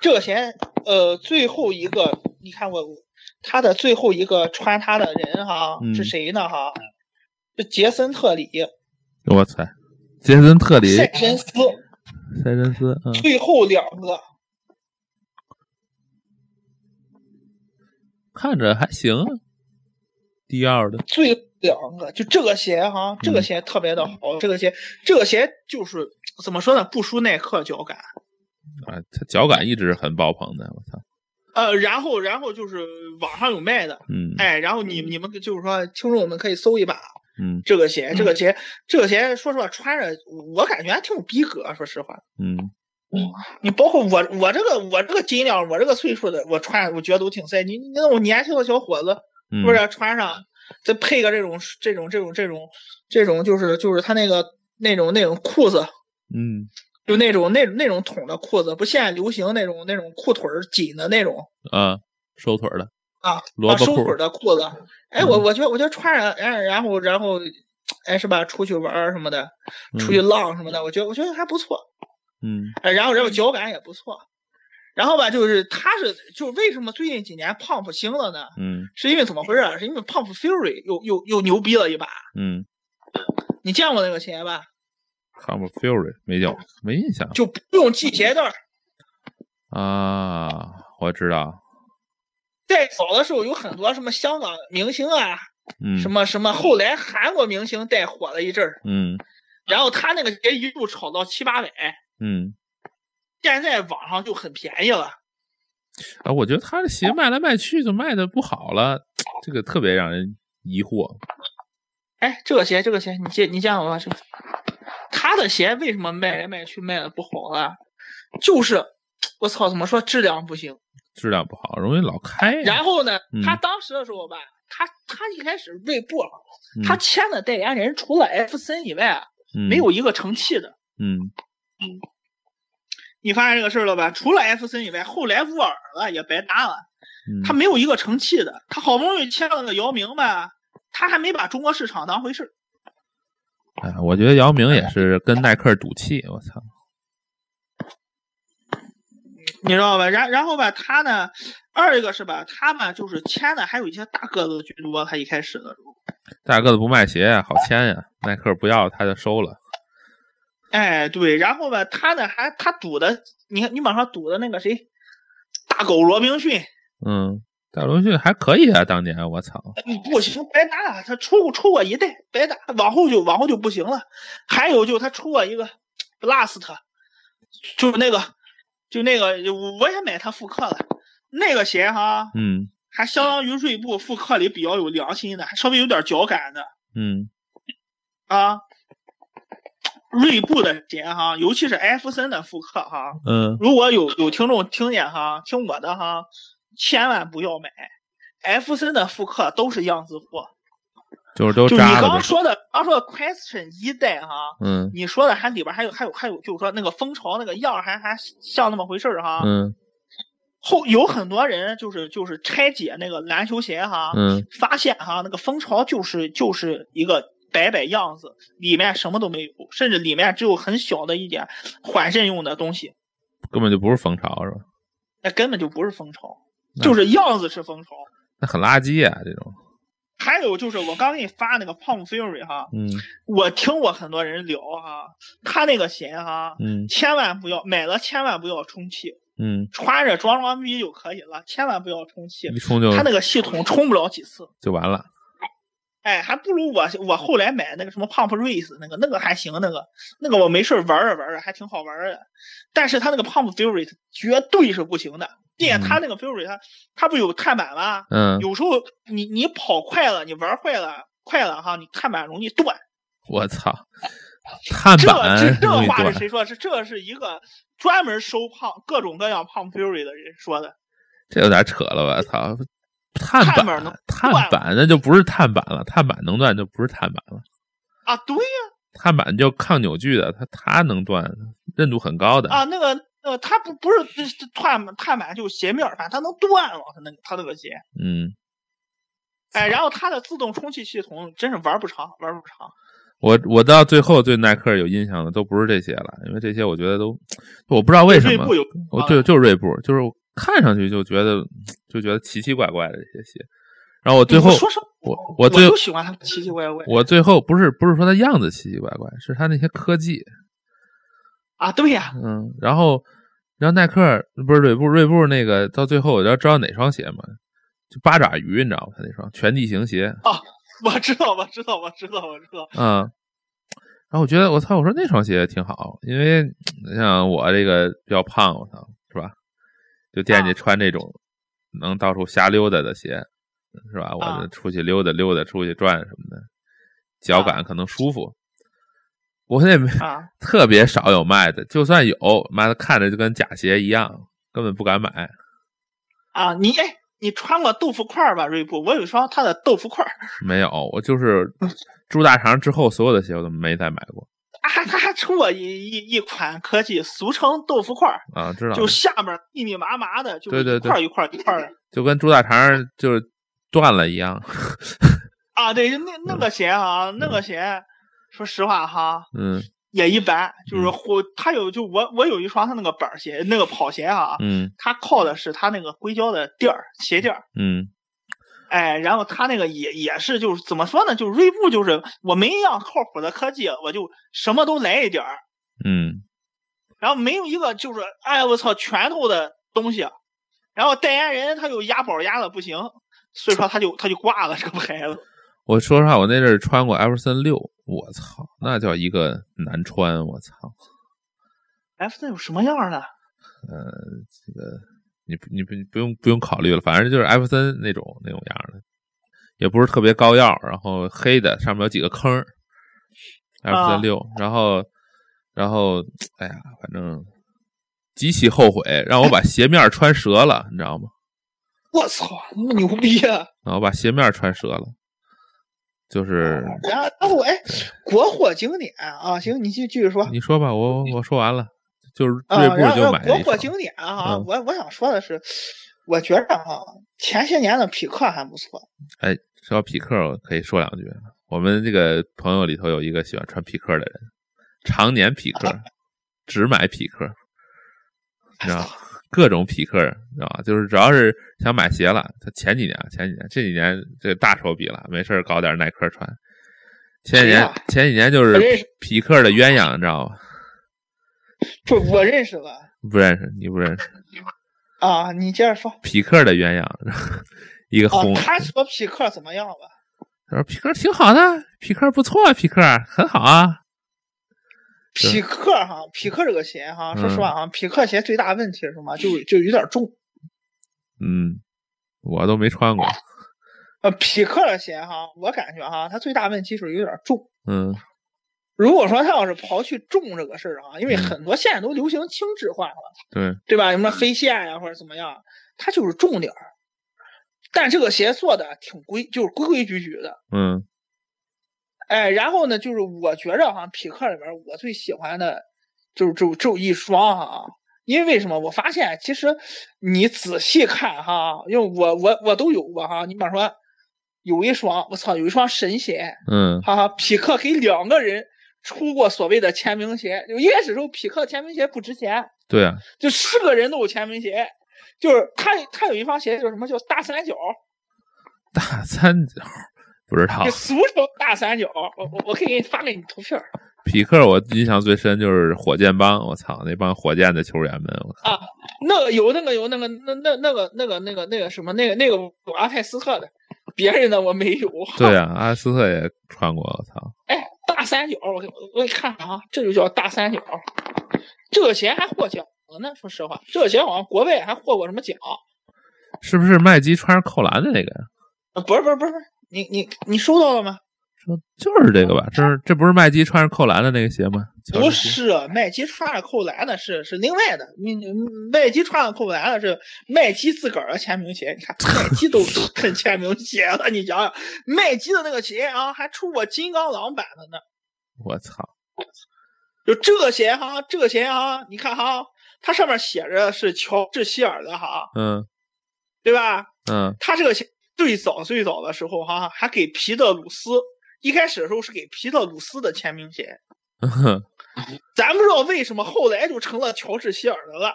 这个鞋呃，最后一个，你看我我他的最后一个穿他的人哈、
嗯
是谁呢哈、是杰森特里、
我操，杰森特里、
塞申斯，
塞申斯，嗯，
最后两个
看着还行，迪奥的，
最后两个，就这个鞋哈、这个鞋特别的好，这个鞋这个鞋就是怎么说呢，不输耐克脚感。
啊，他脚感一直很爆棚的，我操，
呃，然后，然后就是网上有卖的，
嗯
哎，然后你你们就是说听众们可以搜一把，
嗯
这个鞋，这个鞋，这个鞋，说实话，穿着我感觉还挺有逼格。说实话，
嗯，
你包括我，我这个我这个斤两，我这个岁数的，我穿着我觉得都挺帅。你你那种年轻的小伙子，
嗯
是不是穿上，再配个这种这种这种这种这种，就是就是他那个那种那种裤子，
嗯
就那种那种那种筒的裤子，不现在流行那种那种裤腿儿紧的那种
啊，收腿儿的，
啊，
萝
啊
卜
收
裤嗯
腿儿的裤子。哎，我我觉得我觉得穿上，哎，然后然后，哎是吧？出去玩儿什么的。
嗯
出去浪什么的，我觉得我觉得还不错。
嗯，
呃然后然后脚感也不错，然后吧，就是他是就是为什么最近几年 Pump 兴了呢？
嗯
是因为怎么回事啊？是因为 Pump Fury 又又又牛逼了一把。
嗯嗯
你见过那个鞋吧？
，Come Fury 没有，没印象
就不用系鞋带儿。
啊，我知道，
再早的时候有很多什么香港明星啊，
嗯，
什么什么，后来韩国明星带火了一阵儿，
嗯
然后他那个鞋一度炒到七八百，
嗯，
现在网上就很便宜了。
啊，我觉得他的鞋卖来卖去就卖的不好了，这个特别让人疑惑，
哎，这个鞋，这个鞋，你见你见过吗？这个他的鞋为什么卖来卖去卖的不好啊？就是我操，怎么说质量不行。
质量不好，容易老开呀。
然后呢
嗯，
他当时的时候吧，他他一开始锐步啊，
嗯
他签的代言人除了艾弗森以外啊，
嗯
没有一个成器的。
嗯
你发现这个事儿了吧？除了艾弗森以外，后来沃尔了也白搭了，
嗯
他没有一个成器的。他好不容易签了个姚明吧，他还没把中国市场当回事儿。
哎，我觉得姚明也是跟耐克赌气，我操，
你知道吧？然然后吧，他呢，二一个是吧，他嘛就是签的还有一些大个子居多，他一开始的时候，
大个子不卖鞋啊呀，好签呀，耐克不要他就收了。
哎，对，然后吧，他呢还他赌的，你看你网上赌的那个谁，大狗罗宾逊，
嗯，大龙逊还可以啊，当年我操，
嗯不行，白搭了，他出出过一代，白搭，往后就往后就不行了。还有就他出过一个 Blast，就是那个，就那个，我也买他复刻了，那个鞋哈，
嗯
还相当于锐步复刻里比较有良心的，还稍微有点脚感的。
嗯
啊，锐步的鞋哈，尤其是艾弗森的复刻哈。
嗯
如果有有听众听见哈，听我的哈，千万不要买。艾弗森的复刻都是样子货，
就是都
就你
扎了
刚
呗。
说的，刚说的 Question 一代哈，
嗯
你说的还里边还有还有还有，就是说那个蜂巢那个样儿还还像那么回事儿哈。
嗯
后有很多人就是就是拆解那个篮球鞋哈，
嗯
发现哈、那个蜂巢就是就是一个摆摆样子，里面什么都没有，甚至里面只有很小的一点缓震用的东西，
根本就不是蜂巢是吧？
那根本就不是蜂巢，
那
就是样子是蜂巢。
那很垃圾呀，这种。
还有就是我刚给你发那个 Palm Fury 哈，
嗯
我听过很多人聊哈，他那个鞋哈，
嗯
千万不要买了，千万不要充气，
嗯，
穿着装装逼就可以了，千万不要充气。
一冲就
他那个系统充不了几次，
就完了。
哎，还不如我我后来买那个什么 Pump Race 那个那个还行，那个那个我没事儿啊玩儿着玩儿着还挺好玩儿的，但是它那个 Pump Fury 绝对是不行的，并且它那个 Fury 它它不有碳板吗？
嗯，
有时候你你跑快了，你玩儿坏了快了哈，你碳板容易断。
我操，碳
这这
板
这
容易
话
断
是。谁说？是这是一个专门收胖各种各样 Pump Fury 的人说的。
这有点扯了吧？操，碳
碳板
板
能
碳板那就不是碳板了，碳板能断就不是碳板了，
啊，对呀、
碳板就抗扭矩的，它它能断，韧度很高的。
啊，那个呃，它不不是这这碳碳板就是鞋面儿，反正它能断了，它那个它那个鞋。
嗯，
哎，然后它的自动充气系统真是玩不长，玩不长。
我我到最后对耐克有印象的都不是这些了，因为这些我觉得都我不知道为什
锐
么
步，有
我
啊
对就是锐步，就是我看上去就觉得就觉得奇奇怪怪的这些鞋。然后我最后
你说实话
我
我
最
就喜欢它奇奇怪怪
我最后不是不是说它样子奇奇怪怪，是它那些科技，
啊，对呀、
嗯，然后，然后耐克儿不是锐步，锐步那个到最后，我要知道哪双鞋吗？就八爪鱼，你知道吗？他那双全地形鞋，
我知道，我知道，我知道，我知道。
嗯，然后我觉得我操，我说那双鞋挺好，因为你像我这个比较胖，我操，是吧？就惦记
啊
穿这种能到处瞎溜达的鞋，是吧？我
啊
就出去溜达溜达，出去转什么的，脚感可能舒服。我也没
啊
特别少有卖的，就算有，妈的看着就跟假鞋一样，根本不敢买。
啊，你哎，你穿过豆腐块儿吧，锐步？我有一双它的豆腐块儿
没有，我就是猪大肠之后所有的鞋我都没再买过
啊，它还出过一一一款科技，俗称豆腐块儿，
啊，知道
就下面密密麻麻的，就
对对
一
对
块儿一块儿一块儿的。
就跟猪大肠就是断了一样，
啊，对，那那个鞋啊，那个鞋，说实话哈，
嗯
也一般，就是
嗯
我它有就我我有一双它那个板儿鞋，那个跑鞋啊，
嗯
它靠的是它那个硅胶的垫儿鞋垫儿，
嗯
哎，然后它那个也也是就是怎么说呢，就是锐步就是我没一样靠谱的科技，我就什么都来一点儿，
嗯，
然后没有一个就是哎我操拳头的东西，然后代言人他又押宝押的不行，所以说他就他就挂了这个牌子。
我说实话，我那阵儿穿过艾弗森六，我操，那叫一个难穿，我操，
F 森有什么样儿的？
呃，这个你不你不你不用不用考虑了，反正就是艾弗森那种那种样儿的，也不是特别高药，然后黑的上面有几个坑儿，F 三六，然后然后哎呀，反正极其后悔，让我把鞋面穿折了，你知道吗？
我操，那么牛逼啊！
然后把鞋面穿折了，就是
然后，然后哎，国货经典啊，行，你继继续说。
你说吧，我我说完了，就是锐
啊，
步
然
就
后
买
国
了一
货
双。
经典啊，
嗯
我我想说的是，我觉着啊，前些年的匹克还不错，
哎，说到匹克，我可以说两句。我们这个朋友里头有一个喜欢穿匹克的人，常年匹 克，只买匹克，你
哎
知道，各种匹克，你知道吧？就是只要是想买鞋了，他前几年啊，前几年这几年这个大手笔了，没事儿搞点耐克穿。前几
哎
年
呀
前几年就是
我认识
匹克的鸳鸯，你知道吧？
不，我认识了
不认识，你不认识
啊，你接着说
匹克的鸳鸯，一个
啊
红，，
他说匹克怎么样吧？
他说匹克挺好的，匹克不错，匹克很好啊。是
匹克哈，匹克这个鞋哈，说
嗯
实话哈，匹克鞋最大问题是什么？就就有点重。
嗯，我都没穿过。
呃，匹克的鞋哈，我感觉哈，它最大问题是有点重。
嗯
如果说他要是刨去重这个事儿啊，因为
嗯
很多现在都流行轻质化了，，
对，
对吧？什么黑线呀、或者怎么样，它就是重点儿。但这个鞋做的挺规，就是规规矩矩的。
嗯
哎，然后呢，就是我觉着哈，匹克里边儿我最喜欢的，就是就就一双哈。啊因为什么？我发现其实你仔细看哈，啊因为我我我都有过哈。你比方说，有一双我操，有一双神鞋，
嗯
哈哈，匹克给两个人出过所谓的签名鞋。就一开始时候，匹克签名鞋不值钱，
对啊，
就四个人都有签名鞋。就是他他有一双鞋，就是什么叫大三角，
大三角不知 道
就。俗称大三角。我我我可以给你发给你图片儿
匹克我印象最深就是火箭帮，我操，那帮火箭的球员们，
哦
我靠，
那个有那个有那个那那那个那个那个那个什么那个那个有阿泰斯特的，别人的我没有。
对啊，阿斯特也穿过，我操，
哎，大三角，我给我我给你看看啊，这就叫大三角。这个鞋还获奖了呢，说实话，这个鞋好像国外还获过什么奖。
是不是麦基穿上扣篮的那个呀？
呃，不是不是不是，你你你收到了吗？
说就是这个吧，这是这不是麦基穿上扣篮的那个鞋吗？乔治
不是，麦基穿上扣篮的是是另外的，你你麦基穿上扣篮的是麦基自个儿的签名鞋。你看麦基都喷签名鞋了，你想想，麦基的那个鞋啊，还出过金刚狼版的呢。
我操，
就这个鞋哈，这个鞋哈，你看哈，它上面写着是乔治希尔的哈，
嗯
对吧？
嗯
他这个鞋最早最早的时候哈、还给皮特鲁斯，一开始的时候是给皮特鲁斯的签名鞋。
哼，
咱不知道为什么后来就成了乔治希尔的了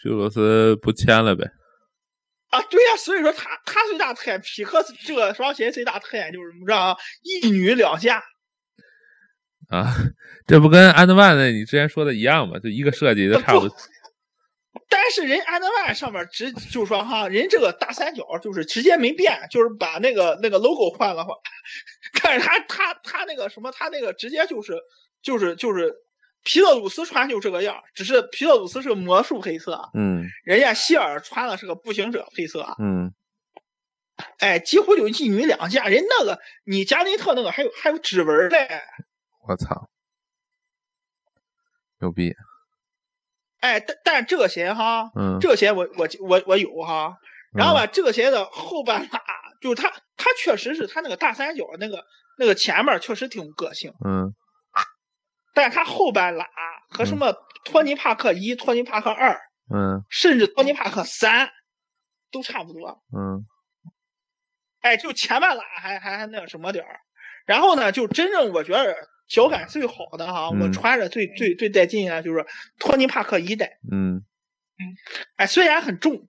皮鲁斯不签了呗？
啊！对呀、所以说他他最大特点，匹克这个双鞋最大特点就是什么着啊？一女两下。
啊，这不跟安德万的你之前说的一样吗？就一个设计
呃
就差不多。
但是人安德万上面直就说哈，人这个大三角就是直接没变，就是把那个那个 logo 换了换， 但是他他他那个什么，他那个直接就是就是就是皮特鲁斯穿就这个样儿，只是皮特鲁斯是个魔术黑色啊，
嗯
人家希尔穿的是个步行者黑色啊，
嗯，
哎，几乎就一女两下。人那个你加内特那个还有还有指纹嘞，
我操，牛逼！
哎，但但是这个鞋哈，
嗯，
这个鞋我我我我有哈。然后吧，这个鞋的后半拉就是它，它确实是它那个大三角那个那个前面确实挺有个性，
嗯
但是它后半拉和什么托尼帕克一、托尼帕克二，
嗯
甚至托尼帕克三都差不多。
嗯
哎，就前半拉还还还那个什么点儿，然后呢，就真正我觉得脚感最好的哈，我
嗯
穿着最最最带劲的就是托尼帕克一代，
嗯
哎，虽然很重，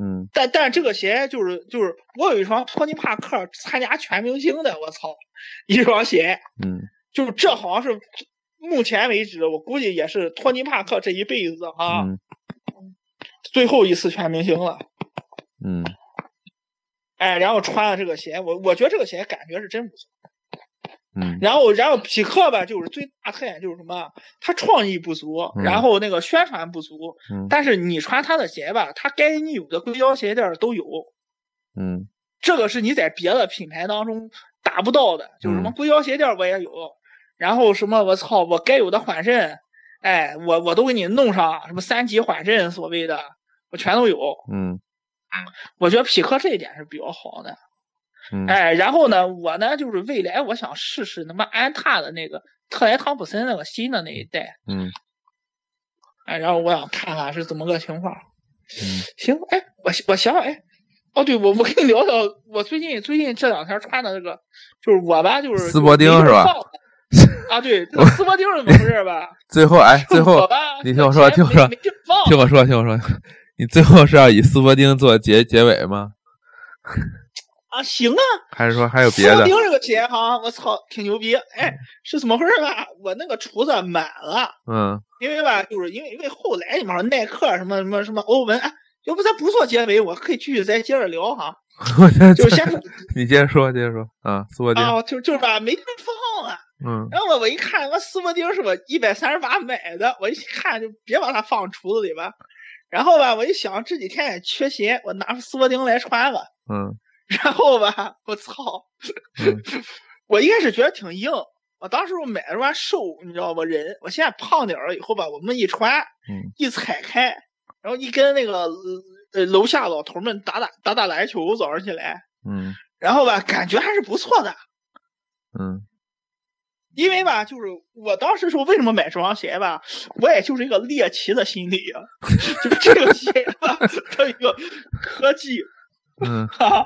嗯，
但但这个鞋就是就是我有一双托尼帕克参加全明星的，我操，一双鞋，
嗯，
就是这好像是目前为止我估计也是托尼帕克这一辈子哈、
嗯
最后一次全明星了。
嗯，
哎，然后穿了这个鞋，我我觉得这个鞋感觉是真不错。
嗯
然后然后匹克吧，就是最大特点就是什么，它创意不足，
嗯
然后那个宣传不足，
嗯
但是你穿它的鞋吧，它该你有的硅胶鞋垫儿都有，
嗯
这个是你在别的品牌当中达不到的，就是什么
嗯
硅胶鞋垫我也有，然后什么我操我该有的缓震，哎，我我都给你弄上，什么三级缓震所谓的，我全都有。
嗯
我觉得匹克这一点是比较好的，
嗯
哎，然后呢，我呢就是未来我想试试他妈安踏的那个特莱汤普森那个新的那一代，
嗯
哎，然后我想看看是怎么个情况。
嗯
行，哎，我我想想，哎，哦，对，我我跟你聊聊，我最近最近这两天穿的这个，就是我吧，就是
斯伯丁
就是
吧
放的？啊，对，这个斯伯丁是怎么回事吧？
最后 哎，最后
我吧，
你听我说
这
听我说
没没地儿放
听我说，听我说，你最后是要以斯伯丁做结结尾吗？
啊，行啊，
还是说还有别
斯伯
的？
丁这个鞋哈，我操，挺牛逼！哎，是怎么回事吧？我那个厨子满了，
嗯
因为吧，就是因为因为后来你们说耐克什么什么什么欧文，哎，要不咱不做结尾，我可以继续再接着 聊哈。
我觉得
就是先说
你接着说，接着说啊，斯伯丁，
啊，就就是吧，没地儿放了。啊
嗯
然后我我一看，我斯伯丁是我一百三十八买的，我一看就别把它放橱子里吧。然后吧，我一想这几天也缺鞋，我拿出斯伯丁来穿吧。
嗯
然后吧，我操，
嗯
我一开始觉得挺硬，我当时我买的时候还瘦，你知道吧？人，我现在胖点儿了以后吧，我们一穿
嗯，
一踩开，然后一跟那个呃楼下老头们打打打打篮球，早上起来，
嗯
然后吧，感觉还是不错的。
嗯
因为吧，就是我当时说为什么买这双鞋吧，我也就是一个猎奇的心理啊， 就是这个鞋吧，它有一个科技
嗯
啊，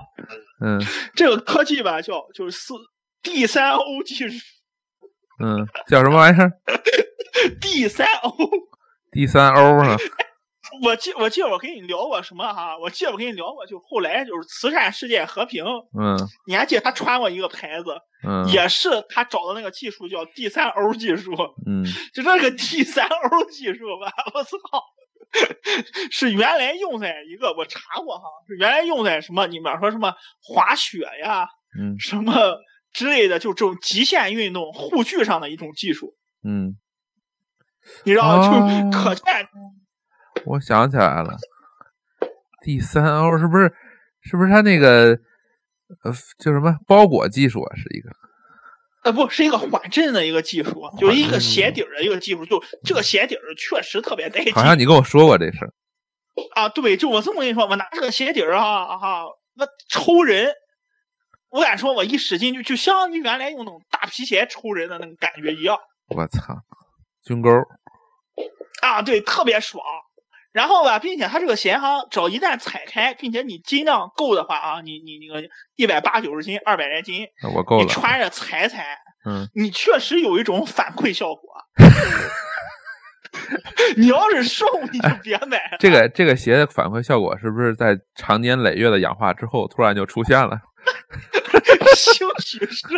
嗯
这个科技吧叫就是四第三欧技术，
嗯，叫什么玩意儿？
第三欧，
第三欧呢？
我记我记得我跟你聊过什么哈，我记得我跟你聊过，就后来就是慈善世界和平，
嗯
你还记得他穿过一个牌子，
嗯
也是他找的那个技术叫第三欧技术，
嗯
就这个 T 三 O 技术吧，我操，是原来用在一个我查过哈，是原来用在什么？你比方说什么滑雪呀，
嗯
什么之类的，就这种极限运动护具上的一种技术，
嗯，
你知道吗？
哦
就可见
我想起来了，第三欧是不是是不是他那个呃叫什么包裹技术啊？是一个
呃，不是一个缓震的一个技术，啊就是一个
震
鞋底儿的一个技术，就这个鞋底儿确实特别带劲
好像你跟我说过这事儿。
啊！对，就我这么跟你说，我拿这个鞋底儿哈哈，那抽人，我敢说，我一使劲就就相当于原来用那种大皮鞋抽人的那种感觉一样
我操，军钩，
啊！对，特别爽。然后吧，并且它这个鞋哈，只要一旦踩开，并且你斤量够的话啊，你你你个一百八九十斤、二百来斤，
那我够
你
了。
穿着踩踩，
嗯，
你确实有一种反馈效 果。 你要是瘦，你就别买了。
这个这个鞋的反馈效果是不是在长年累月的氧化之后，突然就出现了？
兴许是。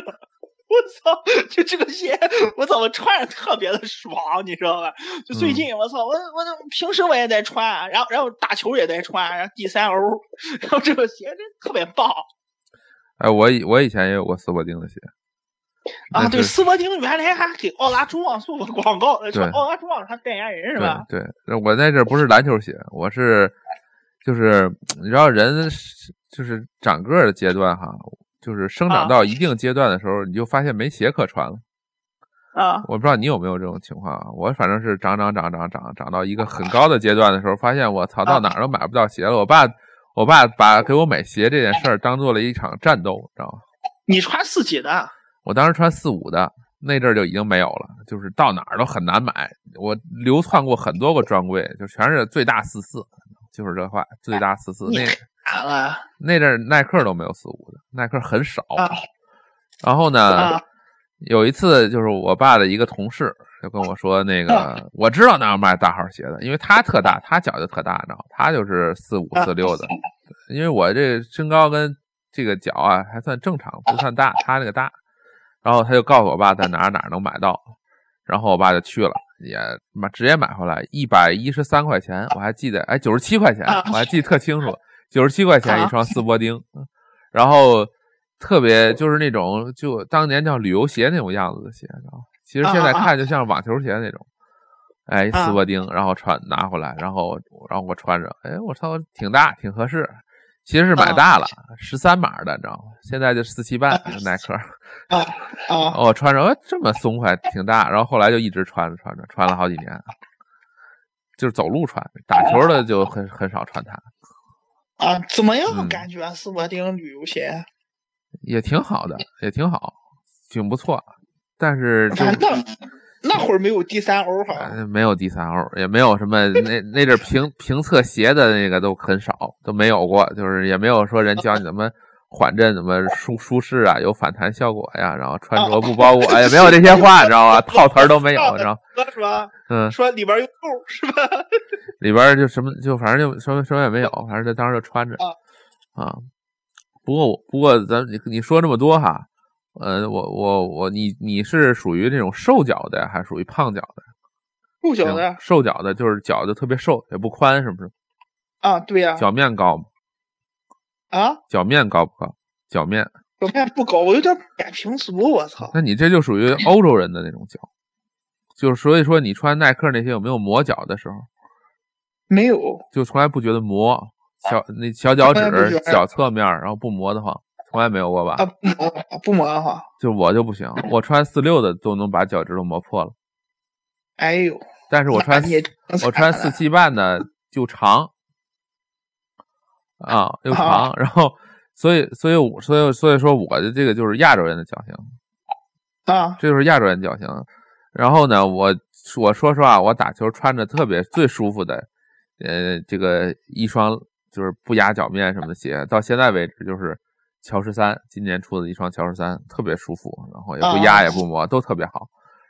我操！就这个鞋，我操，我穿着特别的爽，你知道吧？就
嗯
最近我操，我我平时我也在穿，啊然后然后打球也在穿，啊然后第三欧，然后这个鞋真特别棒
哎，我以我以前也有过斯伯丁的鞋，
啊！
那
对，
是
斯伯丁原来还给奥拉中网做过广告，是
对
奥拉中网他代言人是吧？
对对，那我在这不是篮球鞋，我是就是你知道人是就是长个儿的阶段哈，就是生长
啊
到一定阶段的时候，你就发现没鞋可穿了。
啊，
我不知道你有没有这种情况啊？我反正是长长长长长长到一个很高的阶段的时候，发现我
啊
操到哪儿都买不到鞋了。我爸我爸把给我买鞋这件事儿当做了一场战斗，你知道吗？
你穿四几的？
我当时穿四五的那阵儿就已经没有了，就是到哪儿都很难买。我流窜过很多个专柜，就全是最大四四，就是这话，最大四四。
你
那
啊了
那阵儿耐克都没有四五的，耐克很少。
啊
然后呢
啊，
有一次就是我爸的一个同事就跟我说，那
啊
个我知道哪有卖大号鞋的，因为他特大，他脚就特大，你知道吗，他就是四五
啊
四六的，因为我这身高跟这个脚啊还算正常，不算大，他那个大。然后他就告诉我爸在哪儿哪儿能买到，然后我爸就去了，也买直接买回来，一百一十三块钱，我还记得，哎，九十七块钱，
啊
我还记得特清楚，九十七块钱一
啊
双斯伯丁，然后特别就是那种就当年叫旅游鞋那种样子的鞋，然后其实现在
啊啊啊
看就像网球鞋那种。哎，一
啊
斯伯丁，然后穿拿回来，然后然后我穿着，哎，我操，挺大，挺合适，其实是
啊
买大了，十三码的，你知道吗？现在就四七半，耐克。
啊啊，
我穿着，哎，这么松快，挺大。然后后来就一直穿着穿着，穿了好几年，就是走路穿，打球的就很很少穿它，
啊，怎么
嗯
样？感觉啊斯伯丁旅游鞋？
也挺好的，也挺好，挺不错。但是就
啊那那会儿没有第三欧哈，
呃没有第三欧，也没有什么那那阵儿评评测鞋的那个都很少，都没有过，就是也没有说人教你怎么缓震，怎么舒舒适啊，有反弹效果呀，然后穿着不包裹，哎，也没有这些话，你知道吧？套词儿都 没有，你知道？
说是吧？
嗯，
说里边有扣是吧？
里边儿就什么就反正就什么什么也没有，反正就当时就穿着
啊
啊。不过我不过咱你你说这么多哈，呃，我我我你你是属于这种瘦脚的呀还是属于胖脚的？
不晓
这种
得
瘦脚的就是脚就特别瘦，也不宽，是不是？
啊，对呀，
脚面高吗？
啊，
脚面高不高？脚面，
我看不高，我有点不敢平足，我操！
那你这就属于欧洲人的那种脚，就是所以说你穿耐克那些有没有磨脚的时候，
没有，
就从来不觉得磨小那小脚
从来不
趾
觉、得
脚侧面，然后不磨得慌，从来没有过吧？
啊，不磨不磨哈，
就我就不行，我穿四六的都能把脚趾头磨破了，
哎呦，
但是我穿
那 你也
我穿四七半的就长，啊，又长，然后所以所以我所以所以说我的这个就是亚洲人的脚型，
啊，
这就是亚洲人脚型。然后呢，我我说实话，我打球穿着特别最舒服的，呃，这个一双就是不压脚面什么的鞋，到现在为止就是乔十三，今年出的一双乔十三，特别舒服，然后也不压
啊
也不磨，都特别好。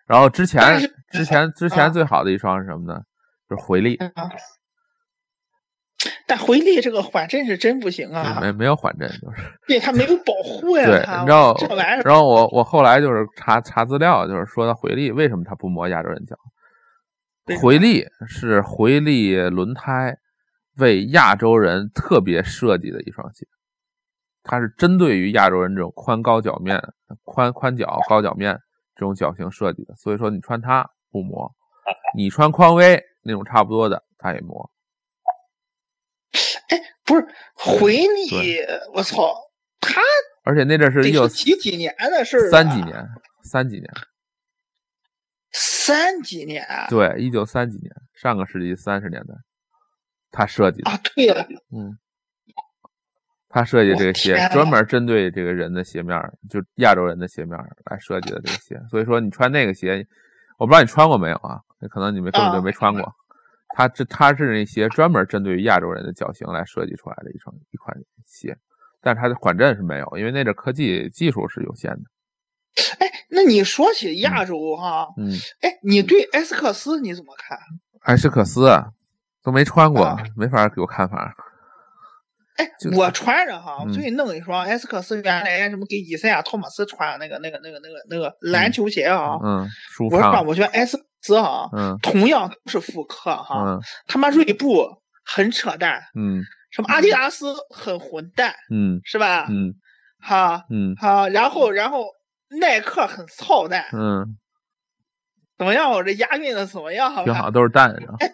然后之前
但是
之前之前
啊
最好的一双是什么呢？就是回力，
啊但回力这个缓震是真不行
就是
啊，
嗯没没有缓震，就是。
对他没有保护呀，
对，
他
你知道
这玩意，儿
然后我我后来就是查查资料，就是说他回力为什么他不磨亚洲人脚？
为什么
回力是回力轮胎为亚洲人特别设计的一双鞋，它是针对于亚洲人这种宽高脚面、宽宽脚高脚面这种脚型设计的，所以说你穿它不磨，你穿匡威那种差不多的它也磨。
不是回力
对，
我操，他
而且那阵儿是
得
一九
是几几年的事儿啊，
三几年，三几年，
三几年啊，
对，一九三几年，上个世纪三十年代，他设计的，
啊对了，
嗯，他设计这个鞋
我天，啊
专门针对这个人的鞋面儿，就亚洲人的鞋面儿来设计的这个鞋。所以说，你穿那个鞋，我不知道你穿过没有啊？可能你们根本就
啊
没穿过。他这他是那鞋专门针对于亚洲人的脚型来设计出来的一双一款鞋，但是它的缓震是没有，因为那阵儿科技技术是有限的。
哎，那你说起亚洲哈，
嗯，
哎，你对埃斯克斯你怎么看？
艾斯克斯啊都没穿过，
啊
没法给我看法。
哎
就，
我穿着哈，
嗯
我最近弄一双埃斯克斯原来什么给以赛亚·托马斯穿的那个、那个、那个、那个、那个篮球鞋啊。
嗯，舒
我说
畅。
我觉得埃斯克斯哈，
嗯
同样都是复刻哈，
嗯
他妈锐步很扯淡，
嗯
什么阿迪达斯很混蛋，
嗯
是吧？
嗯
哈
嗯
哈，然后然后耐克很操蛋，
嗯，
怎么样？我这押韵的怎么样？
挺好，都是蛋。然后
哎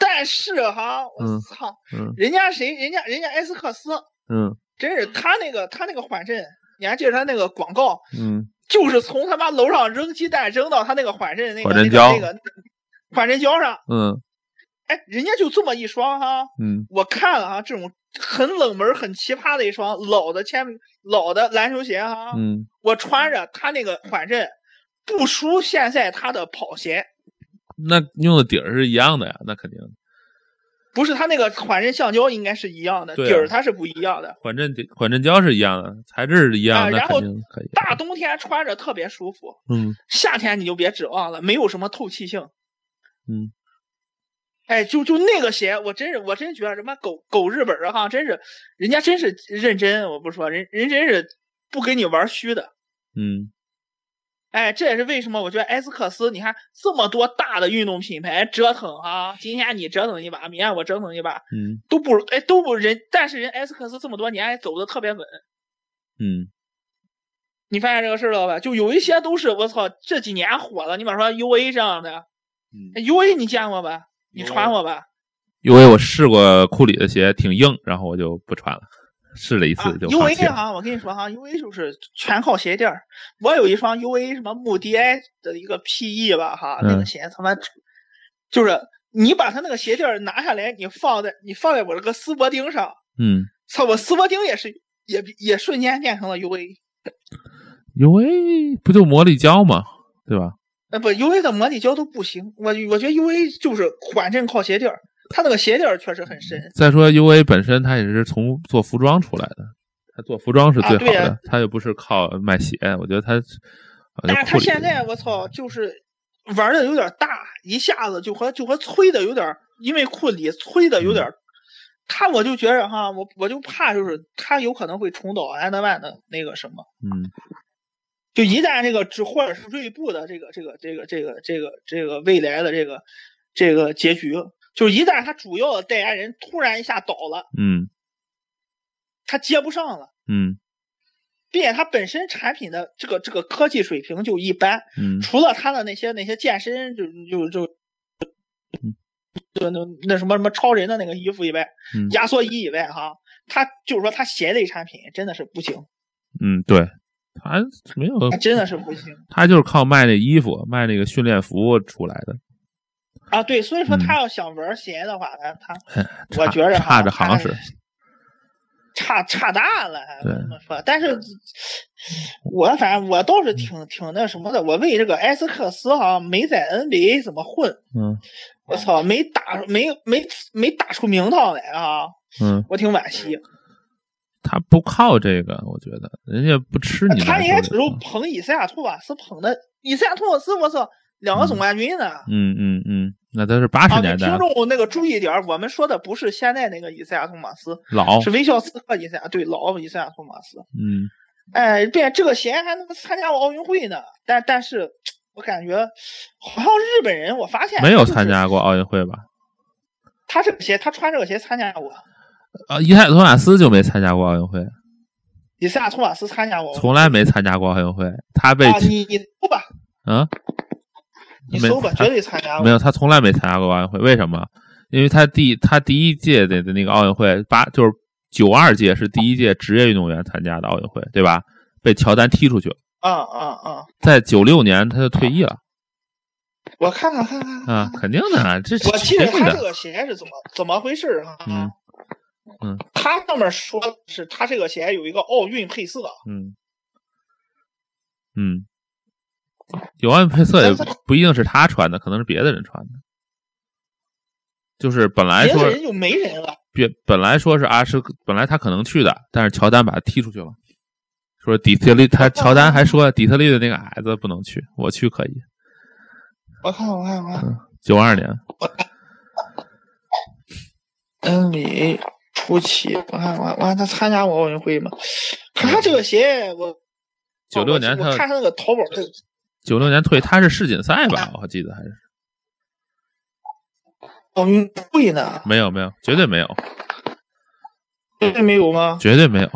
但是哈，
嗯
我操，
嗯
人家谁？人家人家埃斯克斯。
嗯
真是他那个他那个缓震，你还记得他那个广告，
嗯，
就是从他妈楼上扔鸡蛋扔到他那个缓震那个
缓震
那个
胶
那个缓震胶上，
嗯
哎，人家就这么一双哈，
嗯
我看了哈，这种很冷门很奇葩的一双老的铅老的篮球鞋哈，
嗯，
我穿着他那个缓震。不输现在他的跑鞋，
那用的底儿是一样的呀，那肯定
不是他那个缓震橡胶应该是一样的，
对啊
底儿它是不一样的。
缓震底缓震胶是一样的，材质是一样，
啊
那
然
肯
后
定可以。
大冬天穿着特别舒服，
嗯，
夏天你就别指望了，没有什么透气性。
嗯，
哎，就就那个鞋，我真是我真觉得什么狗狗日本儿哈，真是人家真是认真，我不说人人真是不跟你玩虚的。
嗯，
哎，这也是为什么我觉得埃斯克斯，你看这么多大的运动品牌折腾哈、今天你折腾一把，明天我折腾一把，
嗯
都不哎都不人，但是人埃斯克斯这么多年还走的特别稳，
嗯
你发现这个事儿了吧？就有一些都是我操这几年火了，你比方说 U A 这样的，
嗯。
U A 你见过吧？你
UA
穿过吧？
因为我试过库里的鞋挺硬，然后我就不穿了。
试了一次
啊
就放弃
UA
了。
哈，我跟你说哈，UA 就是全靠鞋垫儿。我有一双 UA 什么穆迪埃的一个 PE 吧哈，那
嗯
个鞋他妈就是你把它那个鞋垫儿拿下来，你放在你放在我这个丝铂钉上，
嗯
操，我丝铂钉也是也也瞬间变成了 UA。
，UA 不就魔力胶吗？对吧？
呃，不，UA 的模拟胶都不行，我我觉得 UA 就是缓震靠鞋垫儿，它那个鞋垫儿确实很深。
再说 UA 本身它也是从做服装出来的，它做服装是最
啊
好
对呀
的，它又不是靠卖鞋。我觉得它，呃好像
但是它
库里
现在我操，就是玩的有点大，一下子就和就和催的有点儿，因为库里催的
嗯
有点儿，他我就觉着哈，我我就怕就是他有可能会重蹈安德曼的那个什么，
嗯
就一旦这个只或者是锐步的这个这个这个这个这个这个未来的这个这个结局，就是一旦他主要的代言人突然一下倒了，
嗯
他接不上了。
嗯
并且它本身产品的这个这个科技水平就一般，
嗯
除了它的那些那些健身就就就就那那什么什么超人的那个衣服以外，
嗯
压缩衣以外哈，它就是说它鞋类产品真的是不行，
嗯，对，它没有
它，真的是不行
它就是靠卖那衣服、卖那个训练服出来的，
啊。对，所以说
嗯
他要想玩鞋的话，他他
差
我觉着
差
哈
着行
它
使。
差差大了，还
对
这么说。但是，我反正我倒是
嗯
挺挺那什么的。我为这个埃斯克斯好像没在 NBA 怎么混，
嗯
我操，没打没没没打出名堂来啊！
嗯，
我挺惋惜。
它不靠这个，我觉得人家不吃你。
他应该只是
啊嗯
捧以赛亚托瓦斯捧的，以赛亚托瓦斯，我操，两个总冠军呢。
嗯嗯嗯，那都是八
啊，
十
你
年代
听众那个注意点儿，我们说的不是现在那个以赛亚托马斯，
老，
是维肖斯克以赛亚，对，老以赛亚托马斯。
嗯
哎，对，这个鞋还能参加奥运会呢，但但是我感觉好像日本人，我发现
没有
哎就是
参加过奥运会吧？
他这个鞋，他穿这个鞋参加过，
啊，伊泰托马斯就没参加过奥运会，
以赛亚托马斯参加过，
从来没参加过奥运会，他被
啊，你你搜吧，
啊，
你
没
搜吧，
他
绝对参加过
没。有，他从来没参加过奥运会，为什么？因为他第他第一届的的那个奥运会八就是九二届是第一届职业运动员参加的奥运会，对吧？被乔丹踢出去了，
啊啊啊！
在九六年他就退役了
我看看看看，
啊，肯定的，这是
我记得
绝对
他这
的，
个鞋是怎么怎么回事啊？
嗯嗯，
他上面说的是他这个鞋有一个奥运配色，
嗯嗯，有奥运配色也
但是
不一定是他穿的，可能是别的人穿的，就是本来
别
说
的人就没人了。
别本来说是阿什，本来他可能去的，但是乔丹把他踢出去了。说底特律，
哦
他乔丹还说底特律的那个矮子不能去，我去可以。
我看我看我看
九二年，
，NBA 初期，我看我我看他参加过奥运会吗？可他这个鞋我。
96年
我
他
看他那个淘宝这
九六年退，他是世锦赛吧？我记得还是
奥运会呢，
没有没有，绝对没有，
绝对没有吗？
绝对没有。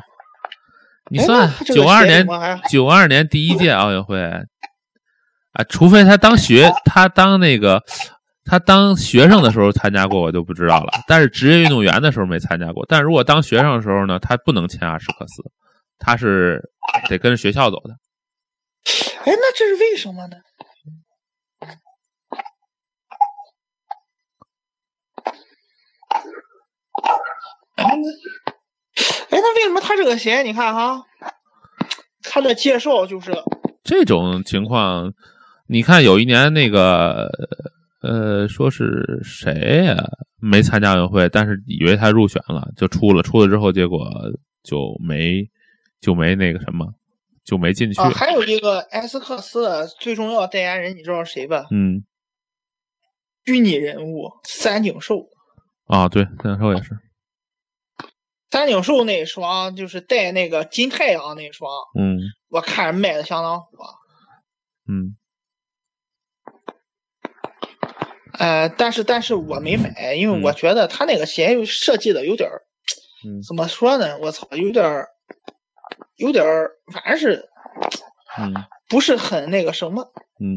你
哎
算
那这个
九二
鞋
年
怎么还
九二年第一届奥运会啊，除非他当学他当那个他当学生的时候参加过，我就不知道了。但是职业运动员的时候没参加过。但如果当学生的时候呢，他不能签阿什克斯，他是得跟着学校走的。
哎，那这是为什么呢？哎，那哎，那为什么他这个鞋？你看哈，他的介绍就是
这种情况，你看有一年那个呃，说是谁呀、没参加奥运会，但是以为他入选了，就出了，出了之后结果就没就没那个什么，就没进去。
啊，还有一个埃斯克斯的最重要代言人，你知道是谁吧？
嗯，
虚拟人物三井寿，
啊，对，那时候也是，
三井寿那双就是带那个金太阳那双，
嗯
我看着卖的相当火。
嗯
呃，但是但是我没买，因为我
嗯
觉得他那个鞋有设计的有点儿，
嗯
怎么说呢？我操，有点儿，有点儿，反正是
嗯
不是很那个什么，
嗯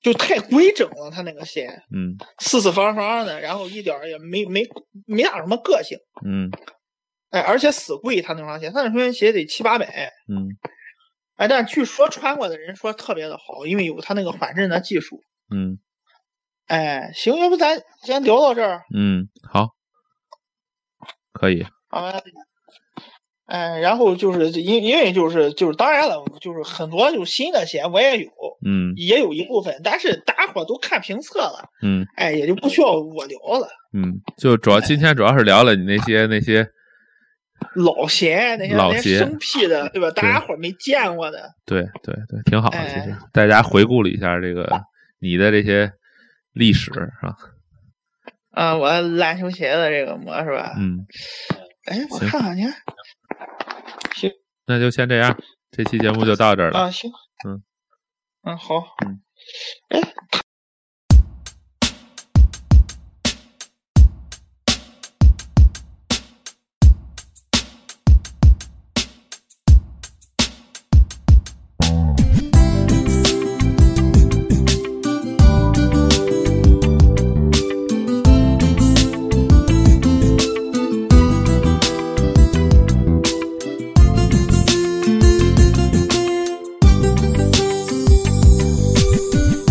就太规整了。他那个鞋
嗯
四四方方的，然后一点儿也没没没啥什么个性。
嗯
哎，而且死贵，他那双鞋，他那双鞋得七八百。
嗯
哎，但据说穿过的人说特别的好，因为有他那个缓震的技术。
嗯
哎，行，要不咱先聊到这儿
嗯，好，可以，
啊。哎，然后就是因因为就是就是当然了，就是很多就是新的鞋我也有，
嗯
也有一部分，但是大家伙都看评测了，
嗯
哎，也就不需要我聊了。
嗯，就主要今天主要是聊了你那些那些，
老鞋那些
老
那
鞋
些生僻的， 对吧？大家伙儿没见过的，
对对对，挺好的。其实
哎
大家回顾了一下这个你的这些历史，是吧？
啊，我篮球鞋的这个膜是吧？
嗯，
哎、我
行
看看你看
那就先这样，这期节目就到这儿了。
啊，行，
嗯，
嗯，好，
嗯，
哎，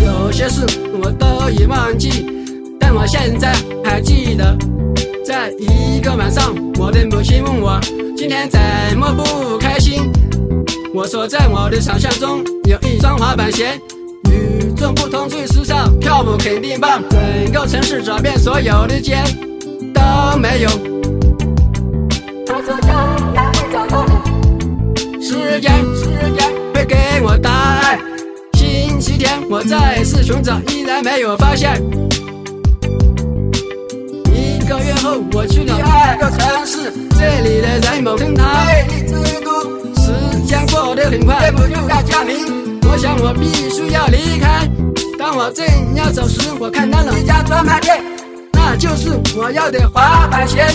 有些事我都已忘记，但我现在还记得。在一个晚上，我的母亲问我今天怎么不开心。我说在我的想象中有一双滑板鞋，与众不同，最时尚，跳舞肯定棒。整个城市找遍所有的街都没有，
走走走，哪会找到你？
时间时间会给我答案。星期天我再次寻找，依然没有发现。一个月后，我去了第二个城市，这里的人们称它魅力之都。时间过得很快，不住在家里。我想我必须要离开。当我正要走时，我看到了一家专卖店，那就是我要的滑板鞋。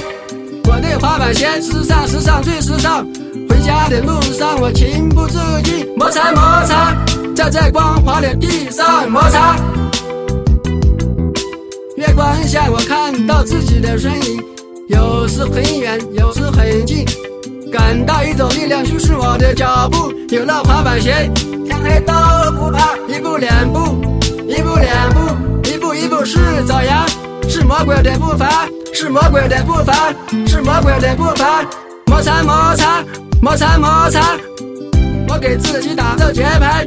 我的滑板鞋时尚，时尚最时尚。回家的路上，我情不自禁摩擦摩擦，站在光滑的地上摩擦。月光下，我看到自己的身影，有时很远，有时很近，感到一种力量驱使我的脚步。有了滑板鞋，天黑都不怕，一步两步，一步两步，一步一步是爪牙，是魔鬼的步伐，是魔鬼的步伐，是魔鬼的步伐，摩擦摩擦，摩擦摩擦，我给自己打造节拍，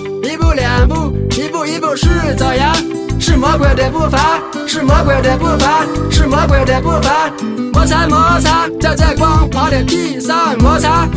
一步两步，一步一步是爪牙，是魔鬼的步伐，是魔鬼的步伐，是魔鬼的步伐，摩擦摩擦，站在光滑的地上摩擦。